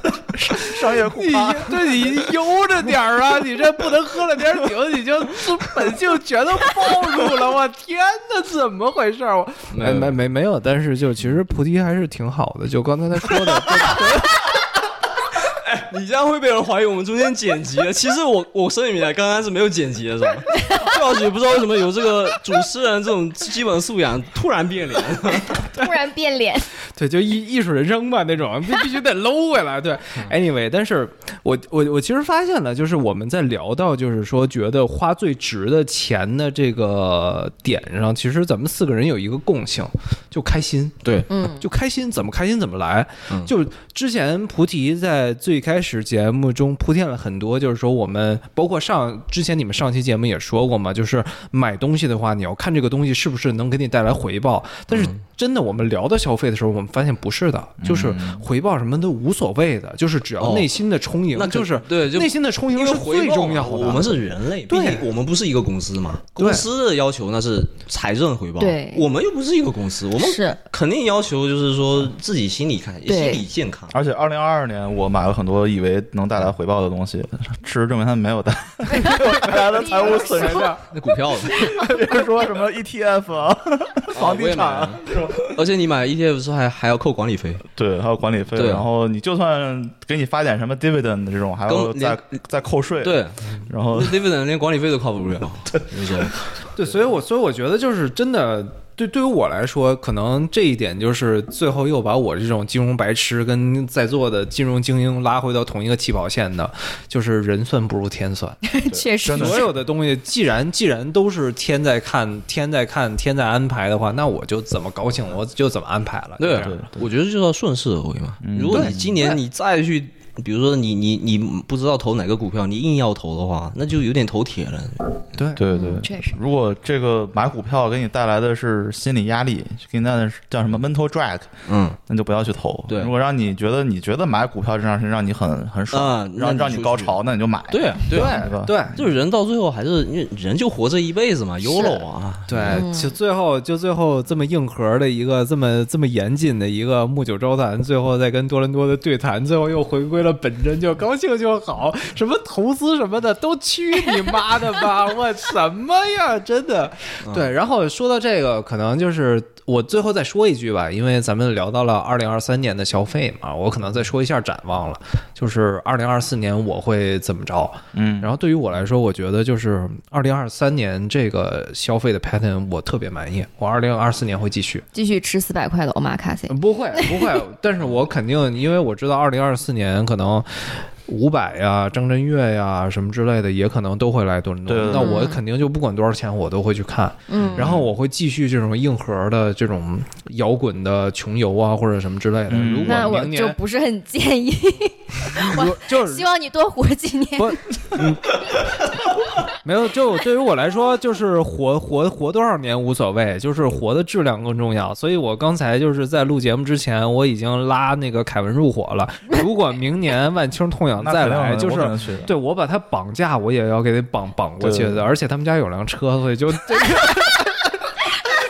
S5: 商商业互
S4: 你
S5: 夸，
S4: 对你悠着点儿啊！你这不能喝了点儿酒，你就本性全都暴露了。我天哪，怎么回事儿？我没没没没有，但是就其实菩提还是挺好的。就刚才他说的，
S6: 你这样会被人怀疑我们中间剪辑 了。其实我我声明啊，刚刚是没有剪辑的，是 吧？杜老师也不知道为什么有这个主持人这种基本素养突然变脸。
S7: 突然变脸，
S4: 对，就艺艺术人生吧那种，必必须得搂回来。对，anyway，但是我我我其实发现了，就是我们在聊到就是说觉得花最值的钱的这个点上，其实咱们四个人有一个共性，就开心。
S6: 对，
S7: 嗯，
S4: 就开心，怎么开心怎么来。
S6: 嗯
S4: 就之前菩提在最开始节目中铺垫了很多，就是说我们包括上之前你们上期节目也说过嘛，就是买东西的话，你要看这个东西是不是能给你带来回报。但
S6: 嗯
S4: 是真的，我们聊到消费的时候，我们发现不是的，就是回报什么都无所谓的，就是只要
S6: 嗯哦
S4: 内心的充盈，
S6: 那
S4: 就
S6: 可
S4: 是
S6: 对就
S4: 内心的 充
S6: 因
S4: 盈
S6: 为
S4: 是
S6: 回
S4: 最
S6: 报
S4: 重要
S6: 嘛
S4: 的。
S6: 我们是人类，毕
S4: 对
S6: 竟我们不是一个公司嘛。
S4: 对
S6: 公司的要求那是财政回报，
S7: 对
S6: 我们又不是一个公司，我们
S7: 是
S6: 肯定要求就是说自己心理开，心
S7: 对
S6: 理健康。
S5: 而且二零二二年我买了很多以为能带来回报的东西，事实证明它没有带没有带来的财务损失，
S6: 那股票，
S5: 比如说什么 ETF 啊、房地产啊
S6: 啊，而且你买 E ETF 是还还要扣管理费，
S5: 对，还有管理费，
S6: 对啊
S5: 然后你就算给你发点什么 dividend 这种，还要
S6: 跟
S5: 再
S6: 连
S5: 再扣税，，
S6: 对
S5: 然后
S6: ，dividend 连管理费都 cover 不 了。就是说
S4: 对，所以我所以我觉得就是真的。对，对于我来说，可能这一点就是最后又把我这种金融白痴跟在座的金融精英拉回到同一个起跑线的，就是人算不如天算。
S7: 确 实
S5: 真的
S4: 所有的东西，既然既然都是天在看，天在看，天在安排的话，那我就怎么高兴我就怎么安排了。就
S6: 对
S4: 这样，
S6: 我觉得就是要顺势而为嘛。如果你今年你再去，比如说你你你不知道投哪个股票，你硬要投的话，那就有点投铁了。
S5: 对对，
S7: 确实
S5: 如果这个买股票给你带来的是心理压力，给你带来的是叫什么 mental drag，
S6: 嗯，
S5: 那就不要去投。
S6: 对
S5: 如果让你觉得你觉得买股票这件事情让你很很爽，
S6: 啊那
S5: 让
S6: 你
S5: 让你
S6: 就
S5: 高
S6: 去
S5: 潮，那你就买。
S6: 对啊对啊
S5: 对吧？
S4: 对
S6: 就是人到最后还是因为人就活这一辈子嘛，YOLO 啊。
S4: 对，就最后就最后这么硬核的一个这么这么严谨的一个木九招谈，最后再跟多伦多的对谈，最后又回归了本真，就高兴就好。什么投资什么的都去你妈的吧！我什么呀，真的。对，然后说到这个，可能就是我最后再说一句吧，因为咱们聊到了二零二三年的消费嘛，我可能再说一下展望了，就是二零二四年我会怎么着？
S5: 嗯，
S4: 然后对于我来说，我觉得就是二零二三年这个消费的 pattern 我特别满意，我二零二四年会继续。
S7: 继续吃四百块的欧玛卡西，
S4: 不会不 会，但是我肯定，因为我知道二零二四年可能。伍佰呀、张震岳呀什么之类的，也可能都会来多伦多
S5: 对。对
S4: 那
S5: 对
S4: 我肯定就不管多少钱，我都会去看。
S7: 嗯，
S4: 然后我会继续这种硬核的这种摇滚的穷游啊，或者什么之类的。
S5: 嗯
S4: 如
S7: 那
S4: 果
S7: 我
S4: 明
S7: 就
S4: 年
S7: 不是很建议，
S4: 如就是
S7: 希望你多活几年。
S4: 不，嗯，没有，就对于我来说，就是活活活多少年无所谓，就是活的质量更重要。所以我刚才就是在录节目之前，我已经拉那个凯文入伙了。如果明年万青痛痒
S5: 那
S4: 再
S5: 肯 定
S4: 来，
S5: 的
S4: 就
S5: 我
S4: 是
S5: 可能去的
S4: 对我把他绑架，我也要给他绑绑过去
S5: 对
S4: 的。而且他们家有辆车，所以 就 这个。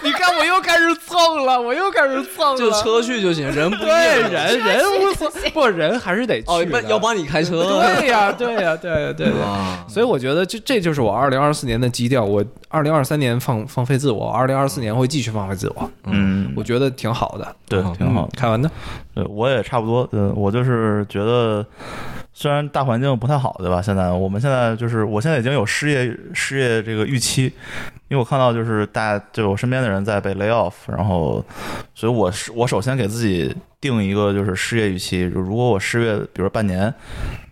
S4: 你看，我又开始蹭了，我又开始蹭了。
S6: 就车去就行，人不一样
S4: 对人人无所不人还是得去
S6: 哦，
S4: 的
S6: 不要帮你开车。
S4: 对呀，对呀，对呀，对呀。
S6: 啊，
S4: 所以我觉得这这就是我二零二四年的基调。我二零二三年放放飞自我，二零二四年会继续放飞自我，
S5: 嗯，
S4: 我觉得挺好的，
S5: 对，挺好
S4: 嗯。凯文呢？
S5: 对，我也差不多。对，我就是觉得，虽然大环境不太好，对吧？现在我们现在就是，我现在已经有失业失业这个预期，因为我看到就是大家就我身边的人在被 lay off，然后，所以我是我首先给自己定一个就是失业预期，如果我失业，比如半年，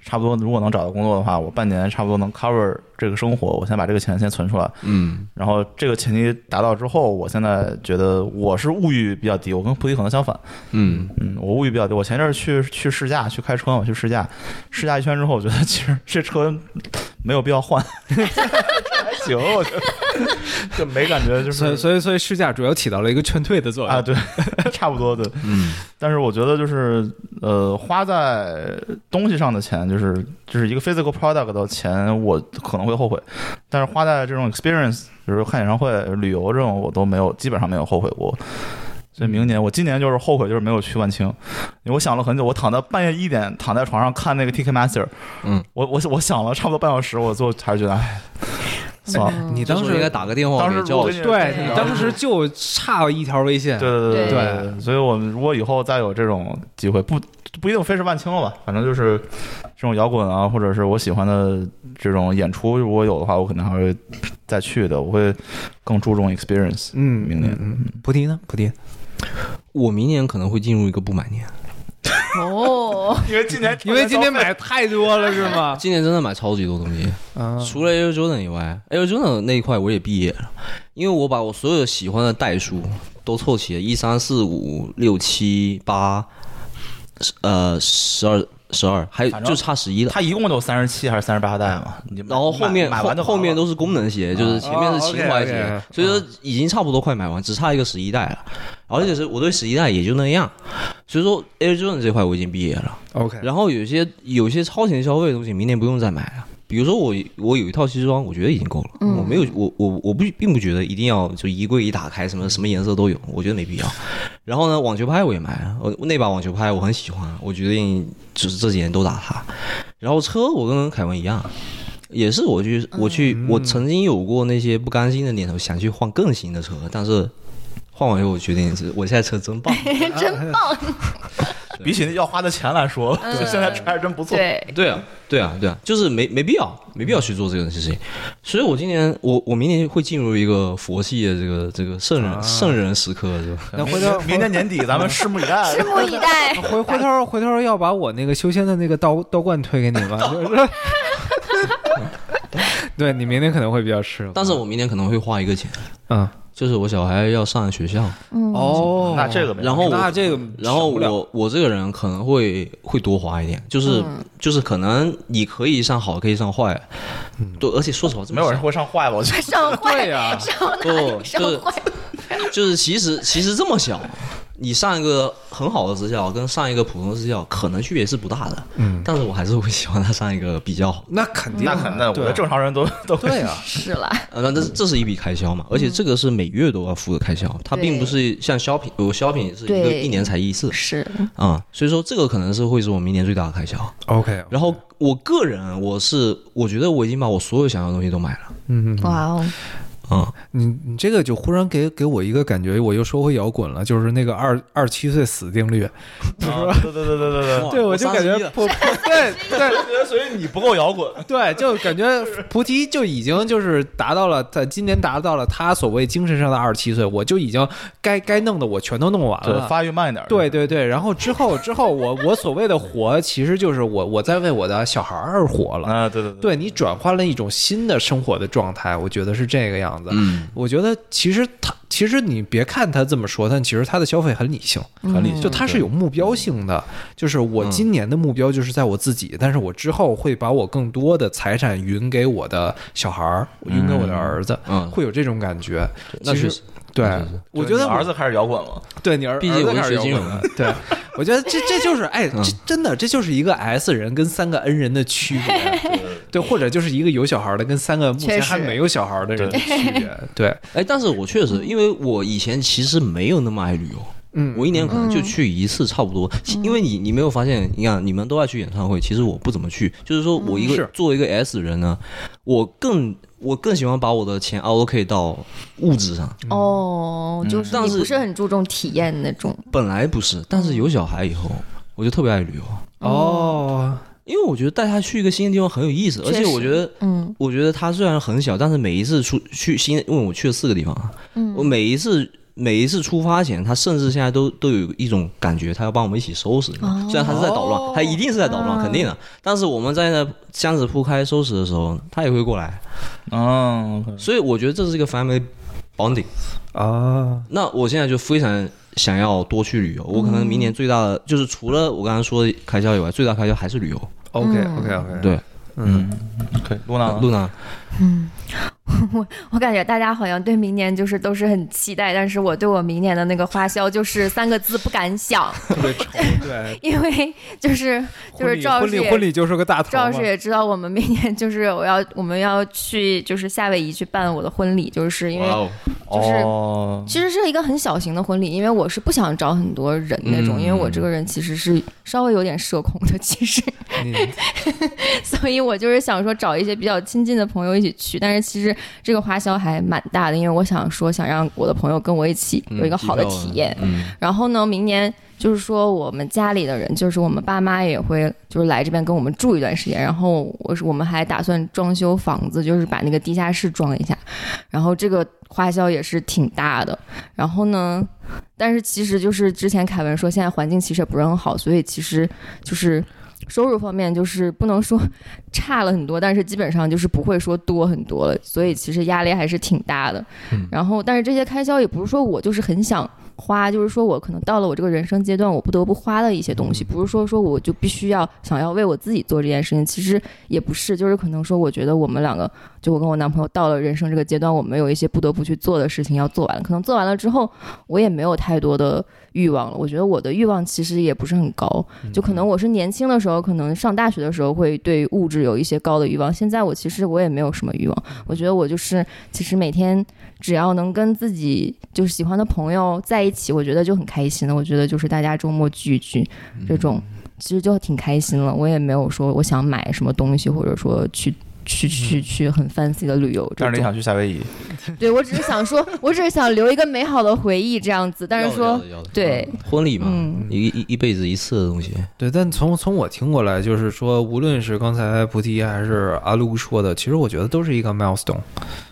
S5: 差不多如果能找到工作的话，我半年差不多能 cover 这个生活，我先把这个钱先存出来，
S6: 嗯，
S5: 然后这个前提达到之后，我现在觉得我是物欲比较低，我跟菩提可能相反。
S6: 嗯，
S5: 嗯，我物欲比较低。我前阵儿去去试驾，去开车嘛，去试驾，试驾一圈之后，我觉得其实这车没有必要换， 这还行，我觉得就没感觉，就
S4: 所以
S5: 是啊
S4: 所以所以 试驾主要起到了一个劝退的作用
S5: 啊，对，差不多对。嗯，但是我觉得就是呃，花在东西上的钱，就是就是一个 physical product 的钱，我可能会后悔，但是花在这种 experience，比如说看演唱会、旅游这种，我都没有，基本上没有后悔过。所以明年，我今年就是后悔，就是没有去万青，因为我想了很久，我躺在半夜一点躺在床上看那个 TK Master，
S6: 嗯，
S5: 我我我想了差不多半小时，我最后还是觉得，哎，算 了。
S7: 嗯
S4: 你
S6: 当
S4: 当
S6: 时
S4: 时
S6: 应该打个电话
S5: 当
S6: 给
S5: 时
S6: 赵
S5: 我
S6: 老
S5: 跟
S6: 师，
S5: 你
S4: 对
S7: 对
S4: 你当时就差一条微信，
S5: 对对对
S4: 对
S5: 对，所以我们如果以后再有这种机会，不不一定非是万青了吧，反正就是这种摇滚啊，或者是我喜欢的这种演出，如果有的话，我可能还会再去的，我会更注重 experience。
S4: 嗯，
S5: 明年
S4: 嗯，嗯菩提呢？菩提，
S6: 我明年可能会进入一个不买年，
S7: 哦，
S5: 因为今年
S4: 因为今天买太多了是吗？
S6: 今年真的买超级多东西，
S4: 啊，
S5: 嗯
S6: 除了 Air Jordan 以外，Air Jordan 那一块我也毕业了，因为我把我所有喜欢的代数都凑齐了，一三四五六七八，呃十二十二，还有
S5: 反正
S6: 就差十一了。
S5: 他一共就三十七还是三十八代嘛，你买
S6: 然后后面
S5: 买买
S6: 后
S5: 完就嗯
S6: 后面
S5: 都
S6: 都是功能鞋，就是前面是情怀鞋，
S4: 哦
S6: 所以说已经差不多快买完，只差一个十一代了。而且是我对十一代也就那样，所以说 Air Jordan 这块我已经毕业了。
S4: OK，
S6: 然后有些有些超前消费的东西，明年不用再买了。比如说我我有一套西装，我觉得已经够了，我没有我我我不并不觉得一定要就衣柜一打开什么什么颜色都有，我觉得没必要。然后呢，网球拍我也买了，我那把网球拍我很喜欢，我决定就是这几年都打它。然后车我跟凯文一样。也是我去，我去，我曾经有过那些不甘心的念头，想去换更新的车，但是换完以后我决定是，我现在车真棒，
S5: 比起那要花的钱来说，就现在这还真不错。
S7: 对，
S6: 嗯对啊，对啊，对啊，就是没没必要，没必要去做这种事情。所以我今年，我我明年会进入一个佛系的这个这个圣人、圣人时刻，是吧？
S4: 啊那回头
S5: 明明年年底咱们拭目以待。
S7: 拭目以待。
S4: 回回头回头要把我那个修仙的那个道道观推给你吧， 就是。对你明天可能会比较吃，
S6: 但是我明年可能会花一个钱，
S4: 嗯
S6: 就是我小孩要上学校，
S7: 嗯
S4: 哦
S5: 那这个没
S6: 然后
S4: 那
S6: 我
S4: 这个
S6: 然后
S4: 少不了
S6: 我我这个人可能会会多花一点，就是、就是可能你可以上好，可以上坏，
S4: 嗯
S6: 对，而且说实话，这么
S5: 没有人
S6: 想
S5: 会上坏吧？我觉得
S7: 上
S4: 对
S7: 坏，
S4: 呀，
S7: 上
S6: 不
S7: 哪，
S6: 就是
S7: 上坏？
S6: 就是其实其实这么想，你上一个很好的职校跟上一个普通的职校可能区别是不大的，嗯，但是我还是会喜欢他上一个比较好，
S4: 那肯定
S5: 那
S4: 啊，
S5: 肯定，我觉
S4: 对
S5: 得正常人都都会
S4: 对啊，
S7: 是啦，
S6: 呃，那这这是一笔开销嘛，而且这个是每月都要付的开销，它并不是像 shopping，我 shopping 是一个
S7: 对
S6: 一年才一次
S7: 是
S6: 啊、所以说这个可能是会是我明年最大的开销。
S4: 嗯 OK，
S6: 然后我个人啊我是我觉得我已经把我所有想要的东西都买了，
S4: 嗯，
S7: 哇哦，
S6: 嗯，
S4: 你你这个就忽然给给我一个感觉，我又说回摇滚了，就是那个二二十七岁死定律，
S5: 啊对对对对对对。
S6: 哇
S4: 对我就感觉
S6: 31了
S4: 不对对
S5: 所以你不够摇滚，
S4: 对，就感觉菩提就已经就是达到了，他今年达到了他所谓精神上的二十七岁，我就已经该该弄的我全都弄完
S5: 啊对，
S4: 了。
S5: 发育慢一点。
S4: 对对对，然后之后之后我我所谓的活，其实就是我我在为我的小孩儿而活了。
S5: 啊，对对对，
S4: 对你转换了一种新的生活的状态，我觉得是这个样子。
S6: 嗯，
S4: 我觉得其实他，其实你别看他这么说，但其实他的消费很理性，
S5: 很理性
S4: 就他是有目标性的。就是我今年的目标就是在我自己，但是我之后会把我更多的财产匀给我的小孩儿，匀给我的儿子，
S6: 嗯
S4: 会有这种感觉。
S6: 那
S4: 其
S6: 确
S4: 实
S6: 实，
S4: 对
S6: 那确实，
S4: 我觉得
S5: 你
S4: 我
S5: 儿子开始摇滚了，
S4: 对你儿，
S6: 毕竟
S4: 儿子
S6: 我
S4: 开
S6: 是
S4: 始
S6: 学金
S4: 摇
S6: 融
S4: 滚了。 对，我觉得这这就是哎，这真的这就是一个 S 人跟三个 N 人的区别， 对，或者就是一个有小孩的跟三个目前还没有小孩的人的区别，对，
S6: 哎，但是我确实，因为我以前其实没有那么爱旅游，
S4: 嗯
S6: 我一年可能就去一次，差不多。其
S7: 嗯
S6: 因为你你没有发现，你看你们都爱去演唱会，其实我不怎么去。就是说我一个、
S4: 嗯是
S6: 作为一个 S 人呢，我更我更喜欢把我的钱 allocate 到物质上。
S7: 哦，就是
S6: 但
S7: 你
S6: 是
S7: 不是很注重体验那种，
S6: 本来不是，但是有小孩以后，我就特别爱旅游，
S4: 哦，
S6: 因为我觉得带他去一个新的地方很有意思，而且
S7: 确实
S6: 我觉得。
S7: 嗯，
S6: 我觉得它虽然很小，但是每一次出去新，因为我去了四个地方啊，
S7: 嗯
S6: 我每一次每一次出发前，他甚至现在都都有一种感觉，他要帮我们一起收拾。
S7: 哦
S6: 虽然他是在捣乱，他一定是在捣乱，
S7: 嗯
S6: 肯定的。但是我们在那箱子铺开收拾的时候，他也会过来，
S5: 嗯，
S6: 所以我觉得这是一个 family bonding。
S4: 啊，
S6: 那我现在就非常想要多去旅游，我可能明
S7: 嗯
S6: 年最大的、就是除了我刚才说的开销以外，最大开销还是旅游。
S7: 嗯
S4: OK OK OK，
S6: 对，
S5: 可以，露娜呢
S6: 露娜，
S7: 我我感觉大家好像对明年就是都是很期待，但是我对我明年的那个花销就是三个字不敢想，
S4: 特别丑，对，
S7: 因为就是 就是
S4: 婚礼
S7: 赵
S4: 婚
S7: 师
S4: 礼
S7: 也
S4: 婚礼就是个大头
S7: 赵
S4: 嘛
S7: 老师也知道，我们明年就是我要我们要去就是夏威夷去办我的婚礼，就是因为
S6: 哇哦，
S7: 就是
S5: 哦，
S7: 其实是一个很小型的婚礼，因为我是不想找很多人那种，
S4: 嗯
S7: 因为我这个人其实是稍微有点社恐的，其实，
S4: 你
S7: 所以我就是想说找一些比较亲近的朋友一起去，但是其实这个花销还蛮大的，因为我想说想让我的朋友跟我一起有一个好的体验，
S6: 嗯，
S7: 然后呢，明年就是说我们家里的人，就是我们爸妈也会就是来这边跟我们住一段时间。然后我是我们还打算装修房子，就是把那个地下室装一下。然后这个花销也是挺大的。然后呢，但是其实就是之前凯文说现在环境其实也不是很好，所以其实就是。收入方面就是不能说差了很多，但是基本上就是不会说多很多了，所以其实压力还是挺大的。然后，但是这些开销也不是说我就是很想花，就是说我可能到了我这个人生阶段，我不得不花的一些东西，不是说说我就必须要想要为我自己做这件事情，其实也不是，就是可能说我觉得我们两个，就我跟我男朋友到了人生这个阶段，我们有一些不得不去做的事情要做完了，可能做完了之后，我也没有太多的欲望了，我觉得我的欲望其实也不是很高，就可能我是年轻的时候，可能上大学的时候会对物质有一些高的欲望，现在我其实我也没有什么欲望，我觉得我就是其实每天。只要能跟自己就是喜欢的朋友在一起，我觉得就很开心了。我觉得就是大家周末聚一聚，这种其实就挺开心了。我也没有说我想买什么东西，或者说去。去去去很 fancy 的旅游，这
S5: 但是你
S7: 种
S5: 想去夏威夷，
S7: 对我只是想说，我只是想留一个美好的回忆这样子。但是
S6: 要
S7: 说
S6: 的，要的
S7: 对，
S6: 婚礼嘛，
S7: 嗯
S6: 一一一辈子一次的东西，
S4: 对，但从从我听过来，就是说，无论是刚才菩提还是阿路说的，其实我觉得都是一个 milestone，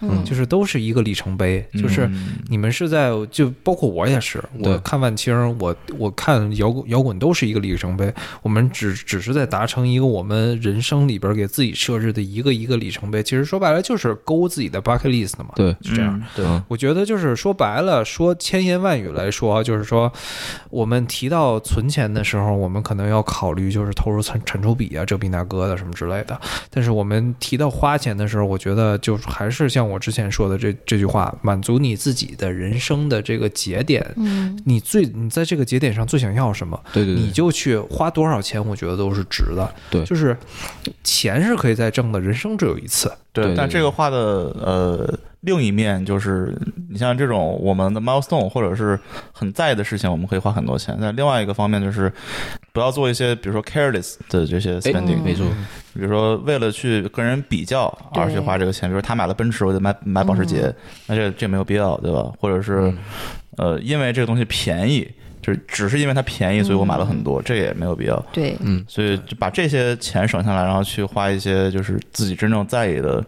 S7: 嗯
S4: 就是都是一个里程碑，就是
S5: 嗯
S4: 你们是在就包括我也是，
S6: 对
S4: 我看万青，我我看摇滚摇滚都是一个里程碑，我们只只是在达成一个我们人生里边给自己设置的一个一个里程碑，其实说白了就是勾自己的 bucket list 嘛，
S6: 对，
S4: 是这样。
S5: 嗯对，
S4: 我觉得就是说白了，说千言万语来说，就是说我们提到存钱的时候，我们可能要考虑就是投入产产出比啊，这比那个的什么之类的。但是我们提到花钱的时候，我觉得就是还是像我之前说的这这句话，满足你自己的人生的这个节点，
S7: 嗯，
S4: 你最你在这个节点上最想要什么，
S6: 对对对，
S4: 你就去花多少钱，我觉得都是值的。
S6: 对
S4: 就是钱是可以再挣的，人生只有一次。
S6: 对
S5: 对
S6: 对，
S5: 但
S6: 对
S5: 这个话的呃另一面就是，你像这种我们的 milestone 或者是很在意的事情，我们可以花很多钱。但另外一个方面就是，不要做一些比如说 careless 的这些
S6: 哎
S5: spending，、
S6: 没错，
S5: 比如说为了去跟人比较
S7: 对
S5: 而去花这个钱，比如他买了奔驰，我得买买保时捷，那这这没有必要，对吧？或者是、呃，因为这个东西便宜。就是只是因为它便宜，所以我买了很多，这也没有必要。
S7: 对，
S6: 嗯，
S5: 所以就把这些钱省下来，然后去花一些就是自己真正在意的，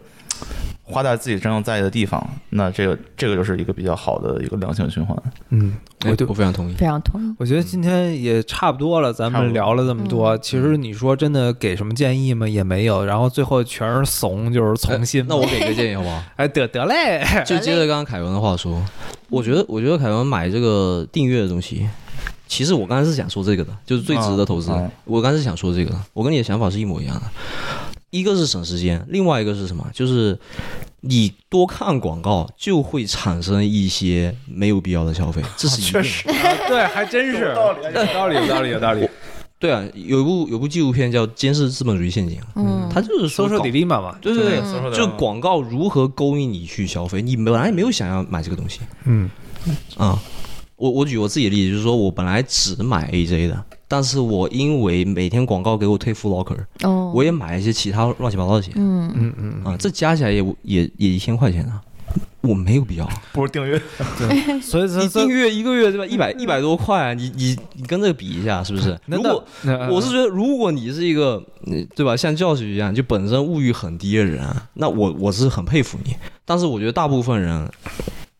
S5: 花在自己真正在意的地方，那这个这个就是一个比较好的一个良性循环。
S4: 嗯，
S6: 哎
S4: 我对
S6: 我非常同意，
S7: 非常同意。
S4: 我觉得今天也差不多了，咱们聊了这么多，其实你说真的给什么建议吗？也没有，然后最后全是怂，就是从心
S6: 哎
S4: 嘛。
S6: 那我给个建议好不好？
S4: 哎得得嘞，
S6: 就接着刚刚凯文的话说，我觉得，我觉得凯文买这个订阅的东西，其实我刚才是想说这个的，就是最值得投资的。
S5: 嗯嗯
S6: 我刚才是想说这个的，我跟你的想法是一模一样的。一个是省时间，另外一个是什么？就是你多看广告就会产生一些没有必要的消费，这 是一定的。
S4: 对，还真是 有道理，有道理，有道理，有道理。
S6: 对啊，有一部有部纪录片叫《监视资本主义陷阱》，
S7: 嗯，
S6: 它就是说
S4: 搜说
S6: 广
S4: 底力嘛嘛，
S6: 对对对，
S5: 嗯
S6: 就广告如何勾引你去消费，你本来没有想要买这个东西，
S4: 嗯
S6: 啊、我我举我自己的例子，就是说我本来只买 AJ 的，但是我因为每天广告给我退 Foot Locker，
S7: 哦，
S6: 我也买一些其他乱七八糟的鞋
S7: 嗯，
S4: 嗯嗯，
S6: 啊、这加起来也也也一千块钱啊，我没有必要。
S5: 不如订阅，
S4: 所以
S6: 你
S4: 说
S6: 订阅一个月对吧？一百一百多块、啊，你你你跟这个比一下是不是？
S4: 那
S6: 如
S4: 那
S6: 果我
S4: 嗯
S6: 是觉得，如果你是一个，嗯对吧，像教授一样，就本身物欲很低的人啊，那我我是很佩服你。但是我觉得大部分人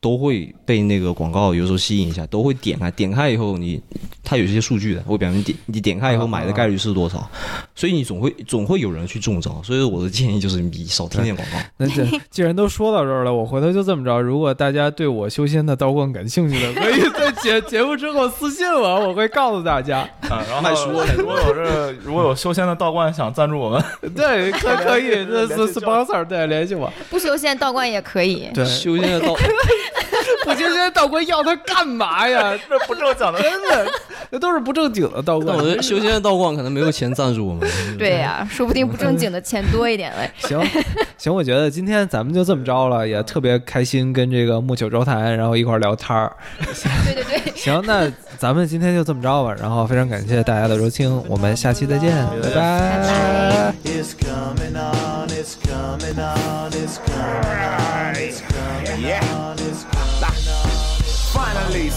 S6: 都会被那个广告有时候吸引一下，都会点开，点开以后你，它它有一些数据的，会表明点你点开以后买的概率是多少，所以你总会总会有人去中招。所以我的建议就是你少听点广告。
S4: 那这既然都说到这儿了，我回头就这么着。如果大家对我修仙的道观感兴趣的，可以在节节目之后私信我，我会告诉大家。
S5: 啊，然后
S6: 卖书
S5: 如果有这如果有修仙的道观想赞助我们，
S4: 对，可可以，那
S5: 联
S4: 是
S5: 系
S4: sponsor，对，联系我。
S7: 不修仙道观也可以。
S4: 对，
S6: 修仙的道，
S4: 不修仙道观要它干嘛呀？
S5: 这不正讲的。
S4: 真的，那都是不正经的道
S6: 但
S4: 观
S6: 我。觉得修仙的道观可能没有钱赞助我们。
S7: 对呀、说不定不正经的钱多一点嘞。
S4: 行行，我觉得今天咱们就这么着了，也特别开心，跟这个木九周谈，然后一块儿聊天儿。
S7: 对对对，
S4: 行，那咱们今天就这么着吧。然后非常感谢大家的收听，我们下期再见，拜
S7: 拜
S4: 拜
S7: 拜。
S1: It's coming on, it's coming on, it's coming on, it's coming on, it's coming on.
S11: Finally,